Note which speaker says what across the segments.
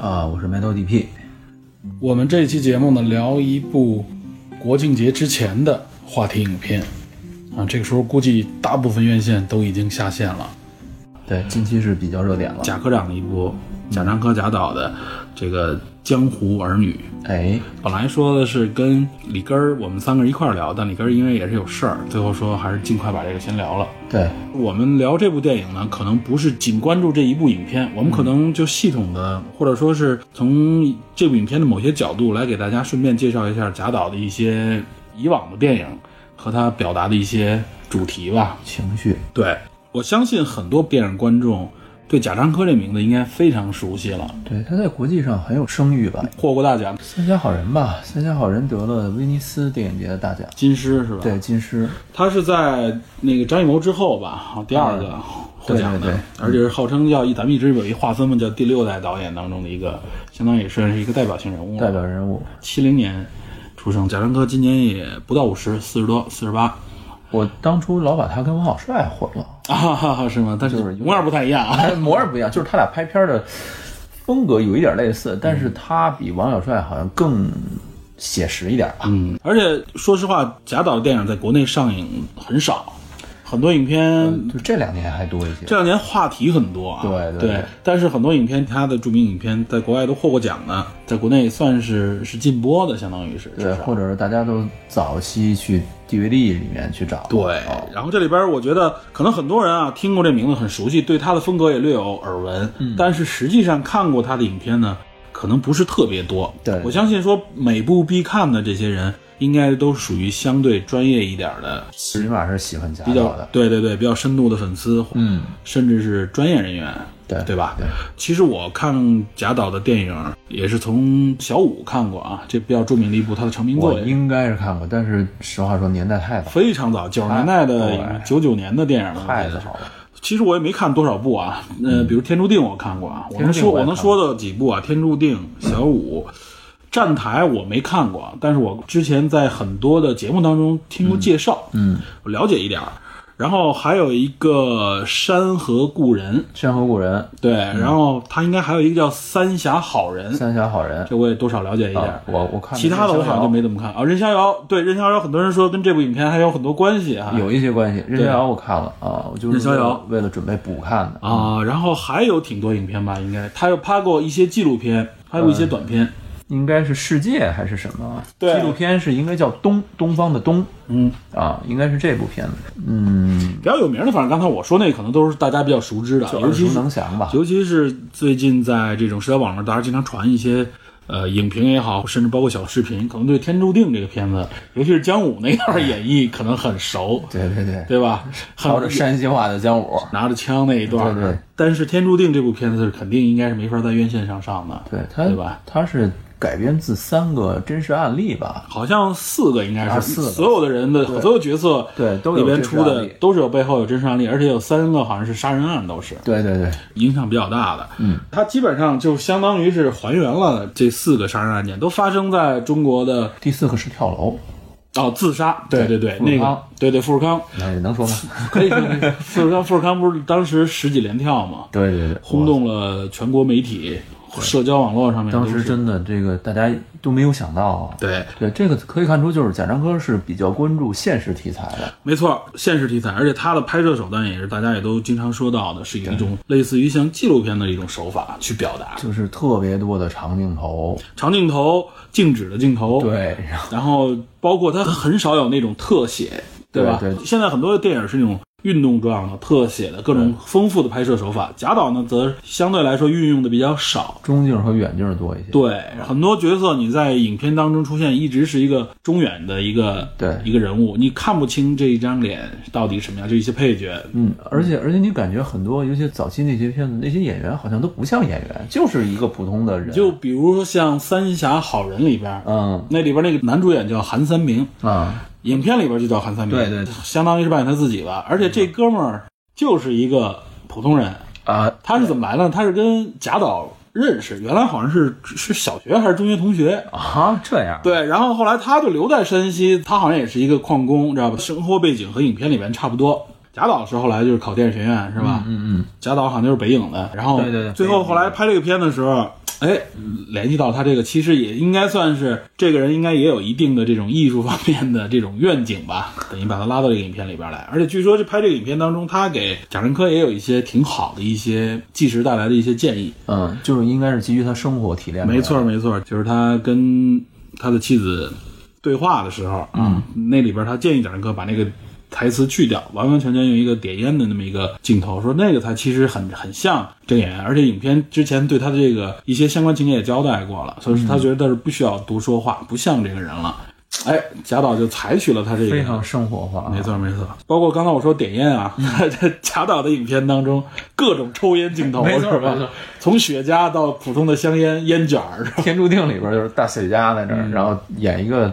Speaker 1: 啊，我是埋头 DP，
Speaker 2: 我们这期节目呢，聊一部国庆节之前的话题影片啊，这个时候估计大部分院线都已经下线了。
Speaker 1: 对，近期是比较热点了。
Speaker 2: 贾科长的一部贾樟柯贾导的这个《江湖儿女》，
Speaker 1: 哎，
Speaker 2: 本来说的是跟李根儿我们三个人一块儿聊，但李根儿因为也是有事儿，最后说还是尽快把这个先聊了。
Speaker 1: 对，
Speaker 2: 我们聊这部电影呢，可能不是仅关注这一部影片，我们可能就系统的，或者说是从这部影片的某些角度来给大家顺便介绍一下贾导的一些以往的电影和他表达的一些主题吧。
Speaker 1: 情绪，
Speaker 2: 对我相信很多电影观众对贾樟柯这名字应该非常熟悉了，
Speaker 1: 对，他在国际上很有声誉吧？
Speaker 2: 获过大奖，
Speaker 1: 三峡好人吧，啊三峡好人得了威尼斯电影节的大奖，
Speaker 2: 金狮是吧？
Speaker 1: 对，金狮，
Speaker 2: 他是在那个张艺谋之后吧，好第二个获奖的，
Speaker 1: 嗯对对对
Speaker 2: 而且是号称叫一咱们一直有一划分嘛，叫第六代导演当中的一个，相当于也算是一个代表性人物。
Speaker 1: 代表人物。
Speaker 2: 七零年出生，贾樟柯今年也不到五十，四十多，四十八
Speaker 1: 我当初老把他跟王小帅混了，
Speaker 2: 啊，哈哈，是吗？但是
Speaker 1: 就是
Speaker 2: 模样不太一样啊。
Speaker 1: 哎，模样不一样，就是他俩拍片的风格有一点类似，但是他比王小帅好像更写实一点吧？
Speaker 2: 嗯，而且说实话，贾导的电影在国内上映很少，很多影片
Speaker 1: 就这两年还多一些。
Speaker 2: 嗯这两年话题很多啊，
Speaker 1: 对
Speaker 2: 对
Speaker 1: 对
Speaker 2: 但是很多影片，它的著名影片在国外都获过奖的，在国内算是是禁播的，相当于是，
Speaker 1: 对，
Speaker 2: 至少
Speaker 1: 或者是大家都早期去 DVD 里面去找。
Speaker 2: 对。然后这里边，我觉得可能很多人啊听过这名字很熟悉，对他的风格也略有耳闻，
Speaker 1: 嗯
Speaker 2: 但是实际上看过他的影片呢，可能不是特别多。
Speaker 1: 对
Speaker 2: 我相信说每部必看的这些人，应该都属于相对专业一点的，
Speaker 1: 起码是喜欢贾
Speaker 2: 比较
Speaker 1: 导的。
Speaker 2: 对对对，比较深度的粉丝，
Speaker 1: 嗯，
Speaker 2: 甚至是专业人员，
Speaker 1: 对
Speaker 2: 对吧？
Speaker 1: 对
Speaker 2: 其实我看贾导的电影也是从小五看过啊，这比较著名的一部他的成名作
Speaker 1: 我，应该是看过，但是实话说年代太早，
Speaker 2: 非常早，九十年代的九九年的电影了，
Speaker 1: 太
Speaker 2: 我觉得
Speaker 1: 早了。
Speaker 2: 其实我也没看多少部啊，呃，比如《天注定》我看过啊，我能
Speaker 1: 嗯天注定
Speaker 2: 说
Speaker 1: 我
Speaker 2: 我
Speaker 1: 也
Speaker 2: 能
Speaker 1: 看
Speaker 2: 说的几部啊，《天注定》《小五》站台我没看过，啊但是我之前在很多的节目当中听过介绍，
Speaker 1: 嗯，
Speaker 2: 我了解一点儿。然后还有一个《山河故人》，
Speaker 1: 山河故人、
Speaker 2: 对，然后他应该还有一个叫《三峡好人》，
Speaker 1: 嗯三峡好人，
Speaker 2: 这我也多少了解一点。
Speaker 1: 啊，我我看
Speaker 2: 其他的我好像就
Speaker 1: 任逍
Speaker 2: 没怎么看啊。任逍遥，对任逍遥，很多人说跟这部影片还有很多关系啊哈。
Speaker 1: 遥有一些关系。任逍遥我看了啊，我就是
Speaker 2: 任逍遥
Speaker 1: 为了准备补看的。
Speaker 2: 啊，然后还有挺多影片吧，应该他又拍过一些纪录片，还有一些短片。
Speaker 1: 应该是世界还是什么？
Speaker 2: 对
Speaker 1: 纪录片是应该叫东东方的东
Speaker 2: 嗯，
Speaker 1: 啊，应该是这部片子。嗯，
Speaker 2: 比较有名的，反正刚才我说那可能都是大家比较熟知的，尤
Speaker 1: 耳
Speaker 2: 其
Speaker 1: 熟
Speaker 2: 是
Speaker 1: 能详吧？
Speaker 2: 尤其是最近在这种社交网络，大家经常传一些呃影评也好，甚至包括小视频，可能对《天注定》这个片子，尤其是姜武那段演绎，可能很熟，
Speaker 1: 对对对，
Speaker 2: 对吧？很
Speaker 1: 还有这山西话的姜武，
Speaker 2: 拿着枪那一段儿，
Speaker 1: 对对
Speaker 2: 但是《天注定》这部片子肯定应该是没法在院线上上的，
Speaker 1: 对他
Speaker 2: 对吧？
Speaker 1: 他是改编自三个真实案例吧？
Speaker 2: 好像四个应该
Speaker 1: 啊
Speaker 2: 是
Speaker 1: 四个
Speaker 2: 所有的人的所有角色
Speaker 1: 对都有
Speaker 2: 里边
Speaker 1: 真实
Speaker 2: 出
Speaker 1: 案
Speaker 2: 的
Speaker 1: 例
Speaker 2: 都是有背后有真实案例，而且有三个好像是杀人案都是
Speaker 1: 对对对，
Speaker 2: 影响比较大的。
Speaker 1: 嗯，
Speaker 2: 它基本上就相当于是还原了这四个杀人案件都发生在中国的
Speaker 1: 第四个是跳楼，
Speaker 2: 哦自杀，对对对，
Speaker 1: 富士
Speaker 2: 那个
Speaker 1: 康
Speaker 2: 对对富士康
Speaker 1: 那 能说吗？
Speaker 2: 可以说 富士康富士康不是当时十几连跳吗？
Speaker 1: 对对对，
Speaker 2: 轰动了全国媒体、社交网络上面都
Speaker 1: 当
Speaker 2: 是。
Speaker 1: 时真的这个大家都没有想到啊。
Speaker 2: 对，
Speaker 1: 对，这个可以看出，就是贾樟柯是比较关注现实题材的。
Speaker 2: 没错，现实题材，而且它的拍摄手段也是大家也都经常说到的，是一种类似于像纪录片的一种手法去表达，
Speaker 1: 就是特别多的长镜头，
Speaker 2: 长镜头、静止的镜头，，
Speaker 1: 对，然后
Speaker 2: 然后包括它很少有那种特写，吧？
Speaker 1: 对对
Speaker 2: 现在很多的电影是那种运动状的、特写的各种丰富的拍摄手法。贾导呢，则相对来说运用的比较少。
Speaker 1: 中镜和远镜多一些。
Speaker 2: 对，很多角色你在影片当中出现，一直是一个中远的一个
Speaker 1: 对
Speaker 2: 一个人物，你看不清这一张脸到底什么样，就一些配角。
Speaker 1: 嗯，而且而且你感觉很多，尤其早期那些片子，那些演员好像都不像演员，就是一个普通的人。
Speaker 2: 就比如说像《三峡好人》里边，
Speaker 1: 嗯
Speaker 2: 那里边那个男主演叫韩三明，
Speaker 1: 啊，
Speaker 2: 影片里边就叫韩三明，
Speaker 1: 对对对
Speaker 2: 相当于是扮演他自己吧。而且这哥们儿就是一个普通人，
Speaker 1: 啊，
Speaker 2: 他是怎么来呢？他是跟贾导认识，原来好像是是小学还是中学同学。
Speaker 1: 啊，这样
Speaker 2: 对，然后后来他就留在山西，他好像也是一个矿工，知道吧？生活背景和影片里面差不多。贾导是后来就是考电影学院，是吧？嗯嗯。贾导好像就是北影的，然后
Speaker 1: 对对对
Speaker 2: 最后后来拍这个片的时候，哎，联系到他这个，其实也应该算是这个人应该也有一定的这种艺术方面的这种愿景吧，等于把他拉到这个影片里边来。而且据说这拍这个影片当中，他给贾樟柯也有一些挺好的一些即时带来的一些建议。
Speaker 1: 嗯，就是应该是基于他生活提炼的。
Speaker 2: 没错，没错，就是他跟他的妻子对话的时候
Speaker 1: 嗯
Speaker 2: 啊，那里边他建议贾樟柯把那个台词去掉，完完全全用一个点烟的那么一个镜头，说那个才其实很很像这个演员，而且影片之前对他的这个一些相关情节也交代过
Speaker 1: 嗯
Speaker 2: 了，所以说他觉得是不需要多说话，不像这个人了。哎，贾导就采取了他这个
Speaker 1: 非常生活化。
Speaker 2: 没，错没错，包括刚才我说点烟啊， 在贾导的影片当中，各种抽烟镜头
Speaker 1: 没
Speaker 2: 是
Speaker 1: 错
Speaker 2: 吧
Speaker 1: 没错？
Speaker 2: 从雪茄到普通的香烟烟卷儿，是吧
Speaker 1: 《天注定》里边就是大雪茄在这
Speaker 2: 嗯
Speaker 1: 儿，然后演一个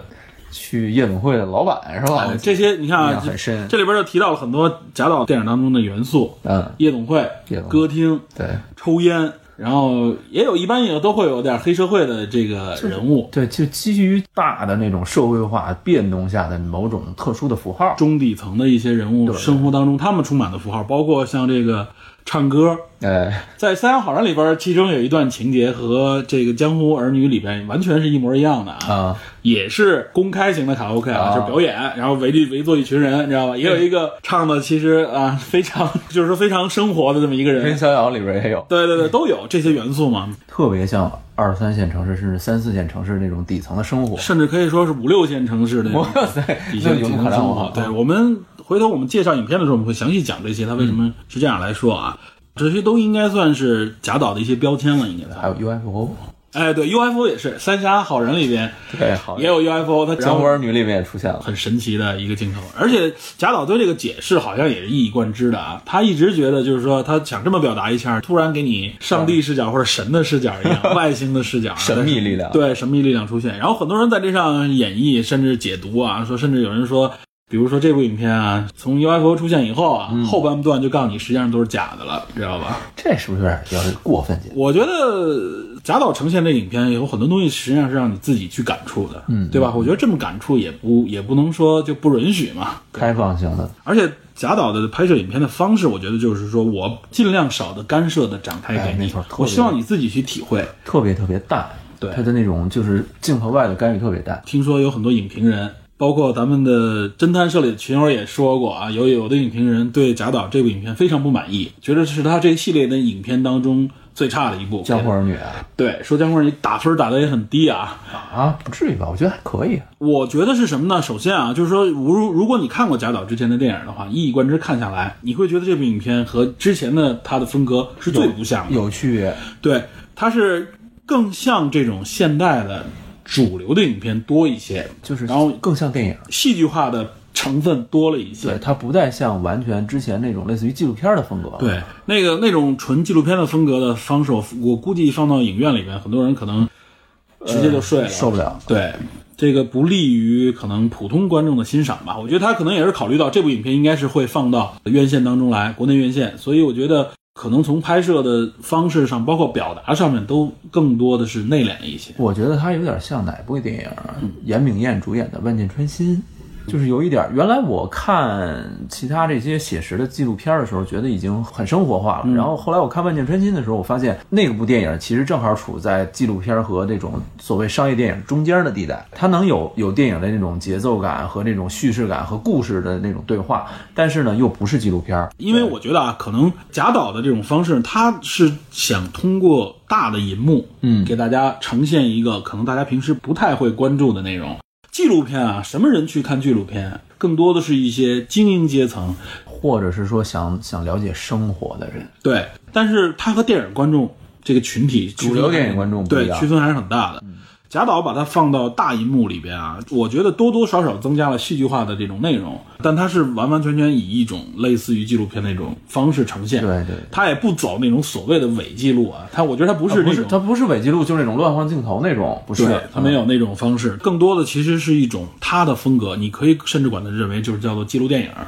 Speaker 1: 去夜总会的老板是吧？
Speaker 2: 这些你看啊
Speaker 1: 印象，呃很深
Speaker 2: 这这里边就提到了很多贾导电影当中的元素，
Speaker 1: 嗯，
Speaker 2: 夜总会
Speaker 1: 夜总会、
Speaker 2: 歌厅、
Speaker 1: 对
Speaker 2: 抽烟，然后也有一般也都会有点黑社会的这个人物，
Speaker 1: 对，就基于大的那种社会化变动下的某种特殊的符号。
Speaker 2: 中底层的一些人物，
Speaker 1: 对
Speaker 2: 生活当中他们充满的符号，包括像这个唱歌，
Speaker 1: 哎，
Speaker 2: 在《三峡好人》里边，其中有一段情节和这个《江湖儿女》里边完全是一模一样的啊，
Speaker 1: 啊，
Speaker 2: 也是公开型的卡拉 OK 啊，
Speaker 1: 啊哎
Speaker 2: 就是表演，然后围着围坐一群人，你知道吧？也有一个唱的其实啊非常 就是说非常生活的这么一个
Speaker 1: 跟
Speaker 2: 人，
Speaker 1: 逍遥里边也有，
Speaker 2: 对对对，都有这些元素嘛，
Speaker 1: 特别像二三线城市甚至三四线城市那种底层的生活。
Speaker 2: 甚至可以说是五六线城市的
Speaker 1: 哇 塞，
Speaker 2: 底
Speaker 1: 那
Speaker 2: 线
Speaker 1: 有
Speaker 2: 底
Speaker 1: 目
Speaker 2: 层
Speaker 1: 可
Speaker 2: 生
Speaker 1: 量
Speaker 2: 活
Speaker 1: 啊。
Speaker 2: 对我们回头我们介绍影片的时候，我们会详细讲这些，它为什么是这样来说啊？这些都应该算是贾导的一些标签了，应该
Speaker 1: 还
Speaker 2: 算。
Speaker 1: 有 UFO，
Speaker 2: 哎，对，UFO 也是《三峡好人》里边
Speaker 1: 对，好
Speaker 2: 也有 UFO，它
Speaker 1: 《
Speaker 2: 然
Speaker 1: 江
Speaker 2: 后
Speaker 1: 湖儿女》里面也出现了。
Speaker 2: 很神奇的一个镜头。而且贾导对这个解释好像也是一以贯之的啊，他一直觉得就是说他想这么表达一下，突然给你上帝视角或者神的视角一 样，外星的视角，啊
Speaker 1: 神秘力量
Speaker 2: 对神秘力量出现。然后很多人在这上演绎甚至解读啊，说甚至有人说。比如说这部影片啊，从 UFO 出现以后啊，
Speaker 1: 嗯
Speaker 2: 后半段就告诉你实际上都是假的了，知道吧？
Speaker 1: 这是不是有点有点过分解？
Speaker 2: 我觉得贾导呈现这影片有很多东西，实际上是让你自己去感触的，嗯，对吧？我觉得这么感触也不也不能说就不允许嘛。
Speaker 1: 开放性的，
Speaker 2: 而且贾导的拍摄影片的方式，我觉得就是说我尽量少的干涉的展开
Speaker 1: 哎
Speaker 2: 给你，
Speaker 1: 没错特别
Speaker 2: 我希望你自己去体会。
Speaker 1: 特别特别淡。
Speaker 2: 对
Speaker 1: 它的那种就是镜头外的干预特别淡。
Speaker 2: 听说有很多影评人，包括咱们的侦探社里的群友也说过啊，有有的影评人对贾导这部影片非常不满意，觉得是他这一系列的影片当中最差的一部。
Speaker 1: 《江湖儿女》啊
Speaker 2: 对，说江湖儿女打分打的也很低啊，
Speaker 1: 啊，不至于吧？我觉得还可以。啊
Speaker 2: 我觉得是什么呢？首先啊，就是说，如如果你看过贾导之前的电影的话，一以贯之看下来，你会觉得这部影片和之前的他的风格是最不像的。
Speaker 1: 有区别，
Speaker 2: 对，它是更像这种现代的主流的影片多一些，
Speaker 1: 就是
Speaker 2: 然后
Speaker 1: 更像电影。
Speaker 2: 戏剧化的成分多了一些
Speaker 1: 对，。它不再像完全之前那种类似于纪录片的风格。，
Speaker 2: 对，那个那种纯纪录片的风格的方式，我我估计放到影院里面，很多人可能直接就睡了，
Speaker 1: 受不了。
Speaker 2: 对，这个不利于可能普通观众的欣赏吧。我觉得他可能也是考虑到这部影片应该是会放到院线当中来，国内院线，所以我觉得可能从拍摄的方式上，包括表达上面，都更多的是内敛一些。
Speaker 1: 我觉得它有点像哪部电影啊？严敏燕主演的《万箭穿心》，就是有一点儿。原来我看其他这些写实的纪录片的时候，觉得已经很生活化了。然后后来我看《万箭穿心》的时候，我发现那个部电影其实正好处在纪录片和这种所谓商业电影中间的地带，它能有有电影的那种节奏感和那种叙事感和故事的那种对话，但是呢又不是纪录片儿。
Speaker 2: 因为我觉得啊，可能贾导的这种方式，他是想通过大的银幕，
Speaker 1: 嗯
Speaker 2: 给大家呈现一个可能大家平时不太会关注的内啊容。纪录片啊，什么人去看纪录片？更多的是一些精英阶层，
Speaker 1: 或者是说想想了解生活的人，
Speaker 2: 对，但是它和电影观众这个群体区分
Speaker 1: 主流电影观众不一
Speaker 2: 对
Speaker 1: 样嗯
Speaker 2: 区分还是很大的。贾导把它放到大银幕里边啊，我觉得多多少少增加了戏剧化的这种内容，但它是完完全全以一种类似于纪录片那种方式呈现。
Speaker 1: 对对
Speaker 2: 它也不走那种所谓的伪记录啊，它我觉得它不是
Speaker 1: 不
Speaker 2: 那
Speaker 1: 是
Speaker 2: 种，
Speaker 1: 它不是伪记录，就是那种乱换镜头那种，不是嗯
Speaker 2: 对，它没有那种方式，更多的其实是一种他的风格，你可以甚至管它认为就是叫做记录电影。
Speaker 1: 啊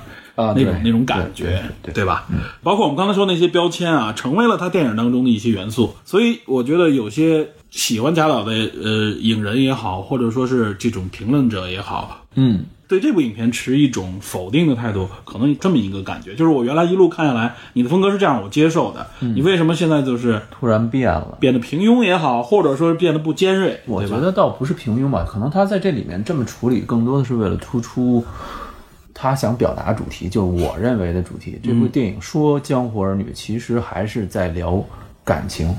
Speaker 2: 那
Speaker 1: 对
Speaker 2: 种那种感
Speaker 1: 对
Speaker 2: 觉
Speaker 1: 对，对嗯
Speaker 2: 吧？包括我们刚才说那些标签啊，成为了他电影当中的一些元素。所以我觉得有些喜欢贾导的呃影人也好，或者说是这种评论者也好，
Speaker 1: 嗯，
Speaker 2: 对这部影片持一种否定的态度，可能有这么一个感觉，就是我原来一路看下来，你的风格是这样，我接受的，
Speaker 1: 嗯
Speaker 2: 你为什么现在就是
Speaker 1: 突然变了。
Speaker 2: 变得平庸也好，或者说是变得不尖锐？
Speaker 1: 我
Speaker 2: 对
Speaker 1: 觉
Speaker 2: 吧
Speaker 1: 得倒不是平庸吧，可能他在这里面这么处理，更多的是为了突出他想表达主题，就是我认为的主题。这部
Speaker 2: 嗯
Speaker 1: 电影说江湖儿女，其实还是在聊感情，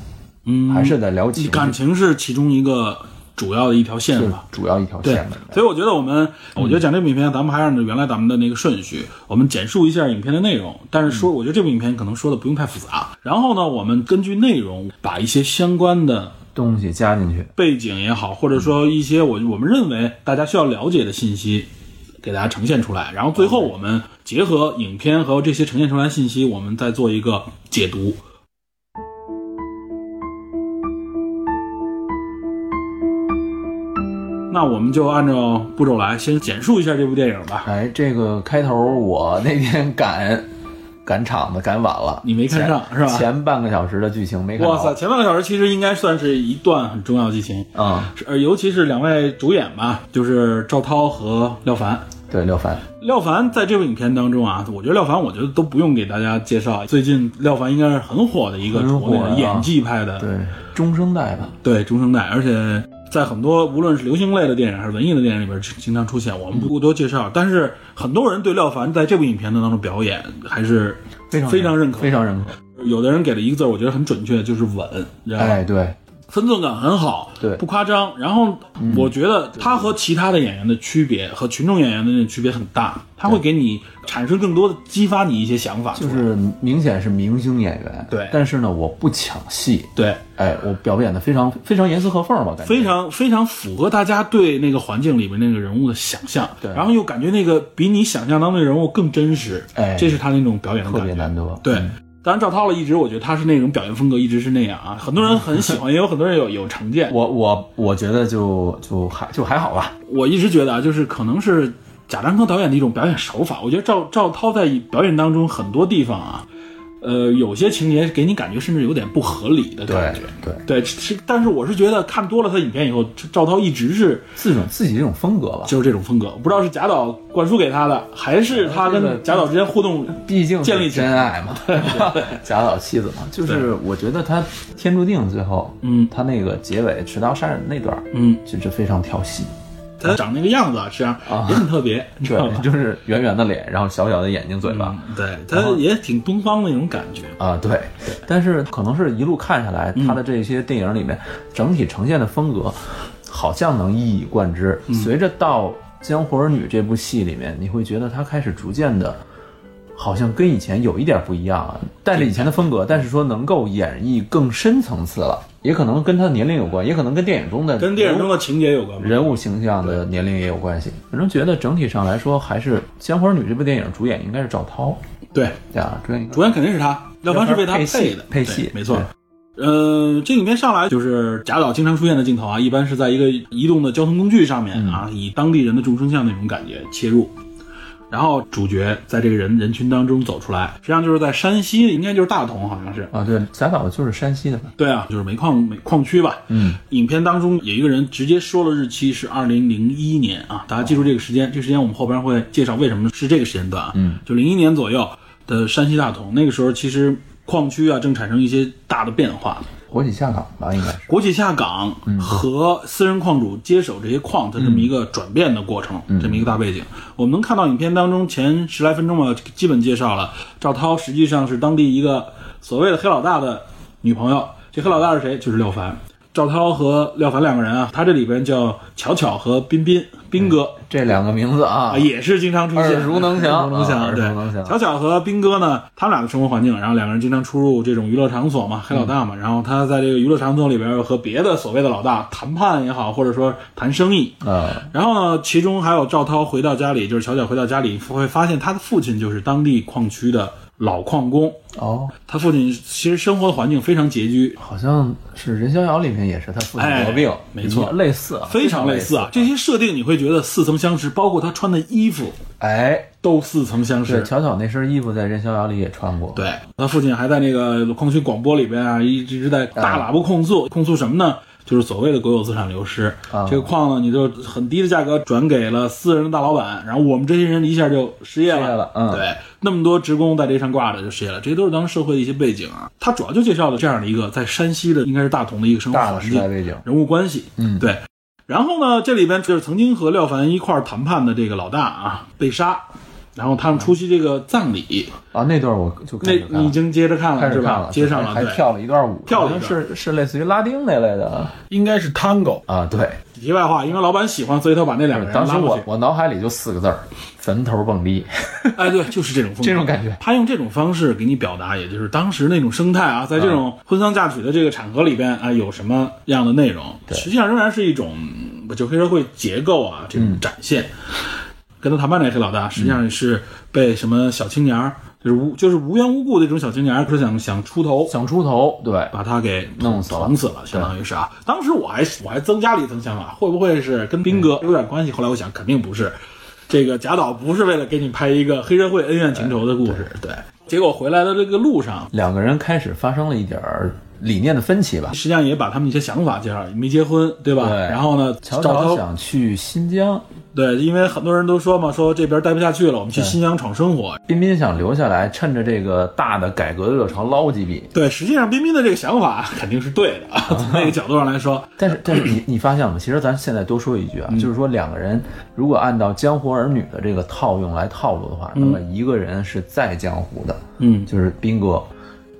Speaker 1: 嗯，还是在聊情，
Speaker 2: 感情是其中一个主要的一条线
Speaker 1: 是
Speaker 2: 吧。
Speaker 1: 主要一条
Speaker 2: 对
Speaker 1: 线的。，嗯
Speaker 2: 所以我觉得我们，我觉得讲这部影片，咱们还是按照原来咱们的那个顺序，我们简述一下影片的内容。但是
Speaker 1: 嗯
Speaker 2: 说，我觉得这部影片可能说的不用太复杂。然后呢，我们根据内容把一些相关的
Speaker 1: 东西加进去，
Speaker 2: 背景也好，或者说一些我我们认为大家需要了解的信息，给大家呈现出来。然后最后我们结合影片和这些呈现出来的信息，我们再做一个解读。那我们就按照步骤来，先简述一下这部电影吧。
Speaker 1: 哎，这个开头我那天赶赶场子赶晚了，
Speaker 2: 你没看上
Speaker 1: 前
Speaker 2: 是吧
Speaker 1: 前半个小时的剧情没看
Speaker 2: 哇塞，
Speaker 1: 到，
Speaker 2: 前半个小时其实应该算是一段很重要的剧情，
Speaker 1: 嗯，
Speaker 2: 是呃，尤其是两位主演吧，就是赵涛和廖凡。
Speaker 1: 对，廖凡，
Speaker 2: 廖凡在这部影片当中啊，我觉得廖凡，我觉得都不用给大家介绍。最近廖凡应该是很火的一个
Speaker 1: 很火
Speaker 2: 国内的
Speaker 1: 啊
Speaker 2: 演技派的，
Speaker 1: 对，中生代吧，
Speaker 2: 对中生代，而且在很多无论是流行类的电影还是文艺的电影里边经经常出现，我们不过多介绍。但是很多人对廖凡在这部影片当中表演还是
Speaker 1: 非常
Speaker 2: 非常认可
Speaker 1: 非常认可，
Speaker 2: 有的人给了一个字儿，我觉得很准确，就是稳，你知道吗？
Speaker 1: 哎，对，
Speaker 2: 分寸感很好，
Speaker 1: 对嗯
Speaker 2: 不夸张。然后我觉得他和其他的演员的区别，和群众演员的那种区别很大，他会给你产生更多的激发你一些想法出来，
Speaker 1: 就是明显是明星演员，
Speaker 2: 对
Speaker 1: 但是呢，我不抢戏，
Speaker 2: 对，
Speaker 1: 哎，我表演的非常非常严丝合缝吧，感觉
Speaker 2: 非常非常符合大家对那个环境里面那个人物的想象，
Speaker 1: 对
Speaker 2: 然后又感觉那个比你想象当中的人物更真实，
Speaker 1: 哎
Speaker 2: 这是他那种表演的
Speaker 1: 特
Speaker 2: 感
Speaker 1: 别
Speaker 2: 觉，
Speaker 1: 难嗯得，
Speaker 2: 对。当然，赵涛了，一直我觉得他是那种表现风格，一直是那样啊。很多人很喜 欢，也有很多人有有成见。
Speaker 1: 我我我觉得就就还就还好吧，
Speaker 2: 我一直觉得啊，就是可能是贾樟柯导演的一种表演手法。我觉得赵赵涛在表演当中很多地方啊，呃，有些情节给你感觉甚至有点不合理的感觉。
Speaker 1: 对，
Speaker 2: 对，是，但是我是觉得看多了他影片以后，赵涛一直是
Speaker 1: 自种自己这种风格吧，
Speaker 2: 就是这种风格。我不知道是贾导灌输给他的，还是他跟贾导之间互动。
Speaker 1: 毕竟是
Speaker 2: 建立起来
Speaker 1: 真爱嘛，对吧？贾导妻子嘛，就是我觉得他天注定最后，
Speaker 2: 嗯
Speaker 1: 他那个结尾持刀杀人那段儿，
Speaker 2: 嗯，
Speaker 1: 就这非常调 戏，
Speaker 2: 他长那个样子啊，实际上也很特别，你知道
Speaker 1: 对，
Speaker 2: 吧？
Speaker 1: 就是圆圆的脸，然后小小的眼睛、嘴巴，
Speaker 2: 对，他也挺东方那种感觉。
Speaker 1: 啊，对，但是可能是一路看下
Speaker 2: 嗯
Speaker 1: 来，他的这些电影里面整体呈现的风格，好像能一以贯之。
Speaker 2: 嗯
Speaker 1: 随着到《江湖儿女》这部戏里面，你会觉得他开始逐渐的，好像跟以前有一点不一样了，带着以前的风格，但是说能够演绎更深层次了，也可能跟他的年龄有关，也可能跟电影中的
Speaker 2: 跟电影中的情节有关吗？
Speaker 1: 人物形象的年龄也有关系。反正觉得整体上来说，还是《江湖儿女》这部电影主演应该是赵涛，
Speaker 2: 对，
Speaker 1: 对吧？主演应该
Speaker 2: 主演肯定是他，廖凡是为他
Speaker 1: 配戏
Speaker 2: 的，
Speaker 1: 配戏
Speaker 2: 对没错。呃，这影片上来就是贾导经常出现的镜头啊，一般是在一个移动的交通工具上面啊，
Speaker 1: 嗯
Speaker 2: 以当地人的众生相那种感觉切入，然后主角在这个人人群当中走出来，实际上就是在山西，应该就是大同，好像是，
Speaker 1: 啊，对，贾导就是山西的吧？
Speaker 2: 对啊，就是煤矿煤矿区吧。
Speaker 1: 嗯，
Speaker 2: 影片当中有一个人直接说了日期是二零零一年啊，大家记住这个时间，这个时间我们后边会介绍为什么是这个时间段啊。嗯，就零一年左右的山西大同，那个时候其实矿区啊正产生一些大的变化，
Speaker 1: 国企下岗吧，应该是。
Speaker 2: 国企下岗和私人矿主接手这些矿的这么一个转变的过程，
Speaker 1: 嗯
Speaker 2: 这么一个大背景，我们能看到影片当中前十来分钟吧，基本介绍了赵涛实际上是当地一个所谓的黑老大的女朋友，这黑老大是谁？就是廖凡。赵涛和廖凡两个人啊，他这里边叫巧巧和彬彬彬哥。
Speaker 1: 这两个名字啊
Speaker 2: 啊，，也是经常出现，
Speaker 1: 耳熟能详
Speaker 2: 耳熟能
Speaker 1: 啊
Speaker 2: 详。
Speaker 1: 耳熟能
Speaker 2: 对，
Speaker 1: 详
Speaker 2: 巧巧和斌哥呢，他们俩的生活环境，然后两个人经常出入这种娱乐场所嘛，黑老大
Speaker 1: 嗯
Speaker 2: 嘛，然后他在这个娱乐场所里边又和别的所谓的老大谈判也好，或者说谈生意。
Speaker 1: 啊，
Speaker 2: 然后呢，其中还有赵涛回到家里，就是巧巧回到家里会发现他的父亲就是当地矿区的老矿工，
Speaker 1: 哦，
Speaker 2: 他父亲其实生活的环境非常拮据，
Speaker 1: 好像是《人逍遥》里面也是他父亲
Speaker 2: 哎
Speaker 1: 得病，
Speaker 2: 没错
Speaker 1: 一类似啊，
Speaker 2: 非常类
Speaker 1: 类
Speaker 2: 似啊。这些设定你会觉得似曾相识，包括他穿的衣服
Speaker 1: 哎，
Speaker 2: 都似曾相识
Speaker 1: 对，。巧巧那身衣服在《人逍遥》里也穿过，
Speaker 2: 对他父亲还在那个矿区广播里边啊，一直在大喇叭控诉，控诉什么呢？就是所谓的国有资产流失。
Speaker 1: 啊
Speaker 2: 这个矿呢，你就很低的价格转给了私人的大老板，然后我们这些人一下就失业了。
Speaker 1: 失业了嗯
Speaker 2: 对，那么多职工在这上挂着就失业了，这些都是当时社会的一些背景啊。他主要就介绍了这样的一个在山西的，应该是大同的一个生活
Speaker 1: 大的
Speaker 2: 环
Speaker 1: 时代
Speaker 2: 境、
Speaker 1: 背景，
Speaker 2: 人物关系。
Speaker 1: 嗯
Speaker 2: 对。然后呢，这里边就是曾经和廖凡一块儿谈判的这个老大啊被杀，然后他们出席这个葬礼。
Speaker 1: 啊，那段我就
Speaker 2: 那
Speaker 1: 开始看
Speaker 2: 你已
Speaker 1: 了。
Speaker 2: 经接着看
Speaker 1: 开
Speaker 2: 了
Speaker 1: 始
Speaker 2: 是
Speaker 1: 看
Speaker 2: 吧？
Speaker 1: 了，
Speaker 2: 接上了，
Speaker 1: 还
Speaker 2: 对。
Speaker 1: 跳了一段舞，
Speaker 2: 跳了一
Speaker 1: 好像
Speaker 2: 段
Speaker 1: 是是类似于拉丁那类的
Speaker 3: 应该是 Tango，
Speaker 1: 啊，对，
Speaker 2: 题外话，因为老板喜欢，所以他把那两个人
Speaker 1: 当时
Speaker 2: 拉过
Speaker 1: 我
Speaker 2: 去。
Speaker 1: 我脑海里就四个字儿，坟头蹦迪，
Speaker 2: 哎，对，就是这种风格
Speaker 1: 这种感觉。
Speaker 2: 他用这种方式给你表达，也就是当时那种生态啊，在这
Speaker 1: 嗯
Speaker 2: 种婚丧嫁娶的这个场合里边啊，有什么样的内容？实际上仍然是一种嗯就黑社会结构啊这
Speaker 1: 嗯
Speaker 2: 种展现。跟他谈判那黑老大，实际上是被什么小青年儿，就是无就是无缘无故的这种小青年儿，可是想想出头，
Speaker 1: 想出头，对，
Speaker 2: 把他给
Speaker 1: 弄死了
Speaker 2: 捅死了，相当于是啊。当时我还我还增加了一层想法，会不会是跟斌哥有点关系？后来我想，肯定不是。这个贾导不是为了给你拍一个黑社会恩怨情仇的故事，对。结果回来的这个路上，
Speaker 1: 两个人开始发生了一点儿理念的分歧吧。
Speaker 2: 实际上也把他们一些想法介绍，了，没结婚，对吧？
Speaker 1: 对
Speaker 2: 然后呢，
Speaker 1: 乔
Speaker 2: 赵
Speaker 1: 乔
Speaker 2: 涛
Speaker 1: 想去新疆，
Speaker 2: 对，因为很多人都说嘛，说这边待不下去了，我们去新疆闯生活。
Speaker 1: 彬彬想留下来，趁着这个大的改革的热潮捞几笔。
Speaker 2: 对，实际上彬彬的这个想法肯定是对的，啊， 从那个角度上来说，
Speaker 1: 但是，但是你你发现了吗？其实咱现在多说一句啊，
Speaker 2: 嗯
Speaker 1: 就是说两个人如果按照江湖儿女的这个套用来套路的话，那么一个人是在江湖的，
Speaker 2: 嗯，
Speaker 1: 就是斌哥。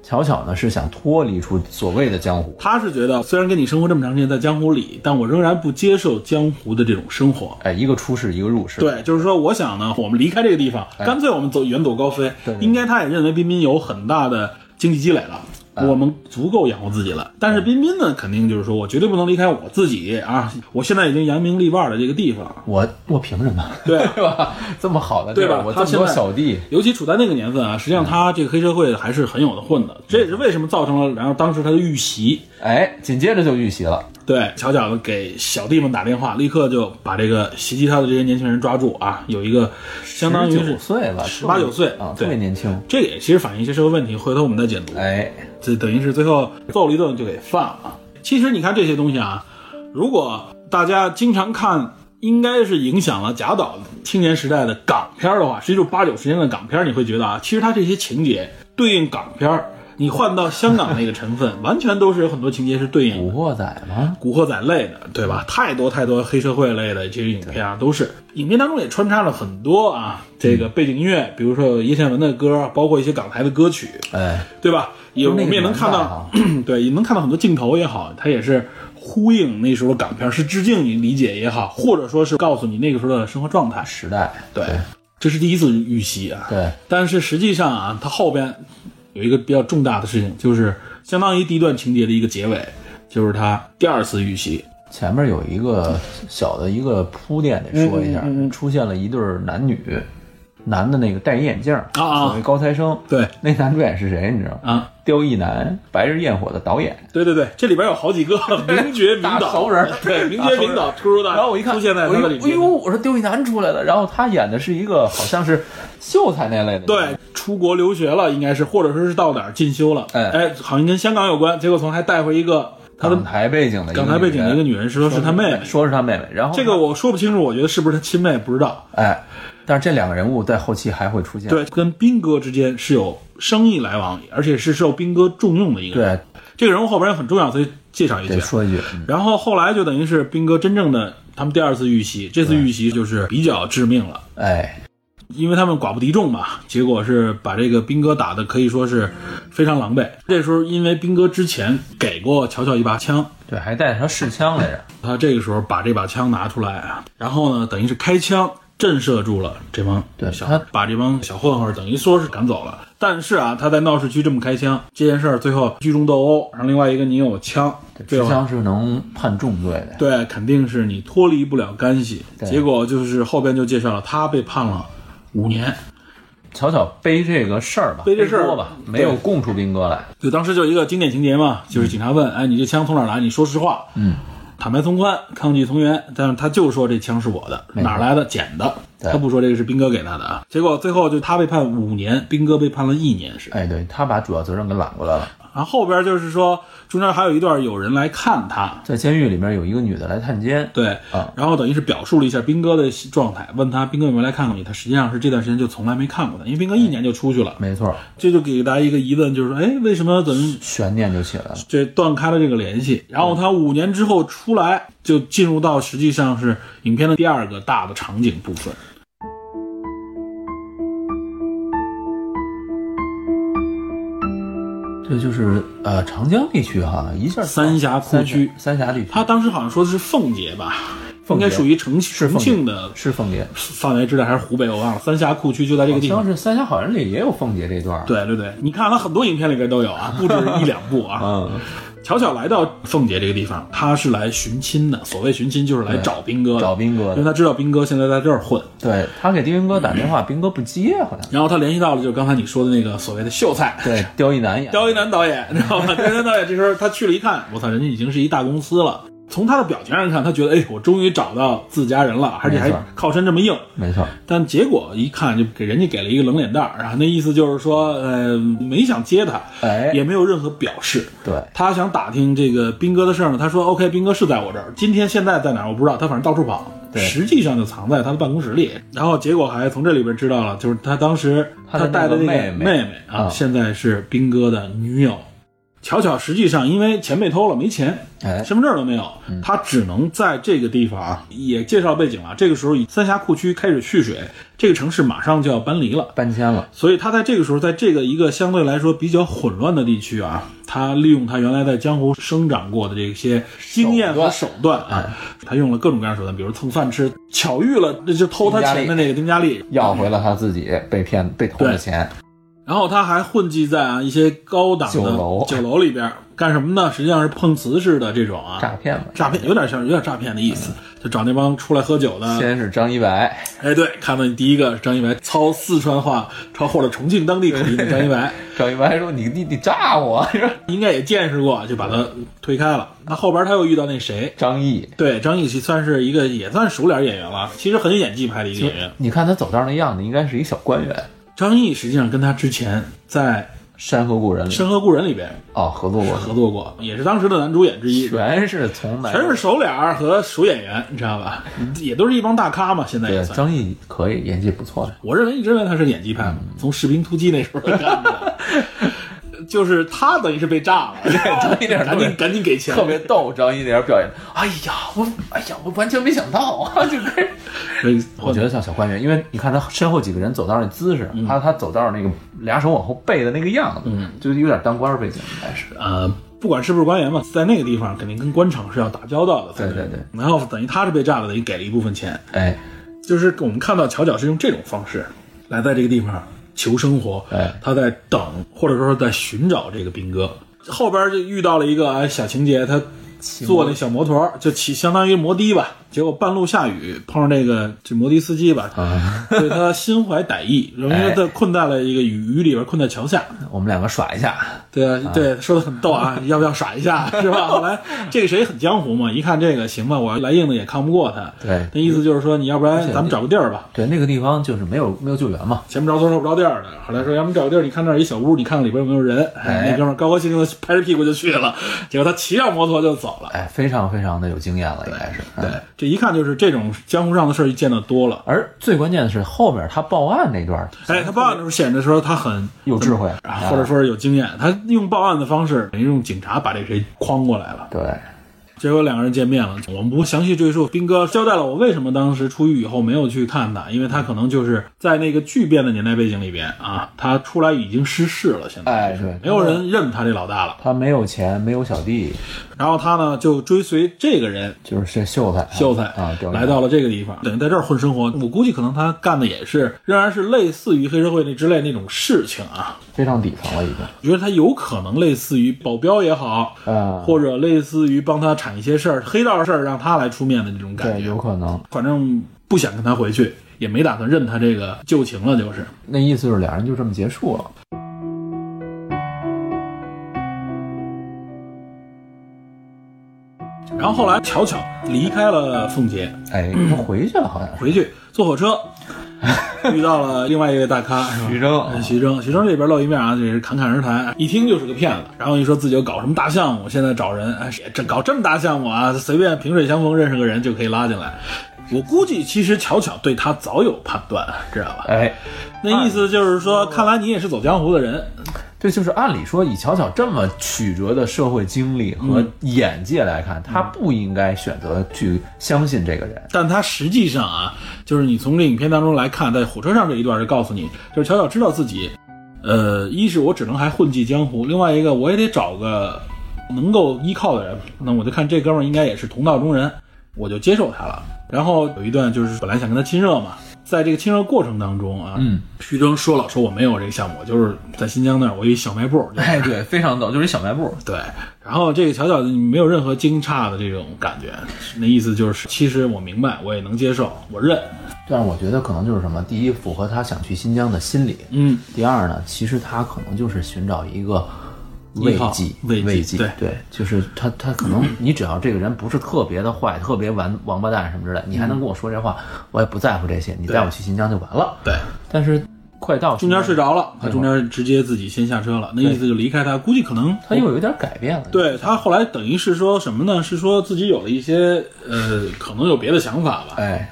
Speaker 1: 巧巧呢是想脱离出所谓的江湖，
Speaker 2: 他是觉得，虽然跟你生活这么长时间在江湖里，但我仍然不接受江湖的这种生活。
Speaker 1: 哎，一个出世，一个入世，，
Speaker 2: 对，就是说，我想呢，我们离开这个地方，干脆我们走远走高飞。
Speaker 1: 哎对对对
Speaker 2: 应该他也认为彬彬有很大的经济积累了。
Speaker 1: 哎
Speaker 2: 我们足够养活自己了，但是彬彬呢，肯定就是说我绝对不能离开我自己啊！我现在已经扬名立万的这个地 方，
Speaker 1: 我我凭什么？
Speaker 2: 对
Speaker 1: 对吧？这么好的地儿
Speaker 2: 对吧
Speaker 1: 我这
Speaker 2: 他
Speaker 1: 么
Speaker 2: 现
Speaker 1: 多
Speaker 2: 在
Speaker 1: 小弟，
Speaker 2: 尤其处在那个年份啊，实际上他这个黑社会还是很有的混的，这也是为什么造成了，然后当时他的遇袭，
Speaker 1: 哎，紧接着就遇袭了，
Speaker 2: 对，巧巧的给小弟们打电话，立刻就把这个袭击他的这些年轻人抓住啊！有一个相当于
Speaker 1: 19
Speaker 2: 是
Speaker 1: 岁吧，
Speaker 2: 十八九岁
Speaker 1: 啊，特
Speaker 2: 对
Speaker 1: 别年轻。
Speaker 2: 这也其实反映一些社会问题，回头我们再解读。
Speaker 1: 哎，
Speaker 2: 这等于是最后揍了一顿就给放了。其实你看这些东西啊，如果大家经常看，应该是影响了贾导青年时代的港片的话，实际就是八九十年代的港片，你会觉得啊，其实它这些情节对应港片，你换到香港那个成分，完全都是有很多情节是对应
Speaker 1: 古惑仔吗？
Speaker 2: 古惑仔类的，对
Speaker 1: 嗯
Speaker 2: 吧？太多太多黑社会类的这些影片啊，都是影片当中也穿插了很多啊，
Speaker 1: 嗯
Speaker 2: 这个背景音乐，比如说有叶倩文的歌，包括一些港台的歌曲，
Speaker 1: 哎，
Speaker 2: 对吧？也
Speaker 1: 就
Speaker 2: 我
Speaker 1: 是那个
Speaker 2: 们也能看到，嗯对，也能看到很多镜头也好，它也是呼应那时候的港片，是致敬你理解也好，或者说是告诉你那个时候的生活状态。
Speaker 1: 时代，
Speaker 2: 对，这是第一次遇袭啊。
Speaker 1: 对，
Speaker 2: 但是实际上啊，它后边有一个比较重大的事情，就是相当于第一段情节的一个结尾，就是他第二次遇袭。
Speaker 1: 前面有一个小的一个铺垫，得说一下，
Speaker 2: 嗯
Speaker 1: 出现了一对儿男女，男的那个戴一眼镜儿，
Speaker 2: 啊
Speaker 1: 所谓高材生，
Speaker 2: 对
Speaker 1: 那男主演是谁？你知道吗？
Speaker 2: 啊，
Speaker 1: 刁亦男，《白日焰火》的导演。
Speaker 2: 对对对，这里边有好几 个名角名
Speaker 1: 大
Speaker 2: 导，
Speaker 1: 熟人
Speaker 2: 对，名角名导突出的，
Speaker 1: 然后我一看，
Speaker 2: 出现在
Speaker 1: 我
Speaker 2: 他
Speaker 1: 一
Speaker 2: 的里
Speaker 1: 哎
Speaker 2: 面。
Speaker 1: 呦，我说刁亦男出来了，然后他演的是一个好像是秀才那类的，
Speaker 2: 对，，出国留学了，应该是，或者说是到哪儿进修了，
Speaker 1: 哎啊
Speaker 2: 哎，好像跟香港有关。结果从还带回一个他的
Speaker 1: 港台背景的一个
Speaker 2: 港台背景的一个女人，说是他妹妹。
Speaker 1: 说是他妹妹，然后
Speaker 2: 这个我说不清楚，我觉得是不是他亲妹不知道。
Speaker 1: 哎，但是这两个人物在后期还会出现，
Speaker 2: 对，跟斌哥之间是有生意来往，而且是受斌哥重用的一个人。
Speaker 1: 对，
Speaker 2: 这个人物后边也很重要，所以介绍一下
Speaker 1: 得。说一句，嗯
Speaker 2: 然后后来就等于是斌哥真正的他们第二次遇袭，这次遇袭就是比较致命了。
Speaker 1: 哎，
Speaker 2: 因为他们寡不敌众嘛，结果是把这个兵哥打的可以说是非常狼狈。这时候，因为兵哥之前给过乔乔一把枪，
Speaker 1: 对，还带着他试枪来着。
Speaker 2: 他这个时候把这把枪拿出来啊，然后呢，等于是开枪震慑住了这帮
Speaker 1: 对
Speaker 2: 小
Speaker 1: 他，
Speaker 2: 把这帮小混混儿等于说是赶走了。但是啊，他在闹市区这么开枪这件事儿，最后聚众斗殴，然后另外一个你有枪，最
Speaker 1: 持
Speaker 2: 后
Speaker 1: 枪是能判重罪的，
Speaker 2: 对，肯定是你脱离不了干系。
Speaker 1: 对
Speaker 2: 结果就是后边就介绍了，他被判了五年。
Speaker 1: 巧巧背这个事儿吧，
Speaker 2: 背这事儿
Speaker 1: 锅吧，没有
Speaker 2: 对
Speaker 1: 供出兵哥来。
Speaker 2: 就当时就一个经典情节嘛，就是警察问，哎，你这枪从哪儿来？你说实话，
Speaker 1: 嗯，
Speaker 2: 坦白从宽，抗拒从严。但是他就说这枪是我的，
Speaker 1: 错
Speaker 2: 哪儿来的？捡的。
Speaker 1: 对
Speaker 2: 他不说这个是兵哥给他的啊。结果最后就他被判五年，兵哥被判了一年是。
Speaker 1: 哎，对他把主要责任给揽过来了。
Speaker 2: 然后后边就是说，中间还有一段有人来看他，
Speaker 1: 在监狱里面有一个女的来探监，
Speaker 2: 对，
Speaker 1: 啊
Speaker 2: 然后等于是表述了一下兵哥的状态，问他兵哥有没有来看过你，他实际上是这段时间就从来没看过他，因为兵哥一年就出去了，
Speaker 1: 没错，
Speaker 2: 这就给大家一个疑问，就是说，哎，为什么怎么
Speaker 1: 悬念就起来了。
Speaker 2: 这断开了这个联系？然后他五年之后出来，就进入到实际上是影片的第二个大的场景部分。
Speaker 1: 这就是呃长江地区哈，一下
Speaker 2: 三峡库
Speaker 1: 三峡
Speaker 2: 区
Speaker 1: 三峡地区，
Speaker 2: 他当时好像说的是奉节吧，
Speaker 1: 奉节
Speaker 2: 应该属于重庆
Speaker 1: 是
Speaker 2: 重
Speaker 1: 奉节
Speaker 2: 庆的
Speaker 1: 是奉节，
Speaker 2: 范围之内，还是湖北？我忘了，三峡库区就在这个
Speaker 1: 好
Speaker 2: 地方
Speaker 1: 像。是哦三峡好像里也有奉节这段。，
Speaker 2: 对对对，你看他很多影片里边都有 啊，不止一两部啊。
Speaker 1: 嗯，
Speaker 2: 巧巧来到凤姐这个地方，他是来寻亲的。所谓寻亲，就是来找兵哥的，
Speaker 1: 找兵哥
Speaker 2: 因为
Speaker 1: 的，
Speaker 2: 他知道兵哥现在在这儿混。
Speaker 1: 对他给兵哥打电话，兵哥不接，好像
Speaker 2: 然后他联系到了，就是刚才你说的那个所谓的秀才，
Speaker 1: 对刁一男演的，
Speaker 2: 刁一男导演，你知道吗？刁一男导演这时候他去了一看，我操，人家已经是一大公司了。从他的表情上看，他觉得哎，我终于找到自家人了，而且还
Speaker 1: 没错
Speaker 2: 靠山这么硬。
Speaker 1: 没错，
Speaker 2: 但结果一看，就给人家给了一个冷脸蛋儿，然后那意思就是说，呃，没想接他，
Speaker 1: 哎
Speaker 2: 也没有任何表示。
Speaker 1: 对，
Speaker 2: 他想打听这个斌哥的事儿呢，他说 OK，斌哥是在我这儿，今天现在在哪儿我不知道，他反正到处跑，
Speaker 1: 对
Speaker 2: 实际上就藏在他的办公室里。然后结果还从这里边知道了，就是他当时
Speaker 1: 他
Speaker 2: 他
Speaker 1: 的
Speaker 2: 带的那
Speaker 1: 那
Speaker 2: 个
Speaker 1: 个
Speaker 2: 妹
Speaker 1: 妹妹
Speaker 2: 啊，
Speaker 1: 啊
Speaker 2: 现在是斌哥的女友。巧巧实际上因为钱被偷了，没钱，
Speaker 1: 哎，
Speaker 2: 身份证都没有，他只能在这个地方啊。也介绍背景了，这个时候三峡库区开始蓄水，这个城市马上就要搬离了。
Speaker 1: 搬迁了，
Speaker 2: 所以他在这个时候，在这个一个相对来说比较混乱的地区啊，他利用他原来在江湖生长过的这些经验和手段
Speaker 1: 哎
Speaker 2: 啊，他用了各种各样的手段，比如蹭饭吃，巧遇了那就偷他钱的那个丁佳丽，
Speaker 1: 要回了他自己被骗被偷
Speaker 2: 对
Speaker 1: 的钱，
Speaker 2: 然后他还混迹在啊一些高档的
Speaker 1: 酒楼
Speaker 2: 酒楼里边干什么呢？实际上是碰瓷式的这种啊
Speaker 1: 诈骗嘛。
Speaker 2: 诈骗，有点像有点诈骗的意思，就找那帮出来喝酒的，
Speaker 1: 先是张一白，
Speaker 2: 哎对，看到你第一个张一白操四川话，操或者重庆当地口音的张一白。
Speaker 1: 张一白说：“你你你诈我！”
Speaker 2: 应该也见识过，就把他推开了。那后边他又遇到那谁，
Speaker 1: 张译，
Speaker 2: 对张艺兴算是一个也算熟脸演员了，其实很有演技派的一个演员。
Speaker 1: 你看他走道那样子，应该是一小官员，
Speaker 2: 张译实际上跟他之前在
Speaker 1: 《山河故人》
Speaker 2: 《
Speaker 1: 里
Speaker 2: 山河故人》里边
Speaker 1: 哦合作过，
Speaker 2: 合作过，也是当时的男主演之一，全
Speaker 1: 全是从南
Speaker 2: 是熟脸儿和熟演员，你知道吧？也都是一帮大咖嘛，现在也
Speaker 1: 嗯对
Speaker 2: 算。
Speaker 1: 张译可以，演技不错的。
Speaker 2: 我认为一直认为他是演技派嘛，
Speaker 1: 嗯
Speaker 2: 从《士兵突击》那时候就干 的。就是他等于是被炸了，
Speaker 1: 张 译那样
Speaker 2: 赶
Speaker 1: 特
Speaker 2: 紧
Speaker 1: 别
Speaker 2: 赶紧给钱，
Speaker 1: 特别逗，张一那点表演，哎呀，我哎呀，我完全没想到啊，就开始。
Speaker 2: 对
Speaker 1: 我觉得像小官员，因为你看他身后几个人走道那姿势，
Speaker 2: 嗯
Speaker 1: 还有他走道那个俩手往后背的那个样子，嗯，就有点当官背景，应该是。
Speaker 2: 呃，不管是不是官员嘛，在那个地方肯定跟官场是要打交道的。才
Speaker 1: 对对对。
Speaker 2: 然后等于他是被炸了，等于给了一部分钱，
Speaker 1: 哎，
Speaker 2: 就是我们看到巧巧是用这种方式来在这个地方求生活。
Speaker 1: 哎
Speaker 2: 他在等或者说在寻找这个兵哥，后边就遇到了一个哎小情节，他。坐那小摩托儿就骑，相当于摩的吧。结果半路下雨，碰上这个这摩的司机吧，
Speaker 1: 啊哎
Speaker 2: 对他心怀歹意，然后他困在了一个雨雨里边，困在桥下。
Speaker 1: 我们两个耍一下，
Speaker 2: 对啊，对，说的很逗啊， 要不要耍一下，是 吧？后来这个谁很江湖嘛，一看这个行吧，我来硬的也抗不过他。
Speaker 1: 对
Speaker 2: 那意思就是说，你要不然咱们找个地儿吧，
Speaker 1: 对，那个地方就是没有没有救援嘛，
Speaker 2: 前不着村后不着店儿的。后来说，要不然找个地儿，你看那儿一小屋，你看看里边有没有人。哎，那哥们儿高高兴兴的拍着屁股就去了，结果他骑上摩托就走了。
Speaker 1: 哎，非常非常的有经验了，应该是。对，
Speaker 2: 这一看就是这种江湖上的事儿见得多了。
Speaker 1: 而最关键的是后面他报案那段
Speaker 2: 哎，他报案的时候显得说他很
Speaker 1: 有智慧，
Speaker 2: 啊，或者说是有经验，他用报案的方式，等于用警察把这谁诓过来了。
Speaker 1: 对，
Speaker 2: 结果两个人见面了，我们不详细赘述。斌哥交代了我为什么当时出狱以后没有去看他，因为他可能就是在那个巨变的年代背景里边啊，他出来已经失势了，现在
Speaker 1: 哎，对，
Speaker 2: 没有人认他这老大了。
Speaker 1: 他没有钱，没有小弟，
Speaker 2: 然后他呢就追随这个人
Speaker 1: 就是秀秀才，
Speaker 2: 秀才
Speaker 1: 啊，钓鱼
Speaker 2: 来到了这个地方，等于在这儿混生活。我估计可能他干的也是，仍然是类似于黑社会那之类那种事情啊。
Speaker 1: 非常底层了，已经。
Speaker 2: 我觉得他有可能类似于保镖也好，
Speaker 1: 啊
Speaker 2: 或者类似于帮他铲一些事儿、黑道的事儿，让他来出面的那种感
Speaker 1: 对，
Speaker 2: 觉
Speaker 1: 有。可能。
Speaker 2: 反正不想跟他回去，也没打算认他这个旧情了，就是。
Speaker 1: 那意思就是俩人就这么结束了。
Speaker 2: 然后后来巧巧离开了凤姐，
Speaker 1: 哎，他回去了，好像是。
Speaker 2: 回去坐火 车，遇到了另外一位大咖，是吧
Speaker 1: 徐峥
Speaker 2: 哎徐峥，徐峥这边露一面啊，这也是侃侃而谈，一听就是个骗子。然后一说自己又搞什么大项目，现在找人，哎，也这搞这么大项目啊，随便萍水相逢认识个人就可以拉进来。我估计其实巧巧对他早有判断，知道吧？
Speaker 1: 哎，
Speaker 2: 那意思就是
Speaker 1: 啊
Speaker 2: 说，看来你也是走江湖的人，
Speaker 1: 对，就是按理说，以巧巧这么曲折的社会经历和眼界来看，他不应该选择去相信这个人。
Speaker 2: 但他实际上啊，就是你从这影片当中来看，在火车上这一段就告诉你，就是巧巧知道自己，呃，一是我只能还混迹江湖，另外一个我也得找个能够依靠的人。那我就看这哥们儿应该也是同道中人，我就接受他了。然后有一段就是本来想跟他亲热嘛，在这个亲热过程当中啊，
Speaker 1: 嗯，
Speaker 2: 徐峥说了，说我没有这个项目，我就是在新疆那儿我有一小卖部，就是
Speaker 1: 哎，对，非常逗，就是一小卖部。
Speaker 2: 对，然后这个巧巧没有任何惊诧的这种感觉，那意思就是，其实我明白，我也能接受，我认。
Speaker 1: 但是我觉得可能就是什么，第一符合他想去新疆的心理，
Speaker 2: 嗯，
Speaker 1: 第二呢，其实他可能就是寻找一个慰
Speaker 2: 依靠
Speaker 1: 藉，
Speaker 2: 慰藉
Speaker 1: 藉，
Speaker 2: 对
Speaker 1: 就是他他可 能你只要这个人不是特别的坏，特别王王八蛋什么之类，你还能跟我说这话，我也不在乎这些，你带我去新疆就完了。
Speaker 2: 对，嗯
Speaker 1: 但是快到
Speaker 2: 中间睡
Speaker 1: 着，
Speaker 2: 着了，他中间直接自己先下车了，那意思就离开他，估计可能
Speaker 1: 他又有点改变了。，
Speaker 2: 对他后来等于是说什么呢？是说自己有了一些呃，可能有别的想法吧。
Speaker 1: 哎，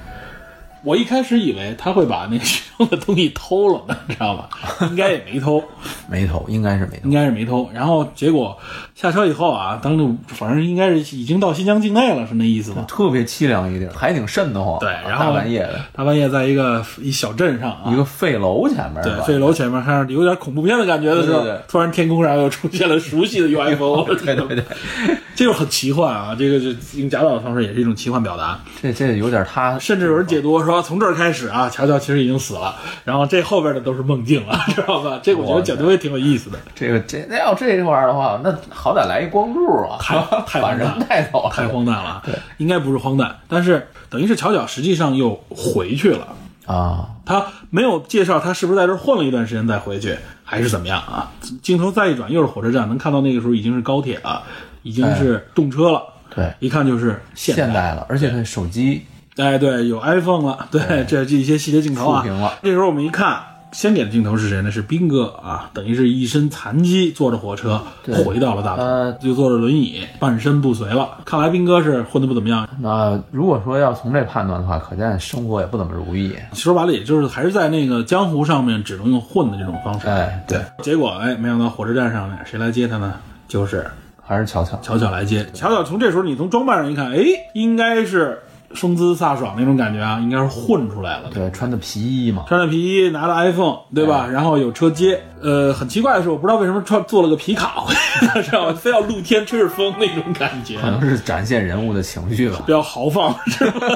Speaker 2: 我一开始以为他会把那个 学生的东西偷了呢，你知道吧？应该也没偷。
Speaker 1: 没头应该是没头
Speaker 2: 应，该是没偷。然后结果下车以后啊，当时反正应该是已经到新疆境内了，是那意思吧？
Speaker 1: 特别凄凉一地儿，还挺瘆得慌。
Speaker 2: 对，
Speaker 1: 啊
Speaker 2: 然后
Speaker 1: 大半夜的，
Speaker 2: 大半夜在一个一小镇上啊
Speaker 1: 一。个废楼前面，
Speaker 2: 对
Speaker 1: 是，吧
Speaker 2: 废楼前面开始有点恐怖片的感觉的时候，
Speaker 1: 对对对
Speaker 2: 突然天空上又出现了熟悉的 UFO，
Speaker 1: 对对对，
Speaker 2: 这就很奇幻啊！这个就用贾导的方式也是一种奇幻表达，
Speaker 1: 这这有点他
Speaker 2: 甚至有人解读说从这儿开始啊，乔乔其实已经死了，然后这后边的都是梦境了，啊知道吧？这个我觉得解读也挺有意思的，
Speaker 1: 这个这那要这块儿的话，那好歹来一光柱啊，
Speaker 2: 太太
Speaker 1: 把
Speaker 2: 完
Speaker 1: 人
Speaker 2: 蛋了
Speaker 1: 带走了，
Speaker 2: 太荒诞了，对，应该不是荒诞，但是等于是巧巧实际上又回去了，
Speaker 1: 啊！
Speaker 2: 他没有介绍他是不是在这儿混了一段时间再回去，还是怎么样啊？镜头再一转，又是火车站，能看到那个时候已经是高铁了，已经是动车了，
Speaker 1: 对，
Speaker 2: 一看就是现代。
Speaker 1: 哎现代了，而且它手机
Speaker 2: 哎，对，有 iPhone 了，对，这这一些细节镜头啊
Speaker 1: 哎触屏了。
Speaker 2: 这时候我们一看，先给的镜头是谁呢？是斌哥啊，等于是一身残疾，坐着火车
Speaker 1: 对
Speaker 2: 回到了大
Speaker 1: 呃
Speaker 2: 同，就坐着轮椅，半身不遂了。看来斌哥是混得不怎么样，
Speaker 1: 那如果说要从这判断的话，可见生活也不怎么如意。
Speaker 2: 说白了，也就是还是在那个江湖上面只能用混的这种方式。
Speaker 1: 哎，对，
Speaker 2: 结果哎，没想到火车站上面谁来接他呢？就是
Speaker 1: 还是巧巧，
Speaker 2: 巧巧来接。巧巧从这时候你从装扮上一看，哎，应该是风姿飒爽那种感觉啊，应该是混出来了。
Speaker 1: 对，穿的皮衣嘛，
Speaker 2: 穿着皮衣，拿着 iPhone，对吧？然后有车接。呃，很奇怪的是，我不知道为什么穿做了个皮卡 回来，知道吗？非要露天吹着风那种感觉，啊
Speaker 1: 可能是展现人物的情绪吧
Speaker 2: 比。较豪 放，是吧？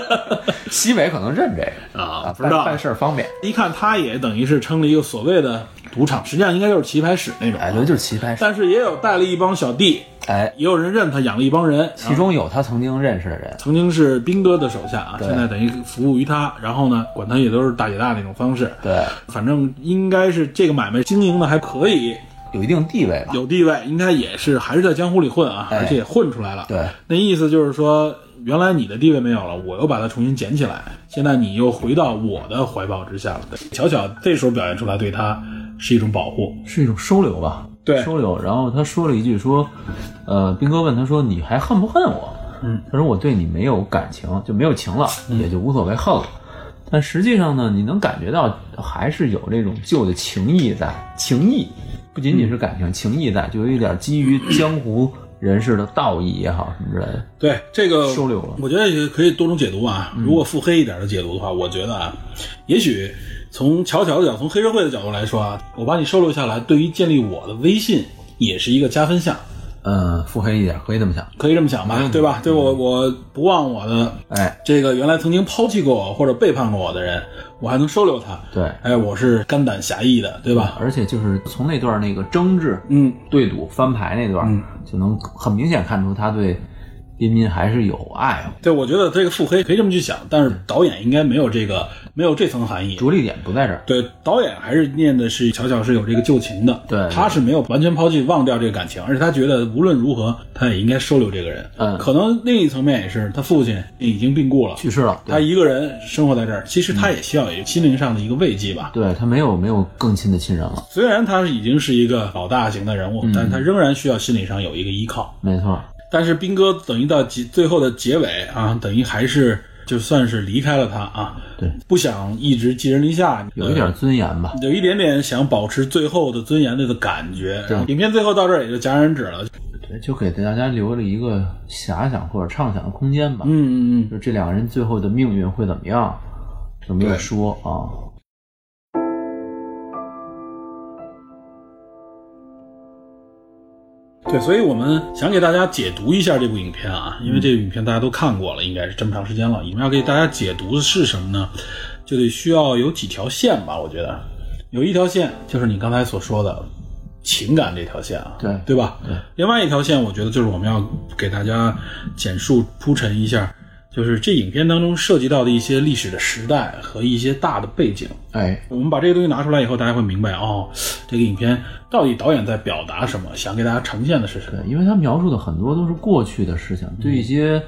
Speaker 1: 西北可能认这个
Speaker 2: 啊不
Speaker 1: 办
Speaker 2: 知道
Speaker 1: 办事儿方便。
Speaker 2: 一看他也等于是撑了一个所谓的赌场，实际上应该就是棋牌室那种。
Speaker 1: 哎，对，就是棋牌室。
Speaker 2: 但是也有带了一帮小弟，
Speaker 1: 哎，
Speaker 2: 也有人认他，养了一帮人，
Speaker 1: 其中有他曾经认识的人，
Speaker 2: 曾经是兵哥的手下啊，
Speaker 1: 对
Speaker 2: 现在等于服务于他，然后呢，管他也都是大姐大那种方式。
Speaker 1: 对，
Speaker 2: 反正应该是这个买卖经营的还可以，
Speaker 1: 有一定地位吧。
Speaker 2: 有地位，应该也是还是在江湖里混啊，
Speaker 1: 哎
Speaker 2: 而且也混出来了。
Speaker 1: 对，
Speaker 2: 那意思就是说，原来你的地位没有了，我又把它重新捡起来，现在你又回到我的怀抱之下了。对巧巧这时候表现出来对他是一种保护，
Speaker 1: 是一种收留吧，
Speaker 2: 对
Speaker 1: 收留。然后他说了一句说，呃，斌哥问他说，你还恨不恨我？
Speaker 2: 嗯，
Speaker 1: 他说我对你没有感情，就没有情了，也就无所谓恨了。但实际上呢，你能感觉到还是有这种旧的嗯情谊在，情谊不仅仅是感情，情谊在，就有一点基于江湖人士的道义也好什么之类的。
Speaker 2: 对这个
Speaker 1: 收留了嗯
Speaker 2: 我觉得也可以多种解读啊。如果腹黑一点的解读的话，我觉得啊，也许从乔乔的角度，从黑社会的角度来说啊，我把你收留下来，对于建立我的威信也是一个加分项，
Speaker 1: 嗯，腹黑一点可以这么想。
Speaker 2: 可以这么想
Speaker 1: 嗯
Speaker 2: 吧，对吧？对我我不忘我的
Speaker 1: 哎，
Speaker 2: 这个原来曾经抛弃过我或者背叛过我的人，我还能收留他。
Speaker 1: 对
Speaker 2: 哎，我是肝胆侠义的，对吧？
Speaker 1: 而且就是从那段那个争执、
Speaker 2: 嗯，
Speaker 1: 对赌、翻牌那段，就能很明显看出他对彬彬还是有爱，
Speaker 2: 对，我觉得这个腹黑可以这么去想，但
Speaker 1: 嗯
Speaker 2: 是导演应该没有这个没有这层含义。
Speaker 1: 着力点不在这儿。
Speaker 2: 对，导演还是念的是巧巧是有这个旧情的，
Speaker 1: 对
Speaker 2: 他是没有完全抛弃、忘掉这个感情，而且他觉得无论如何，他也应该收留这个人。
Speaker 1: 嗯
Speaker 2: 可能另一层面也是，他父亲已经病故了，
Speaker 1: 去世了，
Speaker 2: 他
Speaker 1: 对
Speaker 2: 一个人生活在这儿，其实他也需要有心灵上的一个慰藉吧。
Speaker 1: 对他没有没有更亲的亲人了，
Speaker 2: 虽然他已经是一个老大型的人物，
Speaker 1: 嗯
Speaker 2: 但他仍然需要心理上有一个依靠。
Speaker 1: 没错，
Speaker 2: 但是斌哥等于到结最后的结尾啊，等于还是就算是离开了他啊，
Speaker 1: 对，
Speaker 2: 不想一直寄人篱下，
Speaker 1: 有一点尊严吧。
Speaker 2: 有一点点想保持最后的尊严的的感觉。
Speaker 1: 对
Speaker 2: 影片最后到这儿也就戛然止了。
Speaker 1: 对，就给大家留了一个遐想或者畅想的空间吧。
Speaker 2: 嗯嗯
Speaker 1: 就这两个人最后的命运会怎么样，就没有说啊。
Speaker 2: 嗯，对，所以我们想给大家解读一下这部影片啊，因为这部影片大家都看过了，应该是这么长时间了。我们要给大家解读的是什么呢？就得需要有几条线吧，我觉得有一条线就是你刚才所说的情感这条线啊，
Speaker 1: 对
Speaker 2: 对吧？对。另外一条线，我觉得就是我们要给大家简述铺陈一下，就是这影片当中涉及到的一些历史的时代和一些大的背景。
Speaker 1: 哎，
Speaker 2: 我们把这个东西拿出来以后，大家会明白哦，这个影片到底导演在表达什么，想给大家呈现的是什么
Speaker 1: 对。，因为他描述的很多都是过去的事情，对一些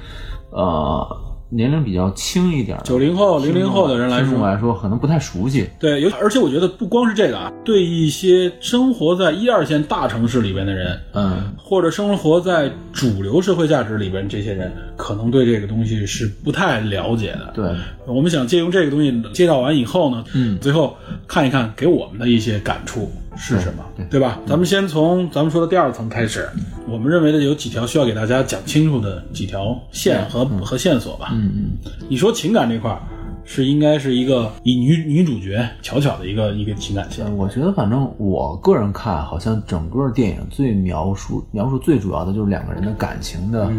Speaker 1: 呃年龄比较轻啊一点的
Speaker 2: 九零后、零零后的人来
Speaker 1: 听众
Speaker 2: 说，
Speaker 1: 来说可能不太熟悉。
Speaker 2: 对，尤而且我觉得不光是这个啊，对一些生活在一二线大城市里边的人，
Speaker 1: 嗯，
Speaker 2: 或者生活在主流社会价值里边这些人，可能对这个东西是不太了解的。
Speaker 1: 对，
Speaker 2: 我们想借用这个东西介绍完以后呢，嗯，最后看一看给我们的一些感触是什么，
Speaker 1: 对
Speaker 2: 对吧？咱们先从咱们说的第二层开始，我们认为的有几条需要给大家讲清楚的几条线和、和线索吧。
Speaker 1: 嗯嗯，
Speaker 2: 你说情感这块儿是应该是一个以女女主角巧巧的一个一个情感线
Speaker 1: 呃，我觉得反正我个人看，好像整个电影最描述描述最主要的就是两个人的感情的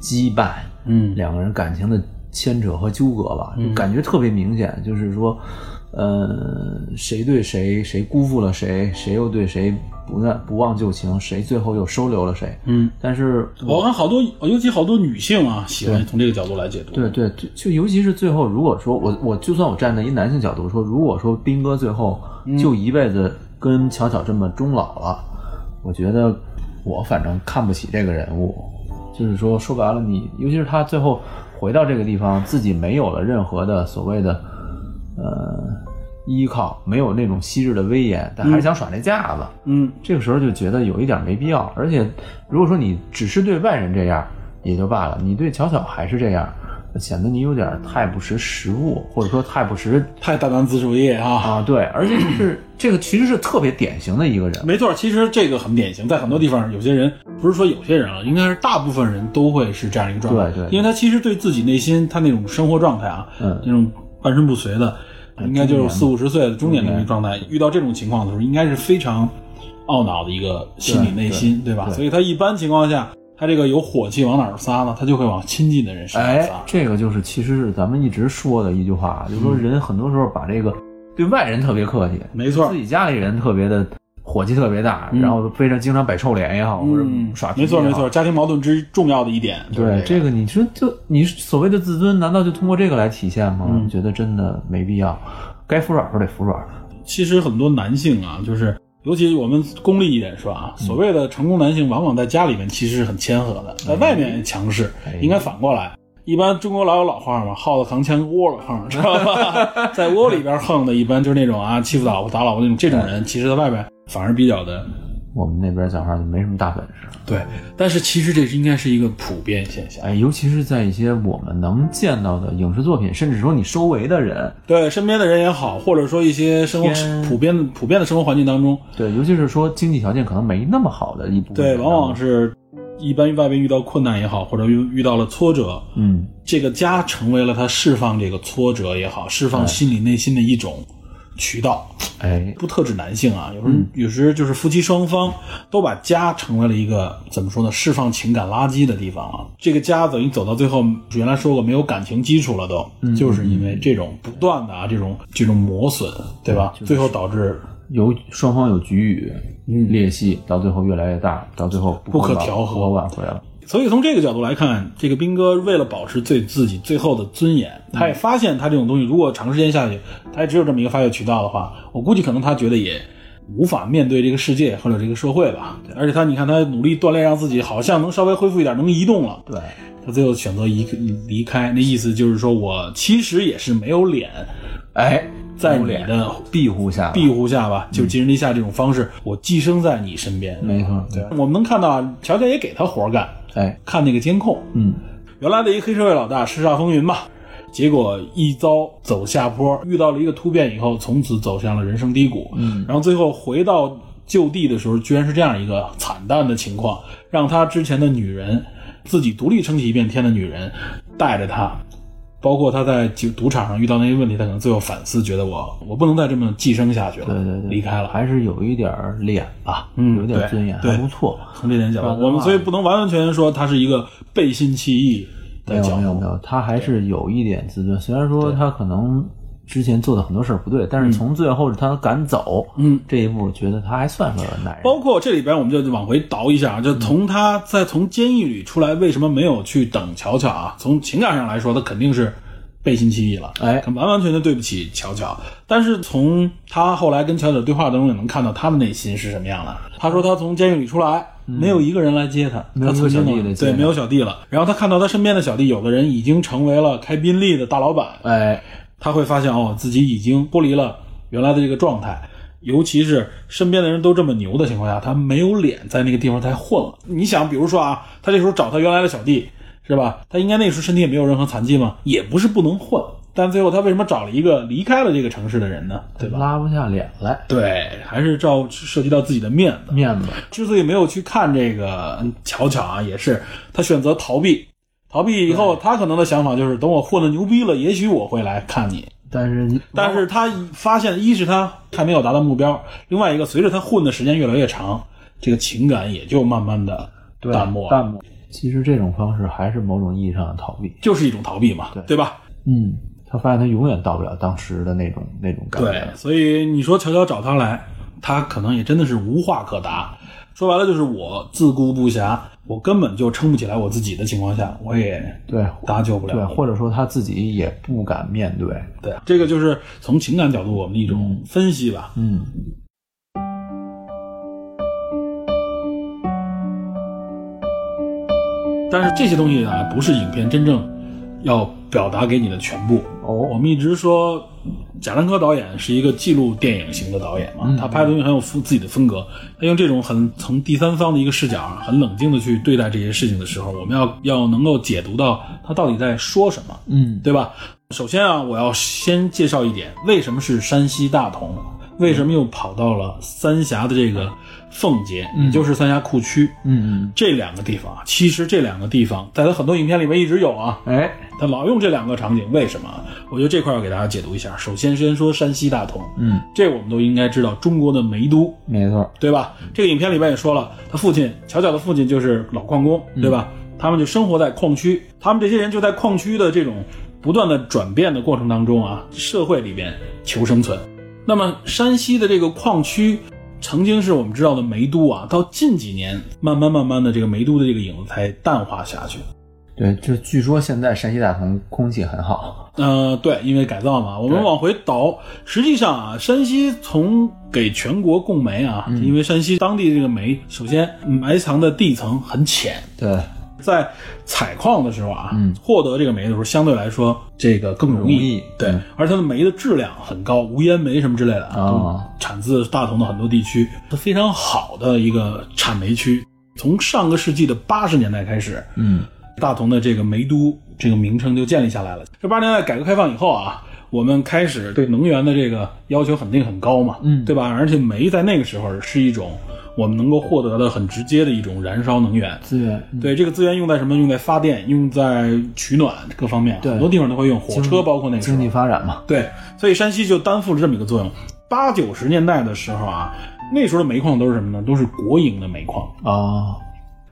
Speaker 1: 羁绊，
Speaker 2: 嗯
Speaker 1: 两个人感情的牵扯和纠葛吧，就感觉特别明显，就是说，呃，谁对谁，谁辜负了谁，谁又对谁不那不忘旧情，谁最后又收留了谁，
Speaker 2: 嗯，
Speaker 1: 但是
Speaker 2: 我看好多，尤其好多女性啊，喜欢从这个角度来解读。
Speaker 1: 对对，就就尤其是最后，如果说我我就算我站在一男性角度说，如果说斌哥最后就一辈子跟巧巧这么终老了，我觉得我反正看不起这个人物。就是说，说白了你，尤其是他最后回到这个地方，自己没有了任何的所谓的呃依靠，没有那种昔日的威严，但还是想耍那架子。
Speaker 2: 嗯，
Speaker 1: 这个时候就觉得有一点没必要。而且，如果说你只是对外人这样也就罢了，你对巧巧还是这样，显得你有点太不识时务，或者说太不识
Speaker 2: 太大男子主义啊。
Speaker 1: 啊。对，而且就是这个其实是特别典型的一个人。
Speaker 2: 没错，其实这个很典型，在很多地方，有些人不是说有些人啊，应该是大部分人都会是这样一个状态。
Speaker 1: 对对
Speaker 2: 因为他其实对自己内心他那种生活状态啊，
Speaker 1: 嗯哎
Speaker 2: 那种半身不遂的，应该就是四五十岁的中年人
Speaker 1: 中
Speaker 2: 的
Speaker 1: 年
Speaker 2: 状态，遇到这种情况的时候，应该是非常懊恼的一个心理内心，对吧？
Speaker 1: 对
Speaker 2: 所以他一般情况下，他这个有火气往哪儿撒呢？他就会往亲近的人身上
Speaker 1: 哎
Speaker 2: 撒，。
Speaker 1: 这个就是其实是咱们一直说的一句话，就是说人很多时候把这个对外人特别客气，
Speaker 2: 嗯没错
Speaker 1: 自，己家里人特别的火气特别大，
Speaker 2: 嗯
Speaker 1: 然后非常经常摆臭脸也好，或者
Speaker 2: 嗯，
Speaker 1: 耍脾
Speaker 2: 没
Speaker 1: 气也
Speaker 2: 错
Speaker 1: 好，
Speaker 2: 没错，家庭矛盾之重要的一点就是
Speaker 1: 对
Speaker 2: 这
Speaker 1: 这
Speaker 2: 个。
Speaker 1: 个，你说就你所谓的自尊，难道就通过这个来体现吗？
Speaker 2: 嗯
Speaker 1: 觉得真的没必要，该服软时候得服软。
Speaker 2: 其实很多男性啊，就是尤其我们功利一点说啊，所谓的成功男性，往往在家里面其实是很谦和的，在外面强势，应该反过来。一般中国老有老话嘛，耗子扛枪，窝里横，知道吧？在窝里边横的，一般就是那种啊欺负老婆打老婆那种，这种人其实在外边反而比较的
Speaker 1: 我们那边讲话就没什么大本事，
Speaker 2: 对。但是其实这是应该是一个普遍现象。
Speaker 1: 哎，尤其是在一些我们能见到的影视作品，甚至说你周围的人，
Speaker 2: 对身边的人也好，或者说一些生活
Speaker 1: 天
Speaker 2: 普遍的普遍的生活环境当中，
Speaker 1: 对，尤其是说经济条件可能没那么好的一部分
Speaker 2: 对，
Speaker 1: 人，
Speaker 2: 往往是一般外边遇到困难也好，或者遇遇到了挫折，
Speaker 1: 嗯，
Speaker 2: 这个家成为了他释放这个挫折也好，释放心里内心的一种渠道。
Speaker 1: 哎，
Speaker 2: 不特指男性啊，有时候、有时就是夫妻双方都把家成为了一个怎么说呢，释放情感垃圾的地方啊。这个家等于走到最后，原来说过没有感情基础了都，就是因为这种不断的啊这种这种磨损，对吧？最后导致
Speaker 1: 有双方有局域、裂隙，到最后越来越大，到最后
Speaker 2: 嗯不可
Speaker 1: 挽
Speaker 2: 调和
Speaker 1: 不可挽回了。
Speaker 2: 所以从这个角度来看，这个斌哥为了保持最自己最后的尊严，他
Speaker 1: 嗯
Speaker 2: 也发现他这种东西如果长时间下去，他也只有这么一个发泄渠道的话，我估计可能他觉得也无法面对这个世界或者这个社会吧。而且他你看他努力锻炼，让自己好像能稍微恢复一点，能移动了。
Speaker 1: 对，
Speaker 2: 他最后选择离离开，那意思就是说我其实也是没有脸
Speaker 1: 哎，
Speaker 2: 在你的
Speaker 1: 庇护下，嗯
Speaker 2: 庇护下吧，就是寄人篱下这种方式，我寄生在你身边。
Speaker 1: 没错，
Speaker 2: 对，我们能看到啊乔乔也给他活儿干，
Speaker 1: 哎，
Speaker 2: 看那个监控。
Speaker 1: 嗯，
Speaker 2: 原来的一个黑社会老大叱咤风云吧，结果一遭走下坡，遇到了一个突变以后，从此走向了人生低谷。嗯，然后最后回到就地的时候，居然是这样一个惨淡的情况，让他之前的女人，自己独立撑起一片天的女人，带着他。包括他在酒赌场上遇到那些问题，他可能最后反思，觉得我我不能再这么寄生下去了，
Speaker 1: 对对对，
Speaker 2: 离开了。
Speaker 1: 还是有一点儿脸吧，
Speaker 2: 嗯
Speaker 1: 有点
Speaker 2: 对
Speaker 1: 尊严，
Speaker 2: 对
Speaker 1: 还不错。
Speaker 2: 从这点角
Speaker 1: 不然
Speaker 2: 度，
Speaker 1: 的话
Speaker 2: 我们所以不能完完全全说他是一个背信弃义
Speaker 1: 没
Speaker 2: 的角
Speaker 1: 有
Speaker 2: 度，
Speaker 1: 没有没有，他还是有一点自尊，虽然说他可能之前做的很多事儿不对，但是从最后他敢走，
Speaker 2: 嗯，
Speaker 1: 这一步觉得他还算是个男人。
Speaker 2: 包括这里边，我们就往回倒一下，就从他在从监狱里出来，为什么没有去等乔乔啊？从情感上来说，他肯定是背信弃义了，
Speaker 1: 哎
Speaker 2: 完完全全对不起乔乔。但是从他后来跟乔乔对话当中，也能看到他的内心是什么样的。他说他从监狱里出来，没嗯有一个人来接他，
Speaker 1: 没有
Speaker 2: 他曾经
Speaker 1: 一个小弟来
Speaker 2: 的
Speaker 1: 接
Speaker 2: 对
Speaker 1: 他
Speaker 2: 没有小弟了。然后他看到他身边的小弟，有的人已经成为了开宾利的大老板，
Speaker 1: 哎，
Speaker 2: 他会发现哦，自己已经脱离了原来的这个状态，尤其是身边的人都这么牛的情况下，他没有脸在那个地方再混了。你想，比如说啊，他这时候找他原来的小弟，是吧？他应该那时候身体也没有任何残疾嘛，也不是不能混，但最后他为什么找了一个离开了这个城市的人呢？对吧？
Speaker 1: 拉不下脸来，
Speaker 2: 对，还是照涉及到自己的面子。
Speaker 1: 面子，
Speaker 2: 之所以没有去看这个巧巧啊，也是他选择逃避。逃避以后，他可能的想法就是，等我混的牛逼了，也许我会来看你。
Speaker 1: 但是你
Speaker 2: 但是他发现，一是他还没有达到目标，另外一个随着他混的时间越来越长，这个情感也就慢慢的
Speaker 1: 对
Speaker 2: 淡漠，
Speaker 1: 淡漠。其实这种方式还是某种意义上的逃避。
Speaker 2: 就是一种逃避嘛，
Speaker 1: 对
Speaker 2: 吧？
Speaker 1: 嗯，他发现他永远到不了当时的那种那种感
Speaker 2: 对
Speaker 1: 觉，。
Speaker 2: 所以你说乔乔找他来，他可能也真的是无话可答。说白了就是我自顾不暇，我根本就撑不起来我自己的情况下，我也
Speaker 1: 对
Speaker 2: 搭救不了。
Speaker 1: 对，或者说他自己也不敢面对。
Speaker 2: 对，这个就是从情感角度我们的一种分析吧。
Speaker 1: 嗯，
Speaker 2: 但是这些东西啊，不是影片真正要表达给你的全部。我
Speaker 1: 哦，
Speaker 2: 们一直说贾樟柯导演是一个记录电影型的导演嘛，他拍的东西很有风自己的风格。他用这种很从第三方的一个视角啊，很冷静的去对待这些事情的时候，我们要要能够解读到他到底在说什么，
Speaker 1: 嗯，
Speaker 2: 对吧？首先啊，我要先介绍一点，为什么是山西大同，为什么又跑到了三峡的这个奉节，也就是三峡库区。
Speaker 1: 嗯
Speaker 2: 这两个地方啊，其实这两个地方在他很多影片里面一直有啊，
Speaker 1: 嗯，哎，
Speaker 2: 他老用这两个场景，为什么？我觉得这块儿要给大家解读一下。首先，先说山西大同，
Speaker 1: 嗯，
Speaker 2: 这我们都应该知道，中国的煤都，
Speaker 1: 没错，
Speaker 2: 对吧？这个影片里边也说了，他父亲巧巧的父亲就是老矿工，对吧？他们就生活在矿区，他们这些人就在矿区的这种不断的转变的过程当中啊，社会里边求生存。那么山西的这个矿区。曾经是我们知道的煤都啊，到近几年慢慢慢慢的，这个煤都的这个影子才淡化下去。
Speaker 1: 对，就据说现在山西大同空气很好，
Speaker 2: 呃，对，因为改造嘛，我们
Speaker 1: 对
Speaker 2: 往回倒，实际上啊，山西从给全国供煤啊，
Speaker 1: 嗯
Speaker 2: 因为山西当地这个煤，首先埋藏的地层很浅，
Speaker 1: 对，
Speaker 2: 在采矿的时候啊，
Speaker 1: 嗯
Speaker 2: 获得这个煤的时候，相对来说这个更容易，
Speaker 1: 容易
Speaker 2: 对，
Speaker 1: 嗯
Speaker 2: 而它的煤的质量很高，无烟煤什么之类的啊，
Speaker 1: 哦
Speaker 2: 都产自大同的很多地区，它非常好的一个产煤区。从上个世纪的八十年代开始，
Speaker 1: 嗯，
Speaker 2: 大同的这个煤都这个名称就建立下来了。这八十年代改革开放以后啊，我们开始对能源的这个要求肯定很高嘛，
Speaker 1: 嗯
Speaker 2: 对吧？而且煤在那个时候是一种我们能够获得的很直接的一种燃烧能源。
Speaker 3: 资源，嗯
Speaker 2: 对这个资源用在什么？用在发电，用在取暖各方面，
Speaker 3: 对
Speaker 2: 很多地方都会用火车，包括那个时候
Speaker 1: 经济发展嘛，
Speaker 2: 对，所以山西就担负了这么一个作用。八九十年代的时候啊，那时候的煤矿都是什么呢？都是国营的煤矿，哦
Speaker 1: 啊，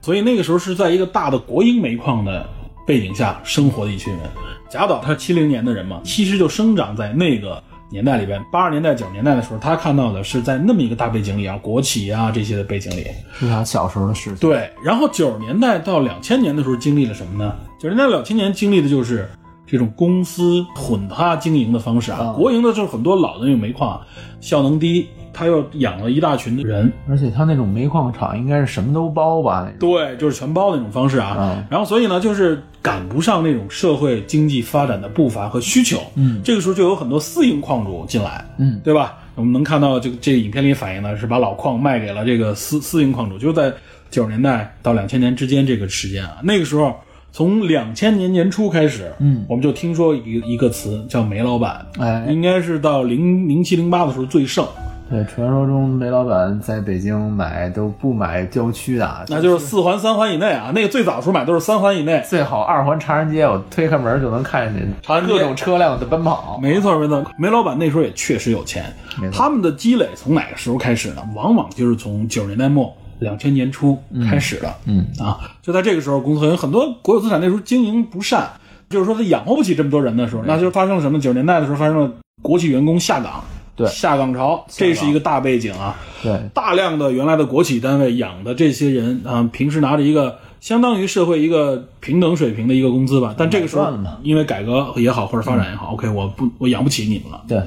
Speaker 2: 所以那个时候是在一个大的国营煤矿的背景下生活的一群人。贾岛他七零年的人嘛，其实就生长在那个年代里边。八十年代、九十年代的时候，他看到的是在那么一个大背景里啊，国企啊这些的背景里。
Speaker 1: 是他小时候的事情。
Speaker 2: 对，然后九十年代到两千年的时候经历了什么呢？九十年代、两千年经历的就是这种公司混搭经营的方式啊。国营的就是很多老的那种煤矿啊，效能低，他又养了一大群的人，
Speaker 1: 而且他那种煤矿厂应该是什么都包吧？那种
Speaker 2: 对，就是全包那种方式啊。
Speaker 1: 嗯
Speaker 2: 然后所以呢，就是赶不上那种社会经济发展的步伐和需求。嗯，这个时候就有很多私营矿主进来，
Speaker 1: 嗯，
Speaker 2: 对吧？我们能看到这个这个影片里反映的是把老矿卖给了这个私私营矿主，就在九十年代到两千年之间这个时间啊，那个时候。从两千年年初开始，嗯，我们就听说一个一个词叫“煤老板”，
Speaker 1: 哎
Speaker 2: 应该是到零零七零八的时候最盛，
Speaker 1: 对，传说中煤老板在北京买都不买郊区的，
Speaker 2: 那就是四环三环以内啊。那个最早的时候买都是三环以内，
Speaker 1: 最好二环茶人街，我推开门就能看见
Speaker 2: 长安街嗯
Speaker 1: 各种车辆的奔跑。
Speaker 2: 没错，没错。煤老板那时候也确实有钱
Speaker 1: 没，错
Speaker 2: 他们的积累从哪个时候开始呢？往往就是从九十年代末、两千年初开始的。
Speaker 1: 嗯
Speaker 2: 啊，就在这个时候，公司有很多国有资产那时候经营不善，就是说他养活不起这么多人的时候，那就发生了什么？九十年代的时候发生了国企员工下岗，
Speaker 1: 对
Speaker 2: 下岗潮，这是一个大背景啊。
Speaker 1: 对，
Speaker 2: 大量的原来的国企单位养的这些人啊，平时拿着一个相当于社会一个平等水平的一个工资吧，但这个时候
Speaker 1: 买断了嗯
Speaker 2: 因为改革也好或者发展也好、o k 我不我养不起你们了。
Speaker 1: 对，哎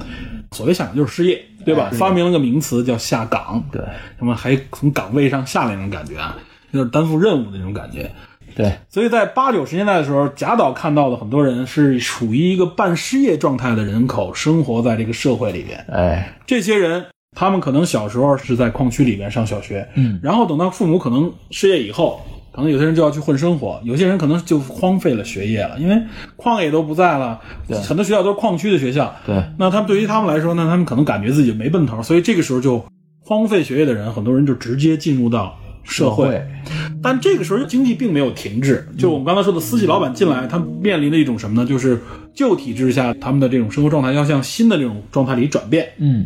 Speaker 2: 所谓下岗就是失业，对吧？发明了个名词叫下岗，
Speaker 1: 对，
Speaker 2: 那么还从岗位上下来那种感觉啊，有点担负任务的那种感觉。
Speaker 1: 对，
Speaker 2: 所以在八九十年代的时候，贾岛看到的很多人是处于一个半失业状态的人口生活在这个社会里边，
Speaker 1: 哎，
Speaker 2: 这些人，他们可能小时候是在矿区里面上小学，嗯，然后等到父母可能失业以后，可能有些人就要去混生活，有些人可能就荒废了学业了，因为矿也都不在了，很多学校都是矿区的学校，
Speaker 1: 对，
Speaker 2: 那他们对于他们来说呢，他们可能感觉自己没奔头，所以这个时候就荒废学业的人，很多人就直接进入到社会。嗯但这个时候经济并没有停滞，就我们刚才说的私企老板进来，他们面临的一种什么呢？就是旧体制下他们的这种生活状态要向新的这种状态里转变。
Speaker 1: 嗯，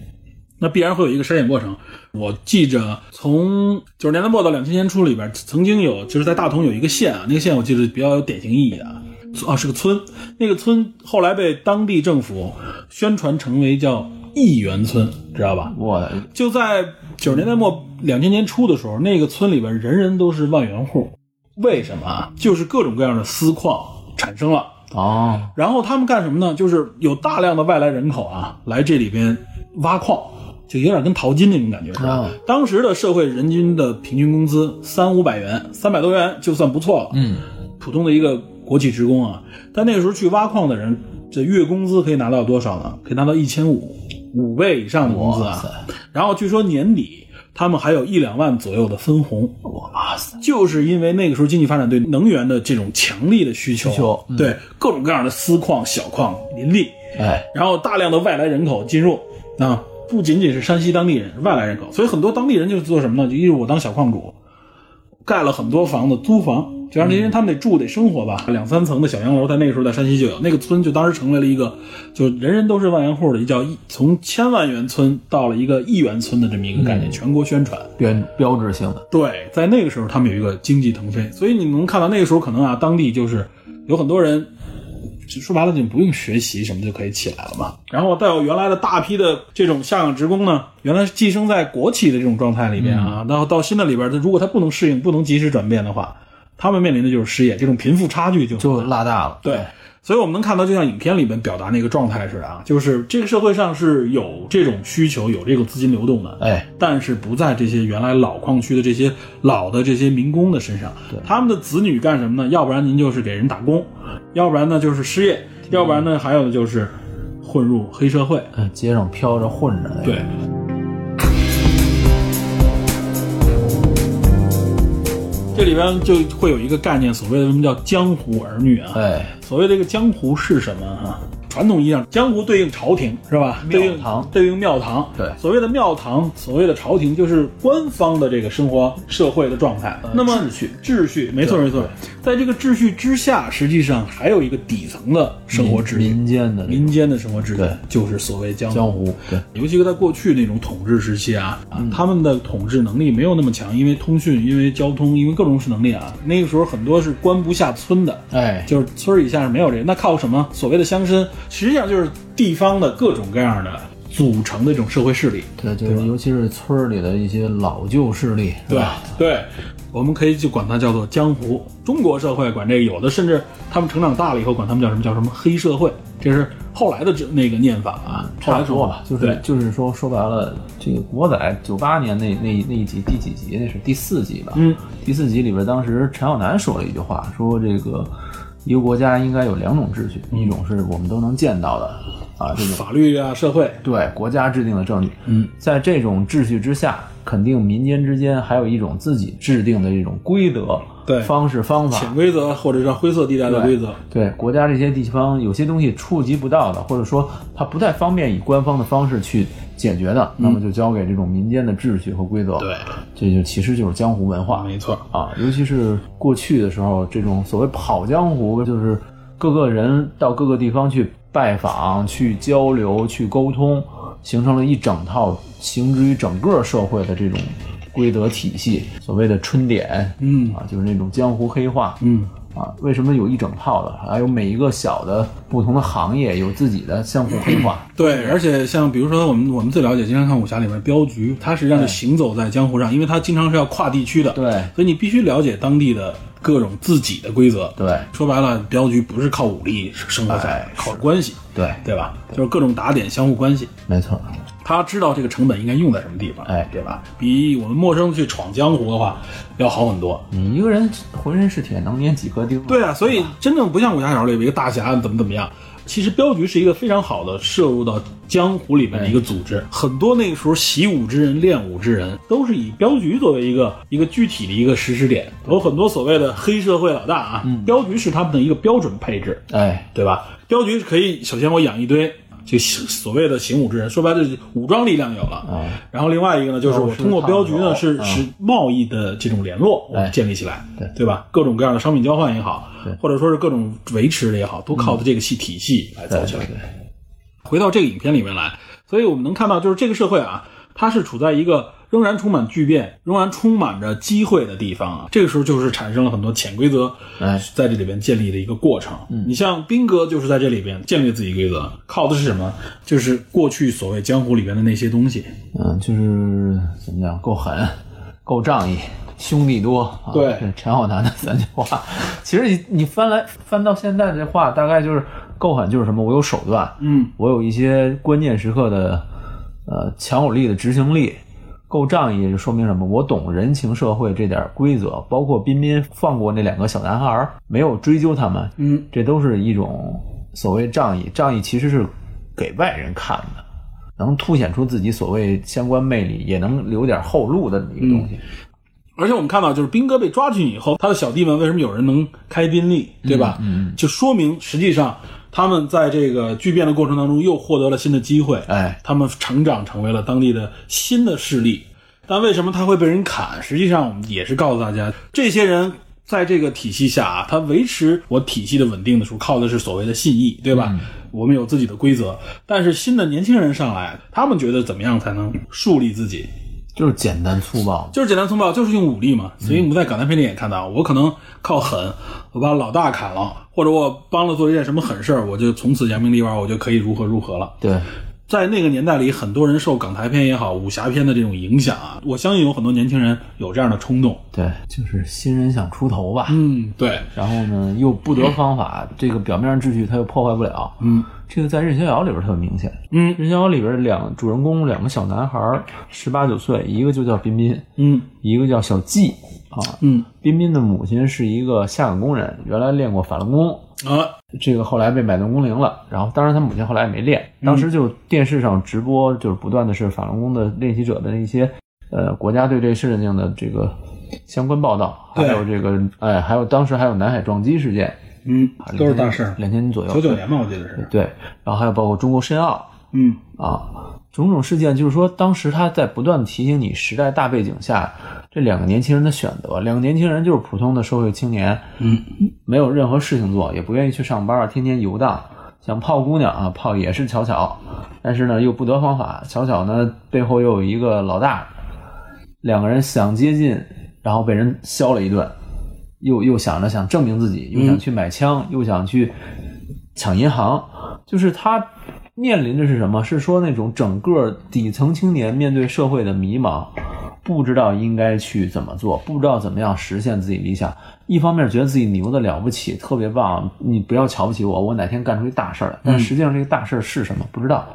Speaker 2: 那必然会有一个筛选过程。我记着，从九十年代末到两千年初里边，曾经有就是在大同有一个县啊，那个县我记得比较有典型意义的啊，啊是个村，那个村后来被当地政府宣传成为叫亿元村，知道吧？
Speaker 1: 我
Speaker 2: 就在九十年代末两千年初的时候，那个村里边人人都是万元户，为什么啊？就是各种各样的私矿产生了。
Speaker 1: 哦，
Speaker 2: 然后他们干什么呢？就是有大量的外来人口啊，来这里边挖矿，就有点跟淘金那种感觉似的。
Speaker 1: 啊
Speaker 2: 当时的社会人均的平均工资三五百元，三百多元就算不错了。
Speaker 1: 嗯，
Speaker 2: 普通的一个国企职工啊，但那个时候去挖矿的人，这月工资可以拿到多少呢？可以拿到一千五，五倍以上的工资啊
Speaker 1: 哇塞。
Speaker 2: 然后据说年底他们还有一两万左右的分红。
Speaker 1: 哇塞，
Speaker 2: 就是因为那个时候经济发展对能源的这种强力的需求，
Speaker 1: 需求嗯
Speaker 2: 对各种各样的私矿、小矿林立，
Speaker 1: 哎，
Speaker 2: 然后大量的外来人口进入啊，不仅仅是山西当地人，外来人口，所以很多当地人就是做什么呢？就一是我当小矿主，盖了很多房子，租房，就让这
Speaker 1: 嗯
Speaker 2: 些人他们得住得生活吧，两三层的小洋楼，在那个时候在山西就有，那个村就当时成为了一个，就人人都是万元户的，一叫一从千万元村到了一个亿元村的这么一个概念，
Speaker 1: 嗯
Speaker 2: 全国宣传。
Speaker 1: 标标志性的，
Speaker 2: 对，在那个时候他们有一个经济腾飞，所以你能看到那个时候可能啊，当地就是有很多人，就说白了你不用学习什么就可以起来了嘛。然后再有原来的大批的这种下岗职工呢，原来是寄生在国企的这种状态里面啊，然后到新的里边，如果他不能适应、不能及时转变的话，他们面临的就是失业，这种贫富差距就
Speaker 1: 就拉大了。
Speaker 2: 对，所以我们能看到，就像影片里面表达那个状态似的啊，就是这个社会上是有这种需求、有这种资金流动的，
Speaker 1: 哎，
Speaker 2: 但是不在这些原来老矿区的这些老的这些民工的身上，他们的子女干什么呢？要不然您就是给人打工，要不然呢就是失业，要不然呢还有的就是混入黑社会，
Speaker 1: 嗯，街上飘着混着，哎
Speaker 2: 对。这里边就会有一个概念，所谓的什么叫江湖儿女啊？
Speaker 1: 哎，
Speaker 2: 所谓这个江湖是什么啊？传统意义上，江湖对应朝廷是吧？
Speaker 1: 庙
Speaker 2: 对应
Speaker 1: 堂
Speaker 2: 对应庙堂。
Speaker 1: 对
Speaker 2: 所谓的庙堂，所谓的朝廷，就是官方的这个生活社会的状态。那么
Speaker 1: 呃秩序，
Speaker 2: 秩序，没错没错。在这个秩序之下，实际上还有一个底层的生活秩序，
Speaker 1: 民间的这
Speaker 2: 民
Speaker 1: 种
Speaker 2: 间的生活秩序
Speaker 1: 对，
Speaker 2: 就是所谓江
Speaker 1: 江湖，对，嗯
Speaker 2: 尤其是在过去那种统治时期啊，啊他们的统治能力没有那么强，因为通讯，因为交通，因为各种能力啊，那个时候很多是关不下村的，
Speaker 1: 哎，
Speaker 2: 就是村儿以下是没有这个，那靠什么？所谓的乡绅，实际上就是地方的各种各样的组成的这种社会势力。
Speaker 1: 对，就是尤其是村儿里的一些老旧势力，是
Speaker 2: 对
Speaker 1: 吧？
Speaker 2: 对，我们可以就管它叫做江湖。中国社会管这个，有的甚至他们成长大了以后，管他们叫什么叫什么黑社会，这是后来的这那个念法啊。后
Speaker 1: 差
Speaker 2: 来
Speaker 1: 不多吧，就
Speaker 2: 对
Speaker 1: 是就是说说白了，这个国仔九八年那那那一集第几集？那是第四集吧？
Speaker 2: 嗯，
Speaker 1: 第四集里边，当时陈浩南说了一句话，说这个一个国家应该有两种秩
Speaker 2: 嗯
Speaker 1: 序，一种是我们都能见到的啊，这种
Speaker 2: 法律啊，社会，
Speaker 1: 对国家制定的证据。
Speaker 2: 嗯，
Speaker 1: 在这种秩序之下，肯定民间之间还有一种自己制定的这种规则、
Speaker 2: 对
Speaker 1: 方式方法。
Speaker 2: 潜规则或者叫灰色地带的规则。
Speaker 1: 对国家这些地方有些东西触及不到的，或者说它不太方便以官方的方式去解决的，那么就交给这种民间的秩序和规则。
Speaker 2: 嗯对，
Speaker 1: 这就其实就是江湖文化
Speaker 2: 没错。
Speaker 1: 啊，尤其是过去的时候，这种所谓跑江湖，就是各个人到各个地方去拜访、去交流、去沟通，形成了一整套行之于整个社会的这种规则体系。所谓的春典，
Speaker 2: 嗯
Speaker 1: 啊，就是那种江湖黑化，
Speaker 2: 嗯，
Speaker 1: 啊，为什么有一整套的？还有每一个小的不同的行业有自己的相互黑化。
Speaker 2: 对，而且像比如说我们我们最了解，经常看武侠里面镖局，它实际上是行走在江湖上，因为它经常是要跨地区的，
Speaker 1: 对
Speaker 2: 所以你必须了解当地的各种自己的规则。
Speaker 1: 对
Speaker 2: 说白了，镖局不是靠武力生活下来，
Speaker 1: 哎
Speaker 2: 靠关系，
Speaker 1: 对，
Speaker 2: 对吧？就是各种打点相互关系，
Speaker 1: 没错，
Speaker 2: 他知道这个成本应该用在什么地方，
Speaker 1: 哎
Speaker 2: 对吧？比我们陌生去闯江湖的话要好很多。
Speaker 1: 你一个人浑身是铁，能捏几颗钉？
Speaker 2: 对啊，所以真正不像武侠小说里有一个大侠怎么怎么样。其实镖局是一个非常好的摄入到江湖里面的一个组织，很多那个时候习武之人、练武之人都是以镖局作为一个一个具体的一个实施点，有很多所谓的黑社会老大啊，镖局是他们的一个标准配置，
Speaker 1: 哎，
Speaker 2: 对吧？镖局是可以首先我养一堆这所谓的行武之人，说白了就是武装力量有了，
Speaker 1: 哎，
Speaker 2: 然后另外一个呢，就是我通过镖局呢，是是贸易的这种联络我们建立起来，
Speaker 1: 啊哎对
Speaker 2: 对吧？各种各样的商品交换也好
Speaker 1: 对，
Speaker 2: 或者说是各种维持的也好，都靠的这个系体系来走
Speaker 1: 对
Speaker 2: 起来
Speaker 1: 对。对，
Speaker 2: 回到这个影片里面来，所以我们能看到，就是这个社会啊，它是处在一个仍然充满巨变、仍然充满着机会的地方啊。这个时候就是产生了很多潜规则，
Speaker 1: 哎
Speaker 2: 在这里边建立的一个过程。你像斌哥就是在这里边建立自己规则，靠的是什么？就是过去所谓江湖里边的那些东西。
Speaker 1: 嗯，就是怎么讲，够狠，够仗义，兄弟多。啊、
Speaker 2: 对
Speaker 1: 这是陈浩南的三句话。 其实你你翻来翻到现在这话，大概就是够狠，就是什么？我有手段，
Speaker 2: 嗯，
Speaker 1: 我有一些关键时刻的呃强有力的执行力。够仗义，说明什么？我懂人情社会这点规则，包括彬彬放过那两个小男孩儿，没有追究他们，
Speaker 2: 嗯，
Speaker 1: 这都是一种所谓仗义。仗义其实是给外人看的，能凸显出自己所谓相关魅力，也能留点后路的一个东西。
Speaker 2: 而且我们看到，就是斌哥被抓进去以后，他的小弟们为什么有人能开宾利，对吧？嗯，就说明实际上他们在这个巨变的过程当中又获得了新的机会，
Speaker 1: 哎，
Speaker 2: 他们成长成为了当地的新的势力。但为什么他会被人砍？实际上我们也是告诉大家，这些人在这个体系下啊，他维持我体系的稳定的时候，靠的是所谓的信义，对吧？我们有自己的规则，但是新的年轻人上来，他们觉得怎么样才能树立自己？
Speaker 1: 就是简单粗暴。
Speaker 2: 就是简单粗暴，就是用武力嘛。所以我们在港台片里也看到，我可能靠狠，我把老大砍了，或者我帮了做一件什么狠事儿，我就从此扬名立万，我就可以如何如何了。
Speaker 1: 对，
Speaker 2: 在那个年代里，很多人受港台片也好、武侠片的这种影响啊，我相信有很多年轻人有这样的冲动。
Speaker 1: 对，就是新人想出头吧。
Speaker 2: 嗯，对，
Speaker 1: 然后呢，又不得方法，这个表面上秩序他又破坏不了。嗯，这个在《任逍遥》里边特别明显。
Speaker 2: 嗯
Speaker 1: 《任逍遥》里边两主人公两个小男孩儿，十八九岁，一个就叫彬彬，
Speaker 2: 嗯
Speaker 1: 一个叫小季啊。
Speaker 2: 嗯
Speaker 1: 彬彬的母亲是一个下岗工人，原来练过法轮功，
Speaker 2: 啊，
Speaker 1: 这个后来被买断工龄了。然后，当然他母亲后来也没练，
Speaker 2: 嗯
Speaker 1: 当时就电视上直播，就是不断的是法轮功的练习者的一些呃国家对这事情的这个相关报道，还
Speaker 2: 对
Speaker 1: 有这个哎，还有当时还有南海撞击事件。
Speaker 2: 嗯，都是大事儿，
Speaker 1: 两千左右，
Speaker 2: 九九年吧，我记得是，
Speaker 1: 对，然后还有包括中国申奥
Speaker 2: 嗯
Speaker 1: 啊，种种事件，就是说当时他在不断地提醒你时代大背景下，这两个年轻人的选择，两个年轻人就是普通的社会青年，
Speaker 2: 嗯，
Speaker 1: 没有任何事情做，也不愿意去上班，天天游荡。想泡姑娘啊，泡也是巧巧，但是呢又不得方法。巧巧呢背后又有一个老大，两个人想接近，然后被人削了一顿，又又想着想证明自己，又想去买枪，又想去抢银行，就是他面临的是什么？是说那种整个底层青年面对社会的迷茫，不知道应该去怎么做，不知道怎么样实现自己理想。一方面觉得自己牛的了不起，特别棒，你不要瞧不起我，我哪天干出一大事儿来。但实际上这个大事儿是什么？不知道。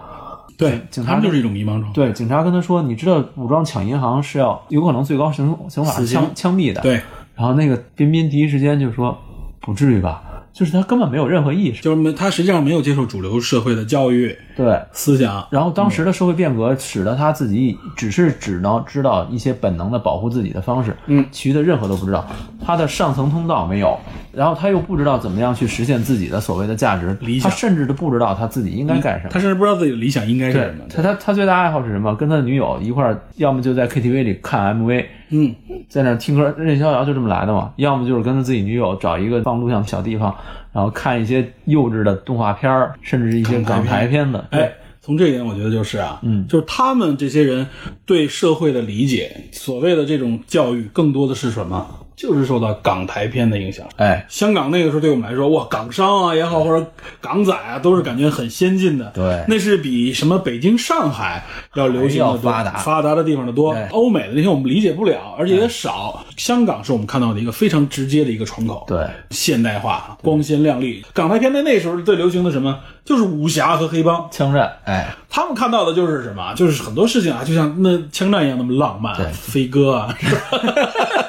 Speaker 2: 对，
Speaker 1: 警察
Speaker 2: 他们就是一种迷茫状态，
Speaker 1: 对，警察跟他说，你知道武装抢银行是要有可能最高刑刑法是
Speaker 2: 死刑
Speaker 1: 枪枪毙的。
Speaker 2: 对，
Speaker 1: 然后那个彬彬第一时间就说：“不至于吧？”就是他根本没有任何意识。
Speaker 2: 就是没他实际上没有接受主流社会的教育
Speaker 1: 对，
Speaker 2: 思想，
Speaker 1: 然后当时的社会变革使得他自己只是只能知道一些本能的保护自己的方式，
Speaker 2: 嗯
Speaker 1: 其余的任何都不知道。他的上层通道没有，然后他又不知道怎么样去实现自己的所谓的价值
Speaker 2: 理，
Speaker 1: 他
Speaker 2: 想
Speaker 1: 甚至都不知道他自己应该干什么
Speaker 2: 他。甚至不知道自己的理想应该是
Speaker 1: 对
Speaker 2: 什么，
Speaker 1: 他，他他最大爱好是什么？跟他的女友一块儿，要么就在 KTV 里看 MV，
Speaker 2: 嗯，
Speaker 1: 在那儿听歌，任逍遥就这么来的嘛。要么就是跟他自己女友找一个放录像的小地方，然后看一些幼稚的动画片儿，甚至是一些
Speaker 2: 港
Speaker 1: 港
Speaker 2: 台
Speaker 1: 台片子。
Speaker 2: 哎，从这一点我觉得就是啊，嗯，就是他们这些人对社会的理解，所谓的这种教育，更多的是什么？就是受到港台片的影响。
Speaker 1: 哎，
Speaker 2: 香港那个时候对我们来说，哇，港商啊也好，或者港仔啊，都是感觉很先进的。
Speaker 1: 嗯对
Speaker 2: 那是比什么北京、上海要流行的多、
Speaker 1: 还要发达
Speaker 2: 发达的地方的多
Speaker 1: 哎。
Speaker 2: 欧美的那些我们理解不了，而且也少。香港是我们看到的一个非常直接的一个窗口。
Speaker 1: 对，
Speaker 2: 现代化、光鲜亮丽。港台片在那时候最流行的什么，就是武侠和黑帮。
Speaker 1: 枪战，哎，
Speaker 2: 他们看到的就是什么，就是很多事情啊，就像那枪战一样那么浪漫
Speaker 1: 对，
Speaker 2: 飞鸽啊，是吧？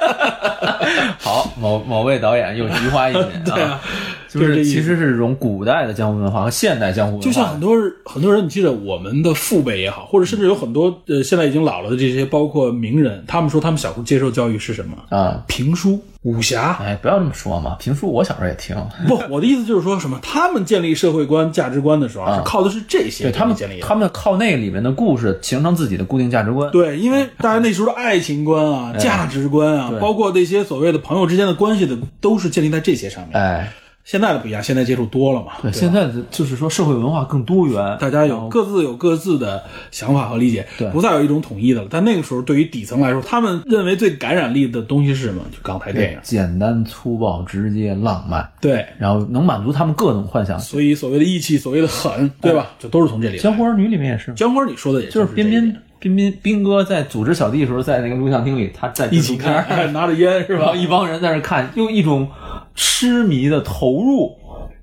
Speaker 1: 好，某某位导演又菊 花一紧
Speaker 2: 对啊
Speaker 1: 就
Speaker 2: 就是这意
Speaker 1: 是
Speaker 2: 思
Speaker 1: 其实是一种古代的江湖文化和现代江湖文化，
Speaker 2: 就像很多人很多人，你记得我们的父辈也好，或者甚至有很多呃现在已经老了的这些，包括名人，他们说他们小时候接受教育是什么？
Speaker 1: 啊，
Speaker 2: 评书、武侠。
Speaker 1: 哎，不要这么说嘛。评书我小时候也听，
Speaker 2: 不，我的意思就是说什么，他们建立社会观、价值观的时候，啊是靠的是这些
Speaker 1: 啊对他们
Speaker 2: 建立的。
Speaker 1: 他们靠那里面的故事形成自己的固定价值观。
Speaker 2: 对，因为大家那时候的爱情观啊、
Speaker 1: 哎
Speaker 2: 价值观啊，包括那些所谓的朋友之间的关系的，都是建立在这些上面。
Speaker 1: 哎，
Speaker 2: 现在的不一样，现在接触多了嘛，
Speaker 1: 对，现在的就是说社会文化更多元，
Speaker 2: 大家有各自有各自的想法和理解，
Speaker 1: 对
Speaker 2: 不再有一种统一的了。但那个时候，对于底层来说，他们认为最感染力的东西是什么？就港台电影。
Speaker 1: 简单粗暴、直接、浪漫，
Speaker 2: 对，
Speaker 1: 然后能满足他们各种幻想。
Speaker 2: 所以所谓的义气，所谓的狠，对吧？哎就都是从这里来。
Speaker 1: 江湖儿女里面也是，
Speaker 2: 江湖儿，你说的也
Speaker 1: 就是是彬彬彬彬彬哥在组织小弟的时候，在那个录像厅里， 他在
Speaker 2: 这一起看，哎拿着烟是
Speaker 1: 然后
Speaker 2: 吧？
Speaker 1: 一帮人在那看，用一种痴迷的投入，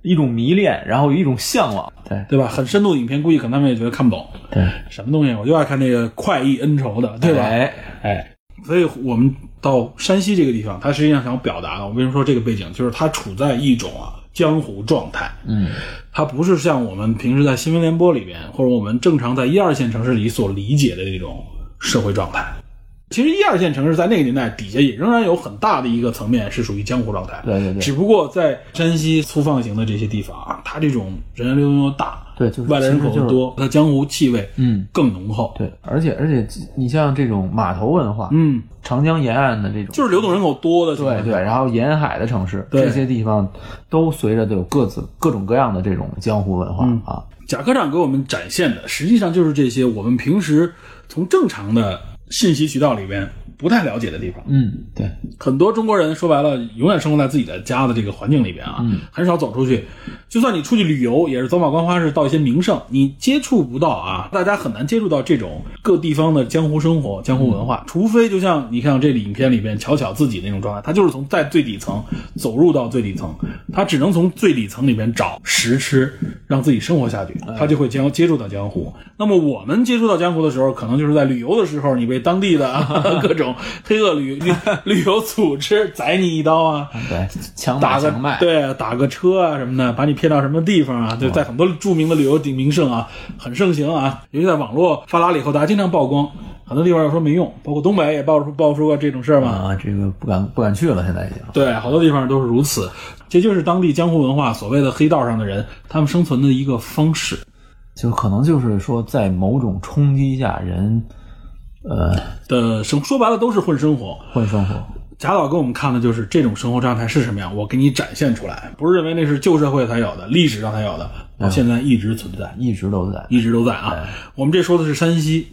Speaker 1: 一种迷恋，然后有一种向往。对
Speaker 2: 对吧？很深度的影片，估计可能他们也觉得看不懂
Speaker 1: 对，
Speaker 2: 什么东西。我就爱看那个快意恩仇的，对吧？
Speaker 1: 哎，
Speaker 2: 哎，所以我们到山西这个地方，他实际上想表达的，我为什么说这个背景，就是他处在一种啊江湖状态，
Speaker 1: 嗯，
Speaker 2: 它不是像我们平时在新闻联播里边，或者我们正常在一二线城市里所理解的那种社会状态。其实一二线城市在那个年代底下也仍然有很大的一个层面是属于江湖状态，
Speaker 1: 对对对
Speaker 2: 只不过在山西粗放型的这些地方啊，它这种人流动又大，
Speaker 1: 对就是
Speaker 2: 外来人口
Speaker 1: 其实就
Speaker 2: 又
Speaker 1: 是
Speaker 2: 多，它江湖气味
Speaker 1: 嗯
Speaker 2: 更浓厚，
Speaker 1: 对，而且而且你像这种码头文化，
Speaker 2: 嗯，
Speaker 1: 长江沿岸的这种，
Speaker 2: 就是流动人口多的情况
Speaker 1: 对
Speaker 2: 下
Speaker 1: 对，然后沿海的城市，
Speaker 2: 对
Speaker 1: 这些地方都随着都有各自各种各样的这种江湖文化、啊。
Speaker 2: 贾科长给我们展现的，实际上就是这些我们平时从正常的信息渠道里边不太了解的地方。
Speaker 1: 嗯，对，
Speaker 2: 很多中国人说白了，永远生活在自己的家的这个环境里边啊，很少走出去。就算你出去旅游，也是走马观花式到一些名胜，你接触不到啊，大家很难接触到这种各地方的江湖生活、江湖文化。除非就像你看这里影片里边巧巧自己那种状态，他就是从在最底层走入到最底层，他只能从最底层里边找食吃，让自己生活下去，
Speaker 1: 嗯
Speaker 2: 他就会江接触到江湖。那么我们接触到江湖的时候，可能就是在旅游的时候，你被当地的 啊各种黑恶旅 旅旅游组织宰你一刀啊，
Speaker 1: 对，强
Speaker 2: 打
Speaker 1: 买
Speaker 2: 个
Speaker 1: 嗯强卖，嗯
Speaker 2: 对，打个车啊什么的，把你骗到什么地方啊？就在很多著名的旅游景名胜啊，很盛行啊，尤其在网络发达了以后，大家经常曝光。很多地方要说没用，包括东北也爆出爆出过这种事儿嘛。
Speaker 1: 啊，这个不敢不敢去了，现在已经。
Speaker 2: 对，好多地方都是如此，这就是当地江湖文化所谓的黑道上的人他们生存的一个方式。
Speaker 1: 就可能就是说，在某种冲击下，人呃
Speaker 2: 的生说白了都是混生活，
Speaker 1: 混生活，
Speaker 2: 贾导给我们看的就是这种生活状态是什么样，我给你展现出来，不是认为那是旧社会才有的，历史上才有的，到现在一直存在，
Speaker 1: 一直都在。
Speaker 2: 一直都在啊。我们这说的是山西，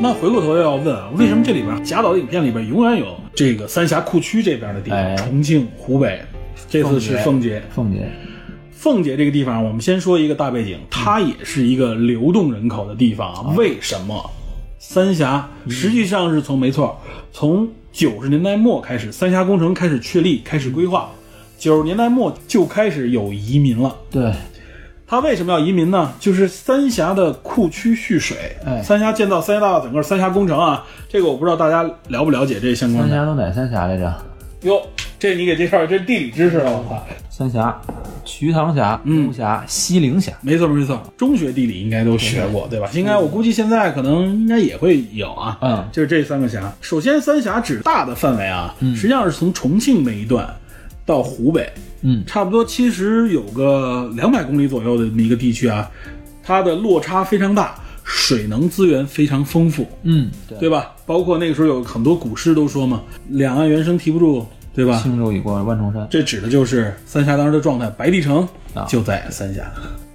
Speaker 2: 那回过头又要问啊，为什么这里边贾导的影片里边永远有这个三峡库区这边的地方，
Speaker 1: 哎
Speaker 2: 重庆、湖北，这次是
Speaker 1: 奉
Speaker 2: 奉节，
Speaker 1: 凤姐，
Speaker 2: 奉节这个地方，我们先说一个大背景，它也是一个流动人口的地方。
Speaker 1: 嗯
Speaker 2: 啊。为什么？三峡实际上是从没错，从九十年代末开始，三峡工程开始确立、开始规划。九十年代末就开始有移民了。
Speaker 1: 对，
Speaker 2: 它为什么要移民呢？就是三峡的库区蓄水。
Speaker 1: 哎
Speaker 2: 三峡建造三峡大坝，整个三峡工程啊，这个我不知道大家了不了解这相关
Speaker 1: 三
Speaker 2: 的。
Speaker 1: 峡都哪三峡来着？
Speaker 2: 哟，这你给介绍，这是地理知识了，我操！
Speaker 1: 三峡，瞿塘峡、巫峡、西陵峡。
Speaker 2: 没错没错，中学地理应该都学过，对吧？应该我估计现在可能应该也会有啊。
Speaker 1: 嗯
Speaker 2: 就是这三个峡。首先，三峡指大的范围啊，实际上是从重庆那一段到湖北，
Speaker 1: 嗯，
Speaker 2: 差不多其实有个两百公里左右的那么一个地区啊，它的落差非常大，水能资源非常丰富，
Speaker 1: 嗯，对，
Speaker 2: 对吧？包括那个时候有很多古诗都说嘛，“两岸猿声啼不住”，对吧？
Speaker 1: 轻舟已过万重山。
Speaker 2: 这指的就是三峡当时的状态。白帝城
Speaker 1: 啊
Speaker 2: 就在三峡，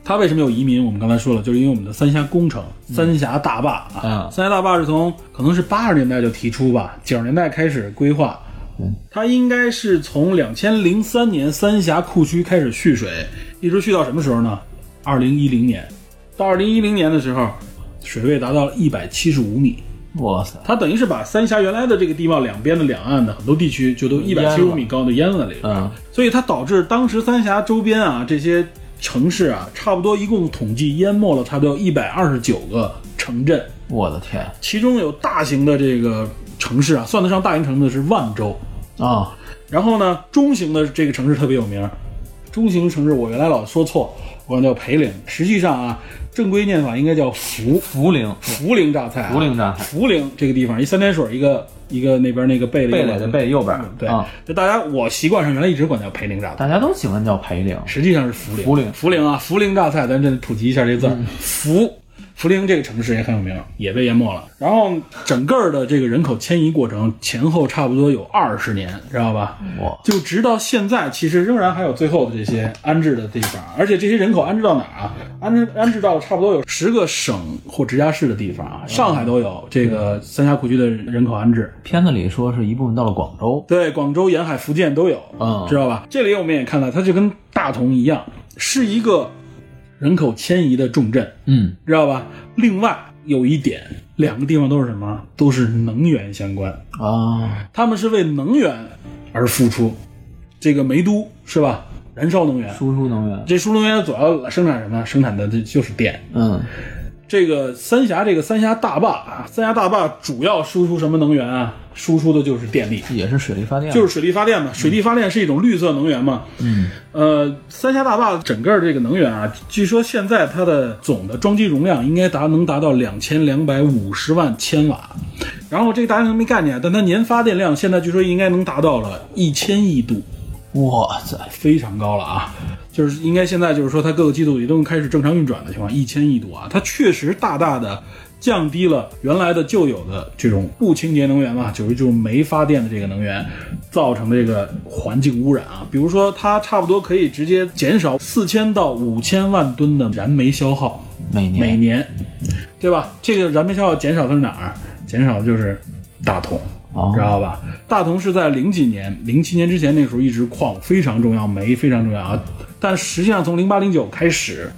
Speaker 2: 它为什么有移民？我们刚才说了，就是因为我们的三峡工程、三峡大坝啊
Speaker 1: 嗯啊，
Speaker 2: 三峡大坝是从可能是八十年代就提出吧，九十年代开始规划。
Speaker 1: 嗯
Speaker 2: 它应该是从两千零三年三峡库区开始蓄水，一直蓄到什么时候呢？二零一零年，到二零一零年的时候，水位达到一百七十五米。
Speaker 1: 哇塞，
Speaker 2: 它等于是把三峡原来的这个地貌两边的两岸的很多地区就都一
Speaker 1: 淹
Speaker 2: 百
Speaker 1: 了
Speaker 2: 七十五米高的淹在里边，
Speaker 1: 嗯
Speaker 2: 所以它导致当时三峡周边啊这些城市啊，差不多一共统计淹没了差不多一百二十九个城镇，
Speaker 1: 我的天
Speaker 2: 其中有大型的这个城市啊，算得上大型城市的是万州，
Speaker 1: 啊！
Speaker 2: 然后呢，中型的这个城市特别有名儿，中型城市我原来老说错，我管它叫培陵，实际上啊，正规念法应该叫福
Speaker 1: 涪陵，
Speaker 2: 涪陵榨菜、啊，
Speaker 1: 涪陵榨菜
Speaker 2: 涪陵这个地方，一三点水，一个一个那边那个贝勒
Speaker 1: 贝勒的贝右边儿。
Speaker 2: 对
Speaker 1: 啊，，
Speaker 2: 就大家我习惯上原来一直管叫培陵榨菜，
Speaker 1: 大家都喜欢叫培陵。
Speaker 2: 实际上是涪陵。
Speaker 1: 涪陵
Speaker 2: 涪陵啊，涪陵榨菜，咱这普及一下这字儿。涪、涪陵这个城市也很有名，也被淹没了。然后整个儿的这个人口迁移过程前后差不多有二十年，知道吧？
Speaker 1: 哇，
Speaker 2: 就直到现在，其实仍然还有最后的这些安置的地方，而且这些人口安置到哪儿啊？安置安置到差不多有十个省或直辖市的地方啊，上海都有这个三峡库区的人口安置，
Speaker 1: 片子里说是一部分到了广州。
Speaker 2: 对，广州沿海、福建都有，
Speaker 1: 嗯
Speaker 2: 知道吧？这里我们也看到，它就跟大同一样，是一个人口迁移的重镇，
Speaker 1: 嗯，
Speaker 2: 知道吧？另外有一点，两个地方都是什么？都是能源相关，
Speaker 1: 啊，
Speaker 2: 他们是为能源而付出。这个煤都是吧？燃烧能源，
Speaker 1: 输出能源。
Speaker 2: 这输能源主要生产什么呢？生产的这就是电。
Speaker 1: 嗯，
Speaker 2: 这个三峡，这个三峡大坝啊，三峡大坝主要输出什么能源啊？输出的就是电力，
Speaker 1: 也是水力发电。
Speaker 2: 就是水力发电嘛。水力发电是一种绿色能源嘛。
Speaker 1: 嗯，
Speaker 2: 呃，三峡大坝整个这个能源啊，据说现在它的总的装机容量应该达能达到两千两百五十万千瓦，然后这个大家可能没概念，但它年发电量现在据说应该能达到了一千亿度。
Speaker 1: 哇塞，
Speaker 2: 非常高了啊！就是应该现在就是说，它各个季度也都开始正常运转的情况，一千亿度啊，它确实大大的降低了原来的旧有的这种不清洁能源嘛，就是这种煤发电的这个能源造成的这个环境污染啊。比如说，它差不多可以直接减少四千到五千万吨的燃煤消耗
Speaker 1: 每年
Speaker 2: 每年，对吧？这个燃煤消耗减少的是哪儿？减少的就是大同。
Speaker 1: 哦
Speaker 2: 知道吧？大同是在零几年、零七年之前，那时候一直矿非常重要，煤非常重要啊。但实际上从零八零九开始，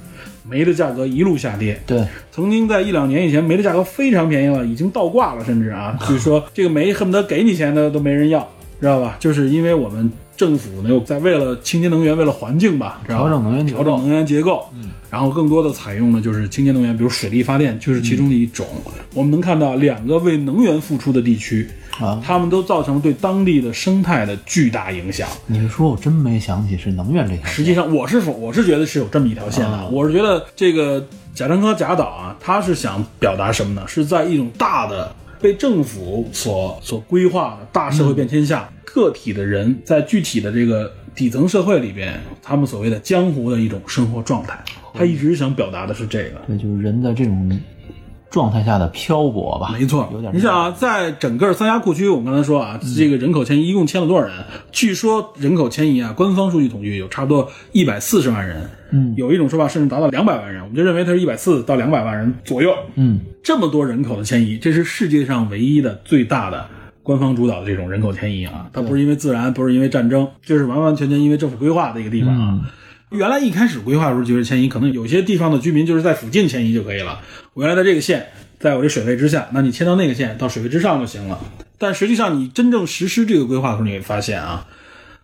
Speaker 2: 煤的价格一路下跌。
Speaker 1: 对，
Speaker 2: 曾经在一两年以前，煤 的价格非常便宜了，已经倒挂了，甚至啊，据说这个煤恨不得给你钱的都没人要。知道吧？就是因为我们政府呢又在为了清洁能源、为了环境吧，知道吧
Speaker 1: 调整能源结构
Speaker 2: 调整嗯能源结构，然后更多的采用的就是清洁能源，比如水力发电就是其中的一种。我们能看到两个为能源付出的地区。
Speaker 1: 啊
Speaker 2: 他们都造成对当地的生态的巨大影响。
Speaker 1: 你们说，我真没想起是能源这条线。
Speaker 2: 实际上，我是否我是觉得是有这么一条线的。我是觉得这个贾樟柯贾导啊，他是想表达什么呢？是在一种大的被政府所所规划的大社会变迁下，个体的人在具体的这个底层社会里边，他们所谓的江湖的一种生活状态。他一直想表达的是这个。
Speaker 1: 对，就是人在这种状态下的漂泊吧。
Speaker 2: 没错，
Speaker 1: 有点嗯
Speaker 2: 你想啊，在整个三峡库区，我们刚才说啊，这个人口迁移一共迁了多少人？据说人口迁移啊，官方数据统计有差不多一百四十万人，嗯，有一种说法甚至达到两百万人，我们就认为它是一百四到两百万人左右。
Speaker 1: 嗯，
Speaker 2: 这么多人口的迁移，这是世界上唯一的最大的。官方主导的这种人口迁移啊，它不是因为自然，不是因为战争，这是完完全全因为政府规划的一个地方
Speaker 1: 嗯
Speaker 2: 啊。原来一开始规划的时候就是迁移，可能有些地方的居民就是在附近迁移就可以了。我原来在这个县，在我这水位之下，那你迁到那个县，到水位之上就行了。但实际上，你真正实施这个规划的时候，你会发现啊，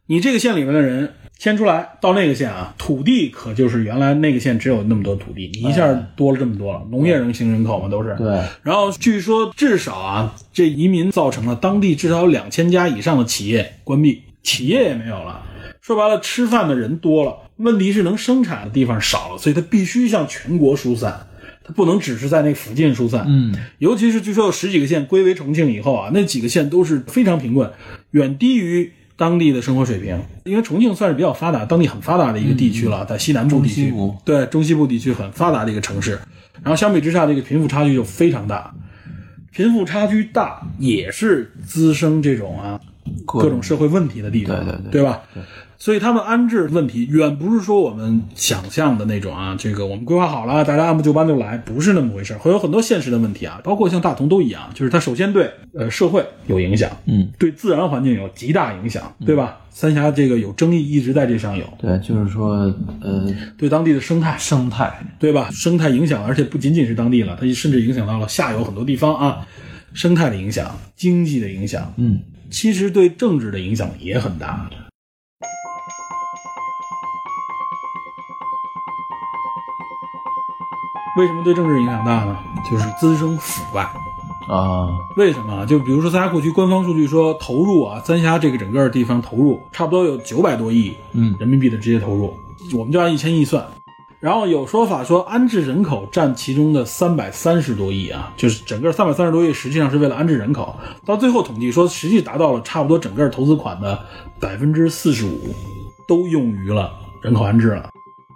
Speaker 2: 你这个县里面的人迁出来到那个县啊，土地可就是原来那个县只有那么多土地，你一下多了这么多了，农业人型人口嘛都是。
Speaker 1: 对。
Speaker 2: 然后据说至少啊，这移民造成了当地至少有两千家以上的企业关闭，企业也没有了。说白了，吃饭的人多了，问题是能生产的地方少了，所以它必须向全国疏散，它不能只是在那附近疏散。
Speaker 1: 嗯，
Speaker 2: 尤其是据说有十几个县归为重庆以后啊，那几个县都是非常贫困，远低于当地的生活水平。因为重庆算是比较发达，当地很发达的一个地区了，在西南部地
Speaker 1: 嗯中西
Speaker 2: 区
Speaker 1: 部，
Speaker 2: 对中西部地区很发达的一个城市。然后相比之下，这个贫富差距就非常大。贫富差距大也是滋生这种啊
Speaker 1: 各种
Speaker 2: 各种社会问题的地方，
Speaker 1: 对对对
Speaker 2: 对吧？所以他们安置问题远不是说我们想象的那种啊，这个我们规划好了，大家按部就班就来，不是那么回事儿，会有很多现实的问题啊，包括像大同都一样，就是它首先对呃社会有影响，
Speaker 1: 嗯，
Speaker 2: 对自然环境有极大影响，对吧？三峡这个有争议一直在这上有，
Speaker 1: 对，就是说，呃，
Speaker 2: 对当地的生态
Speaker 1: 生态
Speaker 2: 对吧？生态影响，而且不仅仅是当地了，它甚至影响到了下游很多地方啊，生态的影响、经济的影响，
Speaker 1: 嗯，
Speaker 2: 其实对政治的影响也很大。为什么对政治影响大呢？就是滋生腐败。
Speaker 1: 啊，
Speaker 2: 为什么？就比如说三峡库区官方数据说，投入啊，三峡这个整个地方投入差不多有九百多亿
Speaker 1: 嗯
Speaker 2: 人民币的直接投入，我们就按一千亿算。然后有说法说，安置人口占其中的三百三十多亿啊，就是整个三百三十多亿，实际上是为了安置人口。到最后统计说，实际达到了差不多整个投资款的百分之四十五，都用于了人口安置了。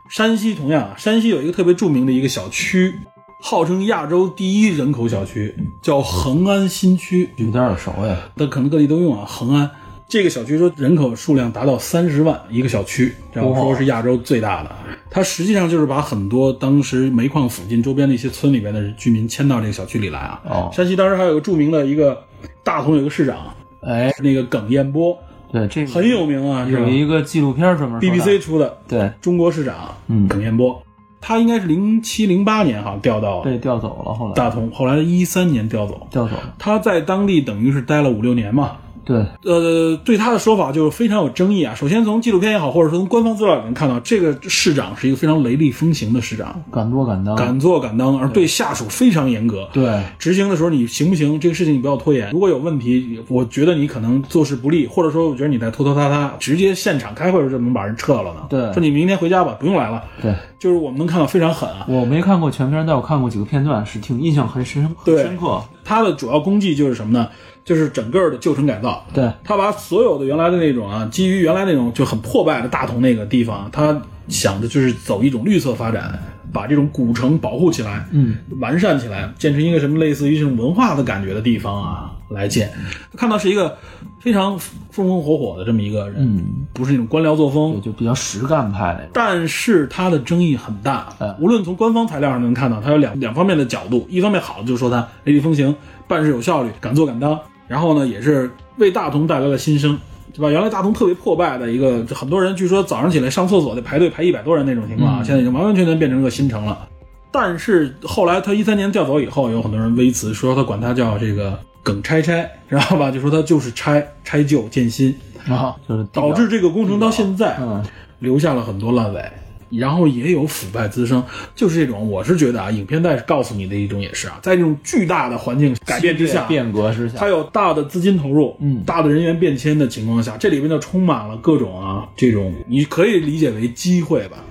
Speaker 2: 山西同样，啊，山西有一个特别著名的一个小区，号称亚洲第一人口小区，叫恒安新区。
Speaker 1: 有点耳熟呀，
Speaker 2: 但可能各地都用啊。恒安这个小区说人口数量达到三十万一个小区，然后说是亚洲最大的。它实际上就是把很多当时煤矿附近周边的一些村里边的居民迁到这个小区里来啊。
Speaker 1: 哦
Speaker 2: 山西当时还有个著名的一个大同有个市长，
Speaker 1: 哎，
Speaker 2: 那个耿彦波
Speaker 1: 对，这个
Speaker 2: 很有名啊，是吧
Speaker 1: 嗯有一个纪录片专门说的
Speaker 2: ？BBC 出的
Speaker 1: 对
Speaker 2: 中国市长
Speaker 1: 嗯
Speaker 2: 耿彦波，他应该是零七零八年好像调到
Speaker 1: 被调走了，后来
Speaker 2: 大同，后来一三年调走。
Speaker 1: 调走了，
Speaker 2: 他在当地等于是待了五六年嘛，
Speaker 1: 对，
Speaker 2: 呃，对他的说法就是非常有争议啊。首先从纪录片也好，或者说从官方资料里能看到，这个市长是一个非常雷厉风行的市长，
Speaker 1: 敢做敢当，
Speaker 2: 敢做敢当，而对下属非常严格。
Speaker 1: 对，
Speaker 2: 执行的时候你行不行？这个事情你不要拖延。如果有问题，我觉得你可能做事不利，或者说我觉得你在拖拖沓沓，直接现场开会的时候就能把人撤了呢。
Speaker 1: 对
Speaker 2: 说你明天回家吧，不用来了。
Speaker 1: 对，
Speaker 2: 就是我们能看到非常狠啊。
Speaker 1: 我没看过全片，但我看过几个片段，是挺印象很深很
Speaker 2: 对
Speaker 1: 深刻，
Speaker 2: 他的主要功绩就是什么呢？就是整个的旧城改造。
Speaker 1: 对，
Speaker 2: 他把所有的原来的那种啊，基于原来那种就很破败的大同那个地方，啊他想着就是走一种绿色发展，把这种古城保护起来，
Speaker 1: 嗯，
Speaker 2: 完善起来，建成一个什么类似于这种文化的感觉的地方啊来建。看到是一个非常风风火火的这么一个人，
Speaker 1: 嗯，
Speaker 2: 不是那种官僚作风
Speaker 1: 对，，就比较实干派那种，
Speaker 2: 但是它的争议很大
Speaker 1: 嗯。
Speaker 2: 无论从官方材料上能看到，它有两两方面的角度，一方面好就是说它雷厉风行，办事有效率，敢做敢当，然后呢也是为大同带来了新生。对吧？原来大同特别破败的一个，就很多人据说早上起来上厕所得排队排一百多人那种情况啊，现在已经完完全全变成一个新城了。但是后来他一三年调走以后，有很多人微词说他管他叫这个梗拆拆，知道吧？就说它就是拆拆旧建新，
Speaker 1: 啊，就是地
Speaker 2: 导
Speaker 1: 表
Speaker 2: 致这个工程到现在
Speaker 1: 嗯
Speaker 2: 留下了很多烂尾，然后也有腐败滋生，就是这种。我是觉得啊，影片带告诉你的一种也是啊，在这种巨大的环境改变之下，
Speaker 1: 变革之下
Speaker 2: 它，有大的资金投入，
Speaker 1: 嗯
Speaker 2: 大的人员变迁的情况下，这里边就充满了各种啊这种，你可以理解为机会吧。
Speaker 1: 嗯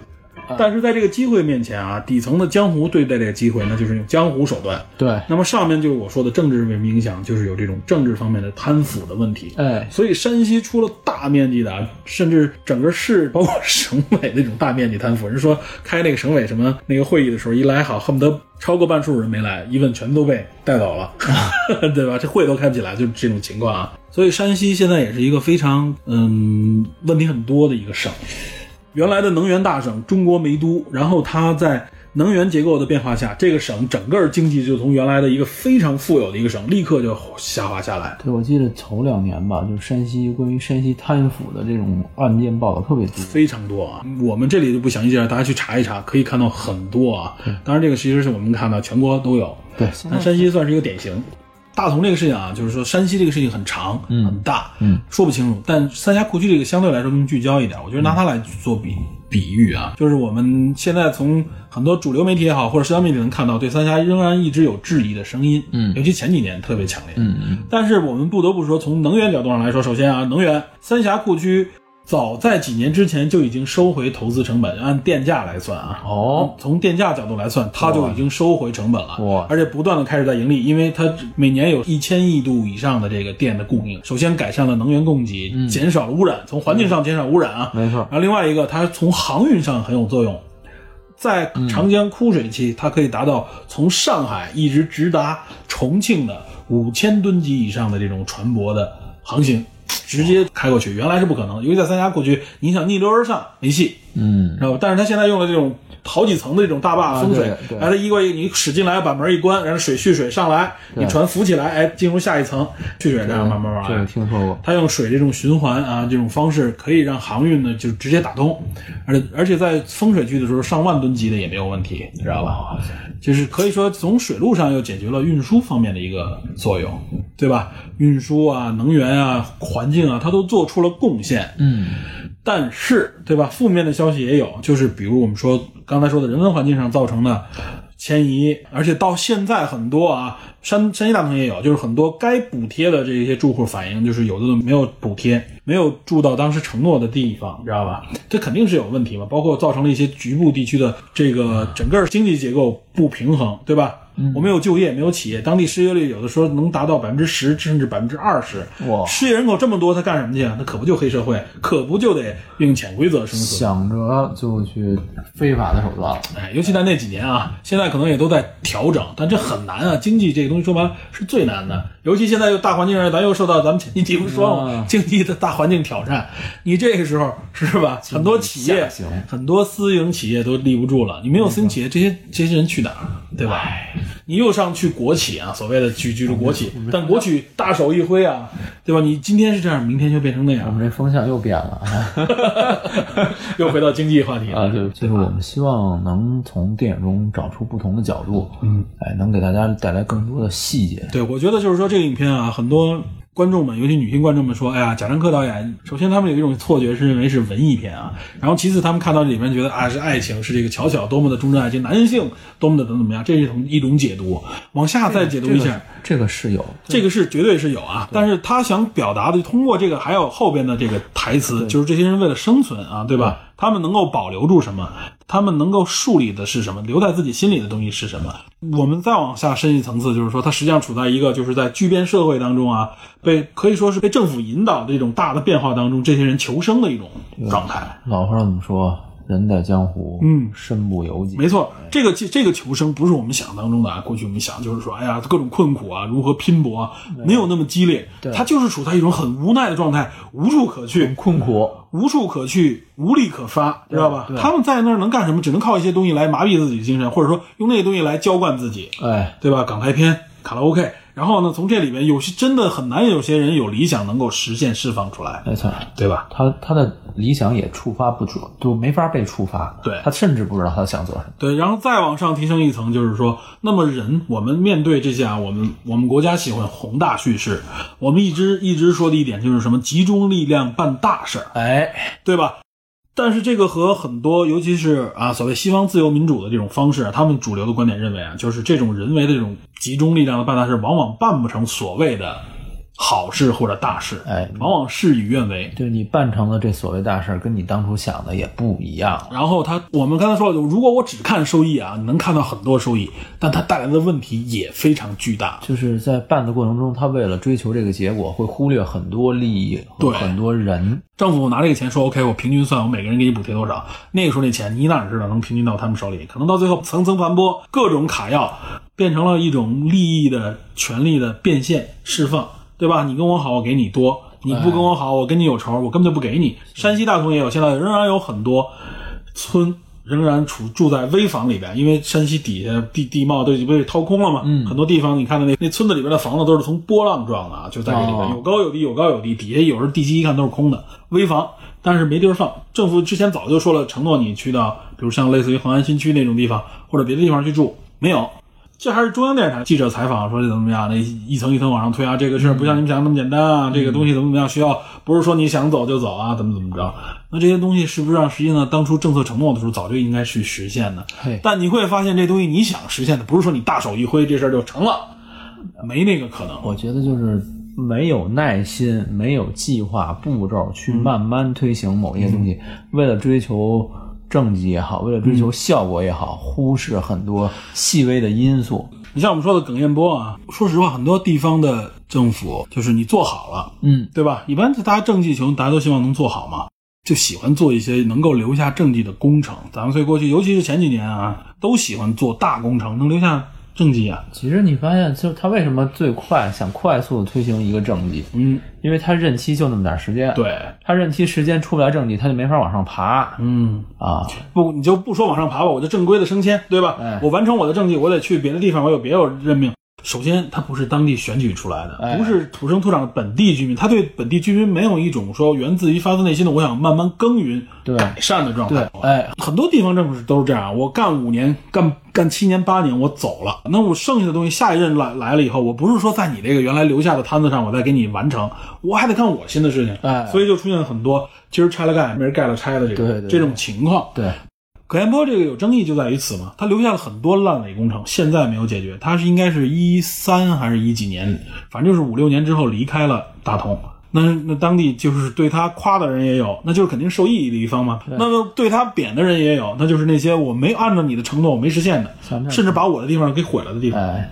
Speaker 2: 但是在这个机会面前啊，底层的江湖对待这个机会，那就是用江湖手段。
Speaker 1: 对，
Speaker 2: 那么上面就是我说的政治影响，就是有这种政治方面的贪腐的问题。
Speaker 1: 哎，
Speaker 2: 所以山西出了大面积的啊，甚至整个市包括省委那种大面积贪腐。人说开那个省委什么那个会议的时候，一来好，恨不得超过半数人没来，一问全都被带走了， 对吧？这会都开不起来，就是这种情况啊。所以山西现在也是一个非常嗯问题很多的一个省。原来的能源大省中国煤都，然后它在能源结构的变化下，这个省整个经济就从原来的一个非常富有的一个省，立刻就下滑下来。
Speaker 1: 对，我记得头两年吧，就是山西关于山西贪腐的这种案件报道特别多。
Speaker 2: 非常多啊。我们这里就不详细介绍，大家去查一查，可以看到很多啊。当然，这个其实是我们看到全国都有，
Speaker 1: 对，
Speaker 2: 但山西算是一个典型。大同这个事情啊，就是说山西这个事情很长、很大，
Speaker 1: 嗯，
Speaker 2: 说不清楚。但三峡库区这个相对来说更聚焦一点，我觉得拿它来做比比喻啊，就是我们现在从很多主流媒体也好，或者社交媒体能看到，对三峡仍然一直有质疑的声音，嗯，尤其前几年特别强烈，嗯
Speaker 1: 嗯
Speaker 2: 但是我们不得不说，从能源角度上来说，首先啊，能源三峡库区早在几年之前就已经收回投资成本，按电价来算啊。
Speaker 1: 哦，
Speaker 2: 从电价角度来算，它就已经收回成本了，
Speaker 1: 哇
Speaker 2: 而且不断的开始在盈利，因为它每年有一千亿度以上的这个电的供应，首先改善了能源供给，减少了污染，从环境上减少污染啊，
Speaker 1: 嗯没错
Speaker 2: 然后另外一个，它从航运上很有作用，在
Speaker 1: 嗯
Speaker 2: 长江枯水期，它可以达到从上海一直直达重庆的五千吨级以上的这种船舶的航行，直接开过去，原来是不可能，因为在三峡过去，你想逆流而上没戏，
Speaker 1: 嗯，
Speaker 2: 知道吧？但是它现在用了这种好几层的这种大坝封水
Speaker 1: 啊对，对
Speaker 2: 哎，它一过一你使进来，把门一关，然后水蓄水上来，你船浮起来，哎，进入下一层蓄水，这样慢慢慢慢来
Speaker 1: 这个听说过。
Speaker 2: 它用水这种循环啊，这种方式可以让航运呢就直接打通，而且而且在风水区的时候，上万吨级的也没有问题，知道吧？就是可以说从水路上又解决了运输方面的一个作用，对吧？运输啊、能源啊、环境啊，它都做出了贡献。
Speaker 1: 嗯，
Speaker 2: 但是，对吧？负面的消息也有，就是比如我们说刚才说的人文环境上造成的迁移，而且到现在很多啊，山山西大同也有，就是很多该补贴的这些住户反映，就是有的都没有补贴，没有住到当时承诺的地方，知道吧？这肯定是有问题嘛，包括造成了一些局部地区的这个整个经济结构不平衡，对吧？我们有就业，没有企业，当地失业率有的时候能达到百分之十甚至百分之二十，
Speaker 1: 哇
Speaker 2: 失业人口这么多，他干什么去啊？那可不就黑社会，可不就得用潜规则生存。
Speaker 1: 想着就去非法的手段了。
Speaker 2: 哎，尤其在那几年啊，现在可能也都在调整，但这很难啊。经济这个东西说白了是最难的，尤其现在又大环境上，咱又受到咱们前期节目说嘛
Speaker 1: 嗯
Speaker 2: 经济的大环境挑战，你这个时候是吧？很多企业
Speaker 1: 下行，
Speaker 2: 很多私营企业都立不住了，你没有私营企业，这些这些人去哪儿，啊对吧？你又上去国企啊，所谓的去居住国企，但国企大手一挥啊，对吧？你今天是这样，明天就变成那样
Speaker 1: 我，们这风向又变了啊！
Speaker 2: 又回到经济话题了。
Speaker 1: 啊，对，就是我们希望能从电影中找出不同的角度，嗯，哎，能给大家带来更多的细节。
Speaker 2: 对，我觉得就是说这个影片啊，很多观众们，尤其女性观众们说，哎呀，贾樟柯导演，首先他们有一种错觉是认为是文艺片啊，然后其次他们看到这里面觉得啊是爱情，是这个巧巧多么的忠贞爱情，男性多么的怎么怎么样，这是一种一种解读，往下再解读一下。
Speaker 1: 这个是有，
Speaker 2: 这个是绝对是有啊，但是他想表达的，通过这个还有后边的这个台词，就是这些人为了生存啊，对吧？他们能够保留住什么？他们能够树立的是什么？留在自己心里的东西是什么？我们再往下深一层次，就是说，他实际上处在一个就是在巨变社会当中啊，被可以说是被政府引导的一种大的变化当中，这些人求生的一种状态。
Speaker 1: 老话怎么说？人在江湖，
Speaker 2: 嗯
Speaker 1: 身不由己。
Speaker 2: 没错，
Speaker 1: 哎
Speaker 2: 这个这个求生不是我们想当中的啊。过去我们想就是说，哎呀，各种困苦啊，如何拼搏啊，没有那么激烈。他就是处在一种很无奈的状态，无处可去，
Speaker 1: 困苦，
Speaker 2: 无处可去，无力可发，知道吧？
Speaker 1: 对
Speaker 2: 他们在那儿能干什么？只能靠一些东西来麻痹自己的精神，或者说用那些东西来浇灌自己，
Speaker 1: 哎，
Speaker 2: 对吧？港台片、卡拉 OK，然后呢，从这里边有些真的很难，有些人有理想能够实现释放出来，
Speaker 1: 没错，
Speaker 2: 对吧？
Speaker 1: 他他的理想也触发不住，就没法被触发。
Speaker 2: 对
Speaker 1: 他甚至不知道他想做什么。
Speaker 2: 对，然后再往上提升一层，就是说，那么人，我们面对这些啊，我们我们国家喜欢宏大叙事，我们一直一直说的一点就是什么，集中力量办大事儿，
Speaker 1: 哎，
Speaker 2: 对吧？但是这个和很多，尤其是啊所谓西方自由民主的这种方式啊，他们主流的观点认为啊，就是这种人为的这种集中力量的办大事，往往办不成所谓的好事或者大事，
Speaker 1: 哎
Speaker 2: 往往事与愿违。
Speaker 1: 就是你办成了这所谓大事儿，跟你当初想的也不一样。
Speaker 2: 然后它，我们刚才说了，如果我只看收益啊，你能看到很多收益，但它带来的问题也非常巨大。
Speaker 1: 就是在办的过程中，他为了追求这个结果，会忽略很多利益和
Speaker 2: 对
Speaker 1: 很多人。
Speaker 2: 政府拿这个钱说，OK，我平均算，我每个人给你补贴多少？那个时候那钱，你哪知道能平均到他们手里？可能到最后层层盘剥，各种卡要，变成了一种利益的权利的变现释放，对吧？你跟我好，我给你多；你不跟我好，我跟你有仇，我根本就不给你。山西大同也有，现在仍然有很多村仍然处住在危房里边，因为山西底下地地貌都已经被掏空了嘛。嗯，很多地方你看到那那村子里边的房子都是从波浪状的啊，就在这里边、
Speaker 1: 哦
Speaker 2: 有高有低，有高有低，底下有时候地基一看都是空的危房，但是没地儿放。政府之前早就说了，承诺你去到比如像类似于恒安新区那种地方或者别的地方去住，没有。这还是中央电视台记者采访说这怎么样？那一层一层往上推啊，这个事儿不像你们想的那么简单啊，这个东西怎么怎么样，需要不是说你想走就走啊，怎么怎么着？那这些东西是不是让实际上当初政策承诺的时候早就应该去实现的
Speaker 1: 嘿？
Speaker 2: 但你会发现这东西你想实现的，不是说你大手一挥这事儿就成了，没那个可能。
Speaker 1: 我觉得就是没有耐心，没有计划步骤去慢慢推行某些东西，为了追求政绩也好，为了追求效果也好，忽视很多细微的因素。
Speaker 2: 你像我们说的耿彦波啊，说实话，很多地方的政府就是你做好了，
Speaker 1: 嗯，
Speaker 2: 对吧？一般大家政绩穷，大家都希望能做好嘛，就喜欢做一些能够留下政绩的工程。咱们所以过去，尤其是前几年啊，都喜欢做大工程，能留下政绩啊。
Speaker 1: 其实你发现，就是他为什么最快想快速的推行一个政绩，
Speaker 2: 嗯，
Speaker 1: 因为他任期就那么点儿时间，，
Speaker 2: 对，
Speaker 1: 他任期时间出不来政绩，他就没法往上爬、
Speaker 2: 嗯，
Speaker 1: 啊。
Speaker 2: 不，你就不说往上爬吧，我就正规的升迁，对吧？
Speaker 1: 哎
Speaker 2: 我完成我的政绩，我得去别的地方，我有别有任命。首先，他不是当地选举出来的，
Speaker 1: 哎
Speaker 2: 不是土生土长的本地居民，他对本地居民没有一种说源自于发自内心的我想慢慢耕耘、
Speaker 1: 对
Speaker 2: 改善的状态。
Speaker 1: 对，哎，
Speaker 2: 很多地方政府都是这样，我干五年、干干七年、八年，我走了，那我剩下的东西，下一任来来了以后，我不是说在你这个原来留下的摊子上，我再给你完成，我还得干我新的事情，
Speaker 1: 哎
Speaker 2: 所以就出现很多今儿拆了盖，明儿盖了拆的这种
Speaker 1: 对对对
Speaker 2: 这种情况。
Speaker 1: 对，
Speaker 2: 葛延波这个有争议就在于此嘛，他留下了很多烂尾工程，现在没有解决，他是应该是一三还是一几年，反正就是五六年之后离开了大同。那那当地就是对他夸的人也有，那就是肯定受益的一方嘛。那么对他贬的人也有，那就是那些我没按照你的承诺我没实现的，
Speaker 1: 咱们
Speaker 2: 甚至把我的地方给毁了的地方。
Speaker 1: 哎，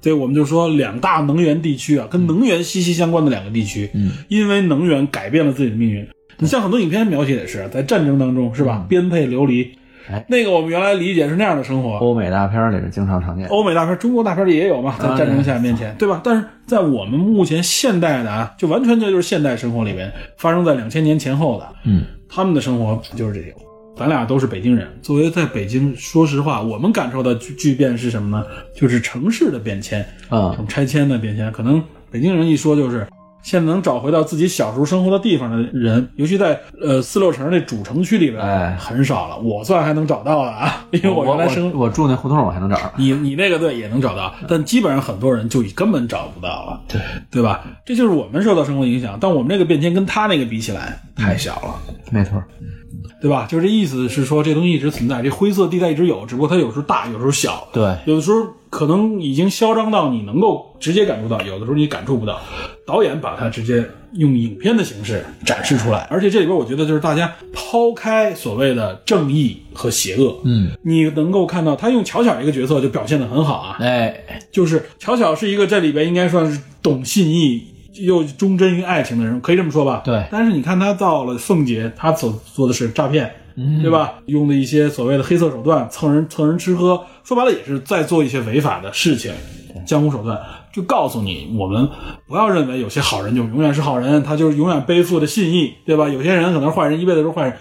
Speaker 2: 所以我们就说两大能源地区啊，跟能源息息相关的两个地区，
Speaker 1: 嗯，
Speaker 2: 因为能源改变了自己的命运。你像很多影片描写也是在战争当中，是吧？颠沛流离，
Speaker 1: 嗯哎
Speaker 2: 那个我们原来理解是那样的生活。
Speaker 1: 欧美大片儿里是经常常见。
Speaker 2: 欧美大片、中国大片里也有嘛，在
Speaker 1: 啊
Speaker 2: 战争下面前，对吧？但是在我们目前现代的啊，就完全这就是现代生活里面发生在两千年前后的，
Speaker 1: 嗯，
Speaker 2: 他们的生活就是这样。咱俩都是北京人，作为在北京，说实话，我们感受到巨巨变是什么呢？就是城市的变迁，
Speaker 1: 啊
Speaker 2: 这、种拆迁的变迁，可能北京人一说就是。现在能找回到自己小时候生活的地方的人，尤其在呃四六城那主城区里边，
Speaker 1: 嗯哎
Speaker 2: 很少了。我算还能找到的啊， 因为
Speaker 1: 我
Speaker 2: 原来生
Speaker 1: 我我住那胡同，我还能找着。
Speaker 2: 你你那个队也能找到，但基本上很多人就已根本找不到了，对对吧？这就是我们受到生活影响，但我们这个变迁跟他那个比起来太小了，
Speaker 1: 没错儿，
Speaker 2: 对吧？就是这意思是说，这东西一直存在，这灰色地带一直有，只不过它有时候大，有时候小，
Speaker 1: 对
Speaker 2: 有的时候可能已经嚣张到你能够直接感触到，有的时候你感触不到。导演把它直接用影片的形式展示出来，而且这里边我觉得就是大家抛开所谓的正义和邪恶，
Speaker 1: 嗯，
Speaker 2: 你能够看到他用巧巧这个角色就表现的很好啊，
Speaker 1: 哎，
Speaker 2: 就是巧巧是一个这里边应该算是懂信义又忠贞于爱情的人，可以这么说吧？
Speaker 1: 对
Speaker 2: 但是你看他到了凤姐，他所做的是诈骗，对吧？用的一些所谓的黑色手段蹭人蹭人吃喝，说白了也是在做一些违法的事情，江湖手段。就告诉你，我们不要认为有些好人就永远是好人，他就是永远背负着信义，对吧？有些人可能是坏人，一辈子都是坏人。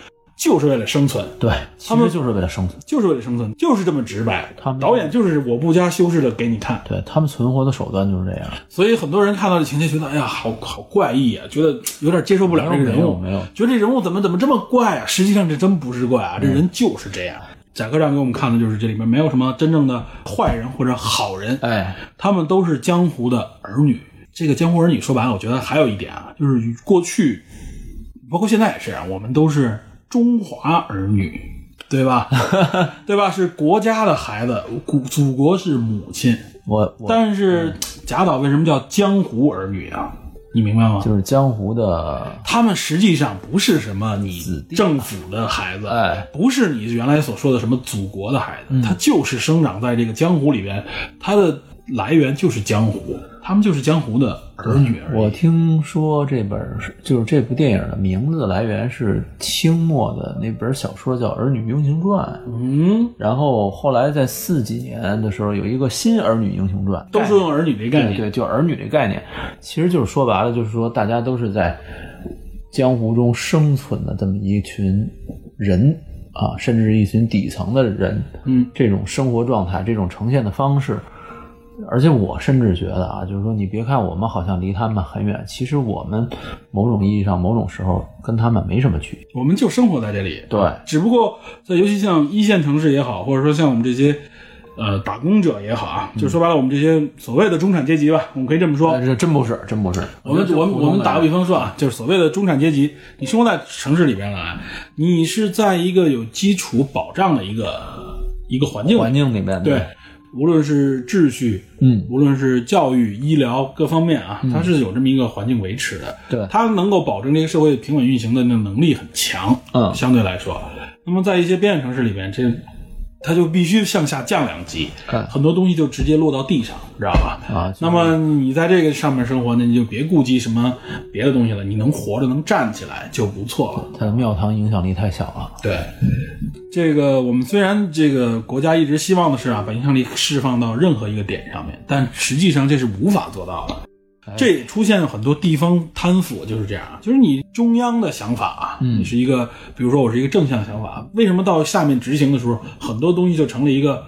Speaker 2: 就是为了生存，
Speaker 1: 对，其实就是为了生存。
Speaker 2: 就是为了生存，就是这么直白。
Speaker 1: 他们
Speaker 2: 导演就是我不加修饰的给你看，
Speaker 1: 对他们存活的手段就是这样。
Speaker 2: 所以很多人看到这情节，觉得哎呀，好好怪异啊，觉得嘖有点接受不了这个人物，
Speaker 1: 没有没有没有
Speaker 2: 觉得这人物怎么怎么这么怪啊？实际上这真不是怪啊，这人就是这样。贾科长给我们看的就是这里面没有什么真正的坏人或者好人，
Speaker 1: 哎，
Speaker 2: 他们都是江湖的儿女。这个江湖儿女，说白了，我觉得还有一点啊，就是与过去，包括现在也是啊，我们都是中华儿女，对吧？ 对吧？是国家的孩子，祖祖国是母亲。
Speaker 1: 我嗯我
Speaker 2: 但是贾导为什么叫江湖儿女啊？你明白吗？
Speaker 1: 就是江湖的，
Speaker 2: 他们实际上不是什么你
Speaker 1: 弟
Speaker 2: 政府的孩子，
Speaker 1: 哎，嗯
Speaker 2: 不是你原来所说的什么祖国的孩子，他就是生长在这个江湖里边，他的来源就是江湖，他们就是江湖的儿女而已。
Speaker 1: 我听说这本儿是就是这部电影的名字的来源是清末的那本小说叫《儿女英雄传》，
Speaker 2: 嗯，
Speaker 1: 然后后来在四几年的时候有一个新《儿女英雄传》，
Speaker 2: 都是用儿女这概
Speaker 1: 对
Speaker 2: 念，
Speaker 1: 对，就儿女这概念，其实就是说白了，就是说大家都是在江湖中生存的这么一群人啊，甚至是一群底层的人，
Speaker 2: 嗯，
Speaker 1: 这种生活状态，这种呈现的方式。而且我甚至觉得啊，就是说，你别看我们好像离他们很远，其实我们某种意义上、某种时候跟他们没什么区别。
Speaker 2: 我们就生活在这里，
Speaker 1: 对，
Speaker 2: 只不过在尤其像一线城市也好，或者说像我们这些。呃，打工者也好啊，就说白了，我们这些所谓的中产阶级吧，我们可以这么说，
Speaker 1: 但是真不是，真不是。
Speaker 2: 我们我们我们打个比
Speaker 1: 方，
Speaker 2: 方说啊，就是所谓的中产阶级，你生活在城市里边了啊，你是在一个有基础保障的一个一个环境里，
Speaker 1: 环境嗯里面，
Speaker 2: 对，无论是秩序，
Speaker 1: 嗯，
Speaker 2: 无论是教育、医疗各方面啊，它是有这么一个环境维持的，
Speaker 1: 对
Speaker 2: 它能够保证这个社会平稳运行的那能力很强，
Speaker 1: 嗯
Speaker 2: 相对来说，那么在一些边远城市里边，这它就必须向下降两级，
Speaker 1: 嗯
Speaker 2: 很多东西就直接落到地上，知道吧？
Speaker 1: 啊，
Speaker 2: 那么你在这个上面生活，那你就别顾及什么别的东西了，你能活着能站起来就不错了。
Speaker 1: 它的庙堂影响力太小了。
Speaker 2: 对，这个我们虽然这个国家一直希望的是啊，把影响力释放到任何一个点上面，但实际上这是无法做到的。这也出现了很多地方贪腐，就是这样啊，就是你中央的想法啊，你是一个，比如说我是一个正向想法，为什么到下面执行的时候，很多东西就成了一个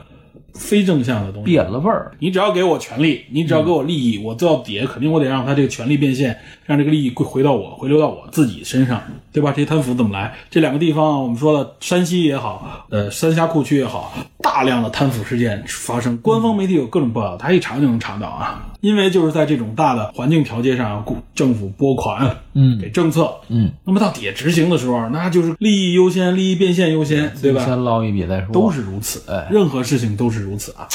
Speaker 2: 非正向的东西？
Speaker 1: 变了味儿，
Speaker 2: 你只要给我权利，你只要给我利益，我做到底下肯定我得让他这个权利变现，让这个利益归回到我，回流到我自己身上，对吧？这些贪腐怎么来？这两个地方啊，我们说了，山西也好，呃，三峡库区也好，大量的贪腐事件发生，官方媒体有各种报道，他一查就能查到啊。因为就是在这种大的环境调节上，故政府拨款，
Speaker 1: 嗯
Speaker 2: 给政策，
Speaker 1: 嗯，
Speaker 2: 那么到底下执行的时候，那就是利益优先，利益变现优先，对吧？
Speaker 1: 先捞一笔再说。
Speaker 2: 都是如此
Speaker 1: 哎，
Speaker 2: 任何事情都是如此啊。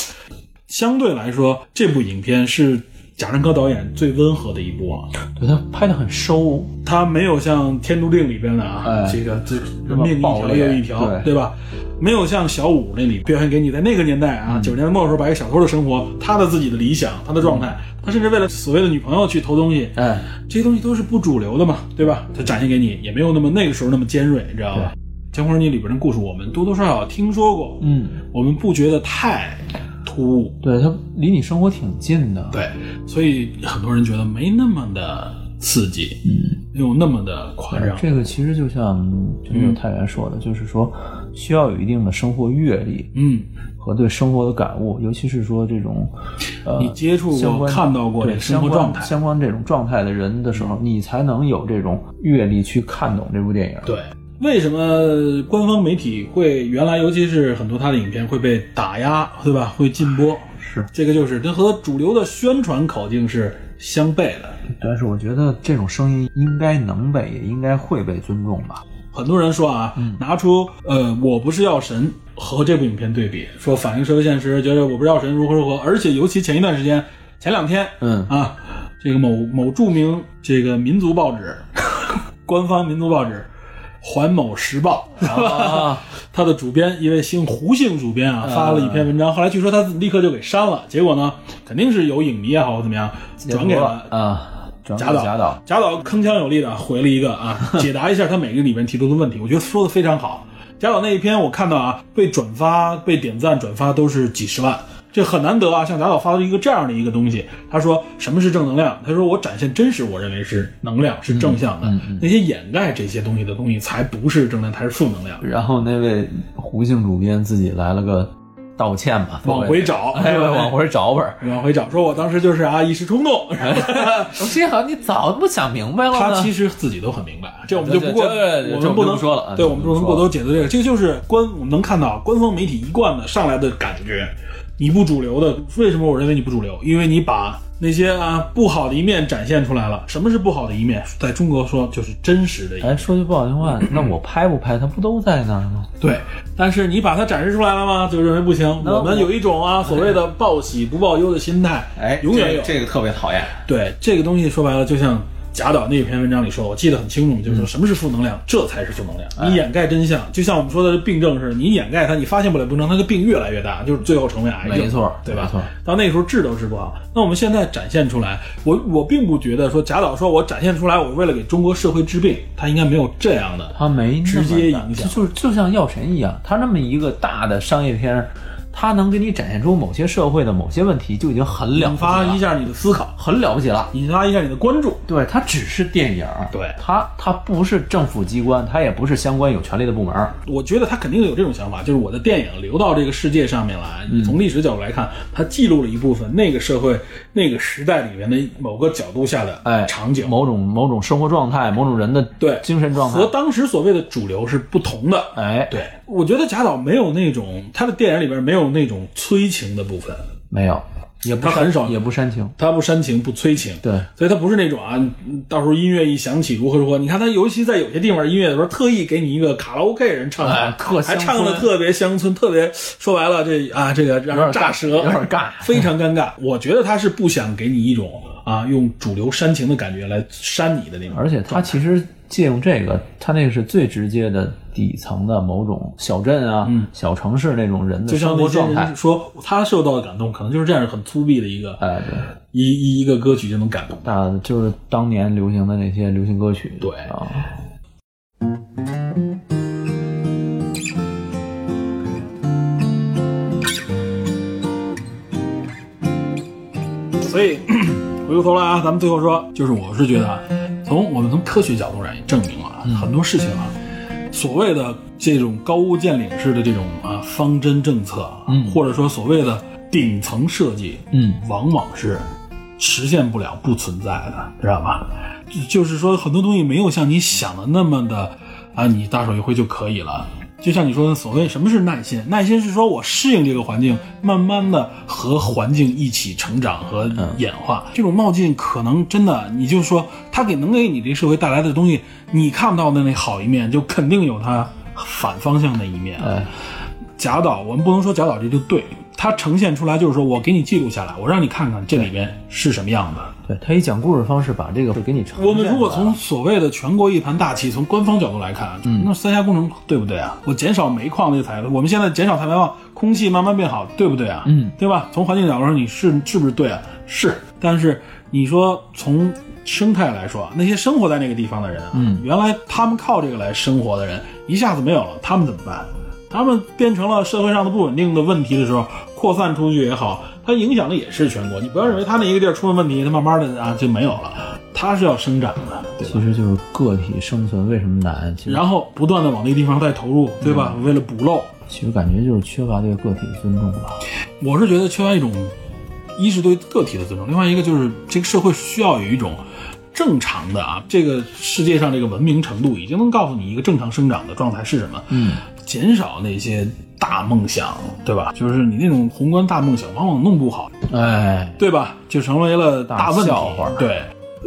Speaker 2: 相对来说，这部影片是贾樟柯导演最温和的一部啊，
Speaker 1: 对他拍的很收，
Speaker 2: 他没有像《天注定》里边的啊
Speaker 1: 哎，
Speaker 2: 这个这人
Speaker 1: 那么
Speaker 2: 命一
Speaker 1: 暴
Speaker 2: 条
Speaker 1: 烈
Speaker 2: 又一条，
Speaker 1: 对
Speaker 2: 对吧？没有像小五那里表现给你在那个年代
Speaker 1: 嗯
Speaker 2: 啊，九十年代末的时候，把一个小偷的生活，他的自己的理想，他的状态，他甚至为了所谓的女朋友去偷东西，
Speaker 1: 哎，
Speaker 2: 这些东西都是不主流的嘛，对吧？它展现给你也没有那么那个时候那么尖锐，你知道吧？《江湖儿女》里边的故事，我们多多少少听说过，
Speaker 1: 嗯，
Speaker 2: 我们不觉得太突兀，
Speaker 1: 对他离你生活挺近的，，
Speaker 2: 对，所以很多人觉得没那么的刺激，嗯，没有那么的夸张，
Speaker 1: 这个其实就像
Speaker 2: 嗯
Speaker 1: 就是太原说的，就是说需要有一定的生活阅历
Speaker 2: 嗯，
Speaker 1: 和对生活的感悟，尤其是说这种，呃，
Speaker 2: 你接触
Speaker 1: 相
Speaker 2: 过、
Speaker 1: 关
Speaker 2: 看到过这
Speaker 1: 对
Speaker 2: 个生活
Speaker 1: 相关
Speaker 2: 状态，
Speaker 1: 相关这种状态的人的时候，你才能有这种阅历去看懂这部电影。，
Speaker 2: 对。为什么官方媒体会原来，尤其是很多他的影片会被打压，对吧？会禁播，
Speaker 1: 是。
Speaker 2: 这个就是它和主流的宣传口径是相悖的。
Speaker 1: 但是我觉得这种声音应该能被，也应该会被尊重吧。
Speaker 2: 很多人说啊，拿出呃《我不是药神》和这部影片对比，说反映社会现实，觉得《我不是药神》如何如何，而且尤其前一段时间，前两天，
Speaker 1: 嗯
Speaker 2: 啊，这个某某著名这个民族报纸， 官方民族报纸。环某时报，
Speaker 1: 啊
Speaker 2: 他的主编一位姓胡姓主编啊，发了一篇文章，后来据说他立刻就给删了。结果呢，肯定是有影迷 也好怎么样，转给了
Speaker 1: 啊，转给
Speaker 2: 贾导，
Speaker 1: 贾导，
Speaker 2: 贾导铿锵有力的回了一个啊，解答一下他每个里面提出的问题，我觉得说的非常好。贾导那一篇我看到啊，被转发、被点赞、转发都是几十万，这很难得啊！像贾导发出一个这样的一个东西，他说什么是正能量？他说我展现真实，我认为是能量，是正向的。那些掩盖这些东西的东西，才不是正能量，才是负能量。
Speaker 1: 然后那位胡姓主编自己来了个道歉吧，
Speaker 2: 往回找，
Speaker 1: 哎，往回找本儿。
Speaker 2: 往回找，说我当时就是啊一时冲动。
Speaker 1: 我心想，你早不想明白了呢。
Speaker 2: 他其实自己都很 明白，哦这我们就不过
Speaker 1: 对对对
Speaker 2: 我
Speaker 1: 这
Speaker 2: 们
Speaker 1: 我们就
Speaker 2: 不
Speaker 1: 不
Speaker 2: 能
Speaker 1: 说了啊
Speaker 2: 对
Speaker 1: 这
Speaker 2: 我
Speaker 1: 我
Speaker 2: 们
Speaker 1: 们
Speaker 2: 不
Speaker 1: 就
Speaker 2: 能
Speaker 1: 不
Speaker 2: 过
Speaker 1: 说
Speaker 2: 多
Speaker 1: 了
Speaker 2: 解读这个，这个就是官我们能看到官方媒体一贯的上来的感觉，你不主流的，为什么我认为你不主流？因为你把那些啊不好的一面展现出来了。什么是不好的一面？在中国说就是真实的一面。
Speaker 1: 哎，说句不好听话，那我拍不拍，它不都在那儿吗？
Speaker 2: 对，但是你把它展示出来了吗？就认为不行。
Speaker 1: 那
Speaker 2: 我哎们
Speaker 1: 我
Speaker 2: 有一种啊所谓的报喜不报忧的心态，永远有。
Speaker 1: 这个特别讨厌。
Speaker 2: 对这个东西说白了，就像贾导那篇文章里说，我记得很清楚，就是说什么是负能量，这才是负能量。
Speaker 1: 哎
Speaker 2: 你掩盖真相，就像我们说的这病症似的，你掩盖它，你发现不了病症，它的病越来越大，就是最后成为癌症，
Speaker 1: 没错
Speaker 2: 对吧？
Speaker 1: 没错。
Speaker 2: 到那个时候治都治不好。那我们现在展现出来，我我并不觉得说贾导说我展现出来，我为了给中国社会治病，他应该没有这样的。
Speaker 1: 它没那
Speaker 2: 直
Speaker 1: 么
Speaker 2: 接
Speaker 1: 大
Speaker 2: 影响
Speaker 1: 就就是就像《药神》一样，它那么一个大的商业片儿，它能给你展现出某些社会的某些问题，就已经很了
Speaker 2: 引
Speaker 1: 不起
Speaker 2: 发
Speaker 1: 了
Speaker 2: 一，下你的思考，
Speaker 1: 很了不起了。
Speaker 2: 引发一下你的关注。
Speaker 1: 对，它只是电影儿，
Speaker 2: 对
Speaker 1: 它它不是政府机关，它也不是相关有权力的部门儿。
Speaker 2: 我觉得他肯定有这种想法，就是我的电影流到这个世界上面来，
Speaker 1: 嗯
Speaker 2: 从历史角度来看，它记录了一部分那个社会、那个时代里面的某个角度下
Speaker 1: 哎
Speaker 2: 的，场景，
Speaker 1: 某种某种生活状态，某种人的
Speaker 2: 对
Speaker 1: 精神状态
Speaker 2: 和，当时所谓的主流是不同的。
Speaker 1: 哎，，
Speaker 2: 对，我觉得贾导没有那种他的电影里边没有那种催情的部分，
Speaker 1: 没有，也不
Speaker 2: 他
Speaker 1: 煽
Speaker 2: 很少
Speaker 1: 也不煽情，
Speaker 2: 他不煽情不催情，
Speaker 1: 对，
Speaker 2: 所以他不是那种啊，嗯到时候音乐一响起如何如何。你看他尤其在有些地方音乐的时候，特意给你一个卡拉 OK 人唱的，啊
Speaker 1: 哎特
Speaker 2: 还
Speaker 1: 乡村
Speaker 2: 唱的特别乡村，特别说白了这啊这个让人
Speaker 1: 有点尬
Speaker 2: 炸舌，
Speaker 1: 有点尬
Speaker 2: 非常尴尬。我觉得他是不想给你一种啊用主流煽情的感觉来煽你的那种，
Speaker 1: 而且他其实借用这个，他那个是最直接的底层的某种小镇啊、小城市那种人的
Speaker 2: 嗯就像
Speaker 1: 生
Speaker 2: 那
Speaker 1: 活
Speaker 2: 些
Speaker 1: 状态
Speaker 2: 人。说他受到的感动，可能就是这样很粗鄙的一个、
Speaker 1: 哎，对，
Speaker 2: 一一一个歌曲就能感动。
Speaker 1: 那就是当年流行的那些流行歌曲。
Speaker 2: 对
Speaker 1: 啊，
Speaker 2: 所以 回过头来啊，咱们最后说，就是我是觉得，啊，从我们从科学角度上也证明了啊、很多事情啊，所谓的这种高屋建瓴式的这种啊方针政策啊，或者说所谓的顶层设计，
Speaker 1: 嗯，
Speaker 2: 往往是实现不了不存在的，知道吧？就就是说很多东西没有像你想的那么的啊，你大手一挥就可以了。就像你说的，所谓什么是耐心？耐心是说我适应这个环境，慢慢的和环境一起成长和演化。这种冒进可能真的，你就说它给能给你这社会带来的东西，你看不到的那好一面，就肯定有它反方向的一面。
Speaker 1: 哎
Speaker 2: 贾导，我们不能说贾导这就对，他呈现出来就是说我给你记录下来，我让你看看这里面是什么样的。
Speaker 1: 对他以讲故事方式把这个给你呈现出来。
Speaker 2: 我们如果从所谓的全国一盘大棋，从官方角度来看，那三峡工程对不对啊？我减少煤矿这材料，我们现在减少碳排放，空气慢慢变好，对不对啊？嗯，对吧？从环境角度上，你是是不是对啊？是，但是你说从生态来说，那些生活在那个地方的人啊，原来他们靠这个来生活的人，一下子没有了，他们怎么办？他们变成了社会上的不稳定的问题的时候，扩散出去也好，它影响的也是全国。你不要认为他那一个地儿出了问题，它慢慢的啊就没有了，它是要生长的，对吧？
Speaker 1: 其实就是个体生存为什么难？其实
Speaker 2: 然后不断的往那个地方再投入，对吧？为了补漏，
Speaker 1: 其实感觉就是缺乏对个体的尊重吧。
Speaker 2: 我是觉得缺乏一种，一是对个体的尊重，另外一个就是这个社会需要有一种正常的啊，这个世界上这个文明程度已经能告诉你一个正常生长的状态是什么，嗯，减少那些大梦想，对吧？就是你那种宏观大梦想，往往弄不好，
Speaker 1: 哎，
Speaker 2: 对吧？就成为了大问题。
Speaker 1: 大笑话
Speaker 2: 对，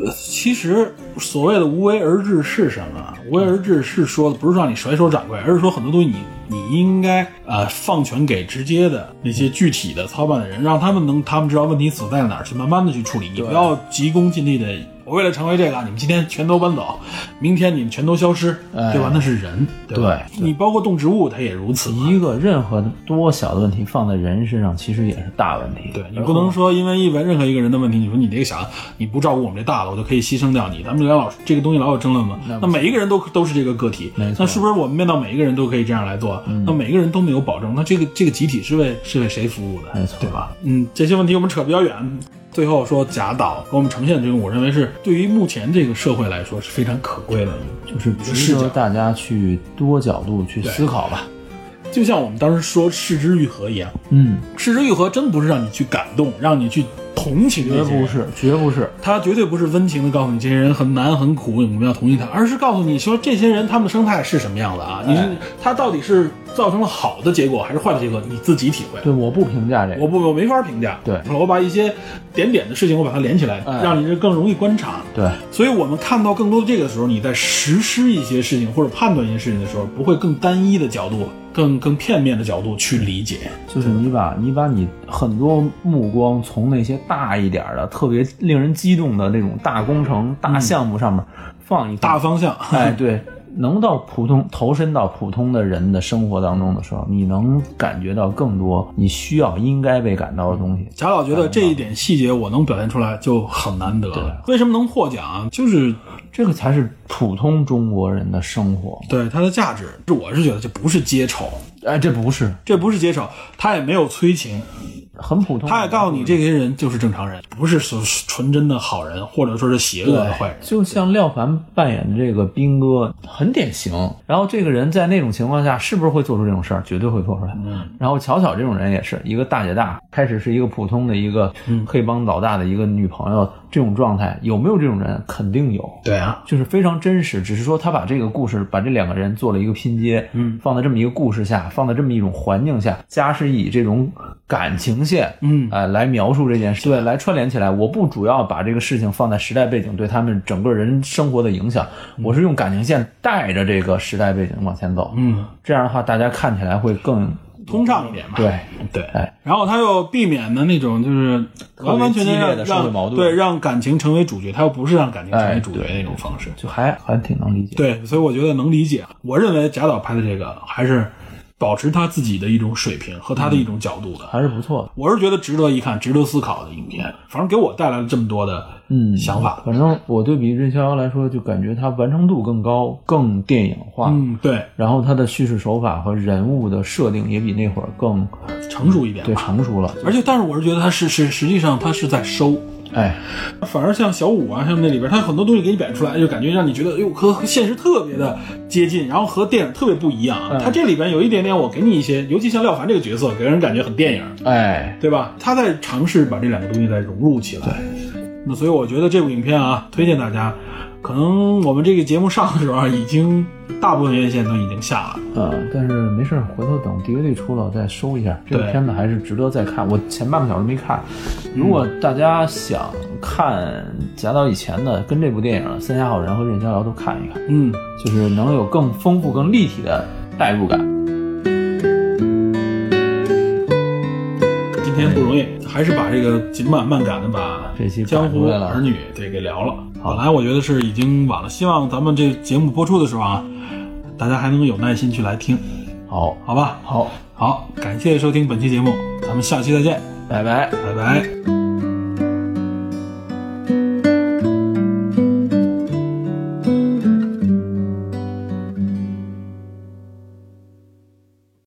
Speaker 2: 呃其实所谓的无为而治是什么？啊无为而治是说的不是让你甩手掌柜，而是说很多东西你你应该呃放权给直接的那些具体的操办的人，让他们能他们知道问题所在哪儿，去慢慢的去处理，你不要急功近利的。我为了成为这个，你们今天全都搬走，明天你们全都消失，
Speaker 1: 哎
Speaker 2: 对吧？那是人，对吧？
Speaker 1: 对
Speaker 2: 你包括动植物，它也如此嘛。
Speaker 1: 一个任何的多小的问题放在人身上，其实也是大问题。
Speaker 2: 对你不能说因为一文任何一个人的问题，你说你这个小，你不照顾我们这大的，我就可以牺牲掉你。咱们俩老这个东西老有争论嘛。那每一个人都都是这个个体，
Speaker 1: 没错嗯
Speaker 2: 那是不是我们面到每一个人都可以这样来做？那每一个人都没有保证，那这个这个集体是为是为谁服务的？
Speaker 1: 没错
Speaker 2: 对吧？嗯，这些问题我们扯比较远。最后说贾导给我们呈现的这个，我认为是对于目前这个社会来说是非常可贵的。
Speaker 1: 就是值
Speaker 2: 视角
Speaker 1: 得大家去多角度去思考吧。
Speaker 2: 就像我们当时说《视之愈合》一样，
Speaker 1: 嗯，
Speaker 2: 《视之愈合》真不是让你去感动，让你去同情这
Speaker 1: 绝
Speaker 2: 些人
Speaker 1: 不是，绝不是。
Speaker 2: 他绝对不是温情的告诉你这些人很难很苦，我们要同情他，而是告诉你说这些人他们的生态是什么样的
Speaker 1: 哎
Speaker 2: 啊？你是他到底是造成了好的结果还是坏的结果，你自己体会。
Speaker 1: 对，我不评价这
Speaker 2: 我
Speaker 1: 个。
Speaker 2: 不，我没法评价。
Speaker 1: 对
Speaker 2: 我把一些点点的事情，我把它连起来，
Speaker 1: 哎
Speaker 2: 让你这更容易观察。
Speaker 1: 对，
Speaker 2: 所以我们看到更多的这个时候，你在实施一些事情或者判断一些事情的时候，不会更单一的角度、更更片面的角度去理解。
Speaker 1: 就是你把你把你很多目光从那些大一点儿的、特别令人激动的那种大工程、大项目上面放一
Speaker 2: 嗯大方向，
Speaker 1: 哎，对，能到普通投身到普通的人的生活当中的时候，你能感觉到更多你需要应该被感到的东西。
Speaker 2: 贾导
Speaker 1: 哎
Speaker 2: 觉得这一点细节我能表现出来就很难得了。为什么能获奖啊？就是
Speaker 1: 这个才是普通中国人的生活。
Speaker 2: 对它的价值，我是觉得这不是接丑，
Speaker 1: 哎，这不是
Speaker 2: 这不是接丑，他也没有催情，
Speaker 1: 很普通的，
Speaker 2: 他也告诉你这些人就是正常人，不是说纯真的好人，或者说是邪恶的坏人。
Speaker 1: 就像廖凡扮演的这个兵哥很典型，然后这个人在那种情况下是不是会做出这种事儿？绝对会做出来。
Speaker 2: 嗯
Speaker 1: 然后巧巧这种人也是一个大姐大，开始是一个普通的一个
Speaker 2: 嗯
Speaker 1: 黑帮老大的一个女朋友，这种状态有没有这种人？肯定有。
Speaker 2: 对啊，
Speaker 1: 就是非常真实，只是说他把这个故事，把这两个人做了一个拼接，嗯，放在这么一个故事下，放在这么一种环境下，加是以这种感情线，
Speaker 2: 嗯
Speaker 1: 哎、来描述这件事，对，来串联起来。我不主要把这个事情放在时代背景对他们整个人生活的影响，我是用感情线带着这个时代背景往前走，
Speaker 2: 嗯，
Speaker 1: 这样的话大家看起来会更
Speaker 2: 通畅一点嘛。
Speaker 1: 对，
Speaker 2: 对
Speaker 1: 哎，
Speaker 2: 然后他又避免的那种就是呃完完全全
Speaker 1: 特别激烈
Speaker 2: 让
Speaker 1: 的社会矛
Speaker 2: 让
Speaker 1: 盾
Speaker 2: 对让感情成为主角，他又不是让感情成为主角
Speaker 1: 哎对
Speaker 2: 那种方式。
Speaker 1: 就还还挺能理解。
Speaker 2: 对，所以我觉得能理解。我认为贾导拍的这个还是保持他自己的一种水平和
Speaker 1: 嗯
Speaker 2: 他的一种角度的。
Speaker 1: 还是不错的，
Speaker 2: 我是觉得值得一看、值得思考的影片，反正给我带来了这么多的
Speaker 1: 嗯
Speaker 2: 想法。
Speaker 1: 反正我对比《任逍遥》来说，就感觉它完成度更高，更电影化，
Speaker 2: 嗯，对，
Speaker 1: 然后他的叙事手法和人物的设定也比那会儿更
Speaker 2: 成熟一点
Speaker 1: 对
Speaker 2: 吧。
Speaker 1: 成熟了。
Speaker 2: 而且，但是我是觉得他是是实际上他是在收，
Speaker 1: 哎，
Speaker 2: 反而像小五啊，像那里边，他有很多东西给你摆出来，就感觉让你觉得，哎呦，和和现实特别的接近，然后和电影特别不一样啊。
Speaker 1: 嗯
Speaker 2: 他这里边有一点点，我给你一些，尤其像廖凡这个角色，给人感觉很电影。
Speaker 1: 哎，
Speaker 2: 对吧？他在尝试把这两个东西再融入起来。那所以我觉得这部影片啊，推荐大家。可能我们这个节目上的时候啊，已经大部分院线都已经下了。
Speaker 1: 嗯，但是没事儿，回头等 DVD 出了再收一下。这个
Speaker 2: 对
Speaker 1: 片子还是值得再看。我前半个小时没看，如果大家想看贾导以前的，跟这部电影《三峡好人》和《任逍遥》都看一看，
Speaker 2: 嗯，
Speaker 1: 就是能有更丰富、更立体的代入感。
Speaker 2: 今天不容易，还是把这个紧赶慢赶的把
Speaker 1: 这期
Speaker 2: 《江
Speaker 1: 赶
Speaker 2: 湖
Speaker 1: 出来了
Speaker 2: 儿女》对给聊了。
Speaker 1: 好
Speaker 2: 本来我觉得是已经晚了，希望咱们这节目播出的时候啊，大家还能有耐心去来听，
Speaker 1: 好，
Speaker 2: 好吧？
Speaker 1: 好，
Speaker 2: 好，感谢收听本期节目，咱们下期再见，
Speaker 1: 拜拜。
Speaker 2: 拜拜。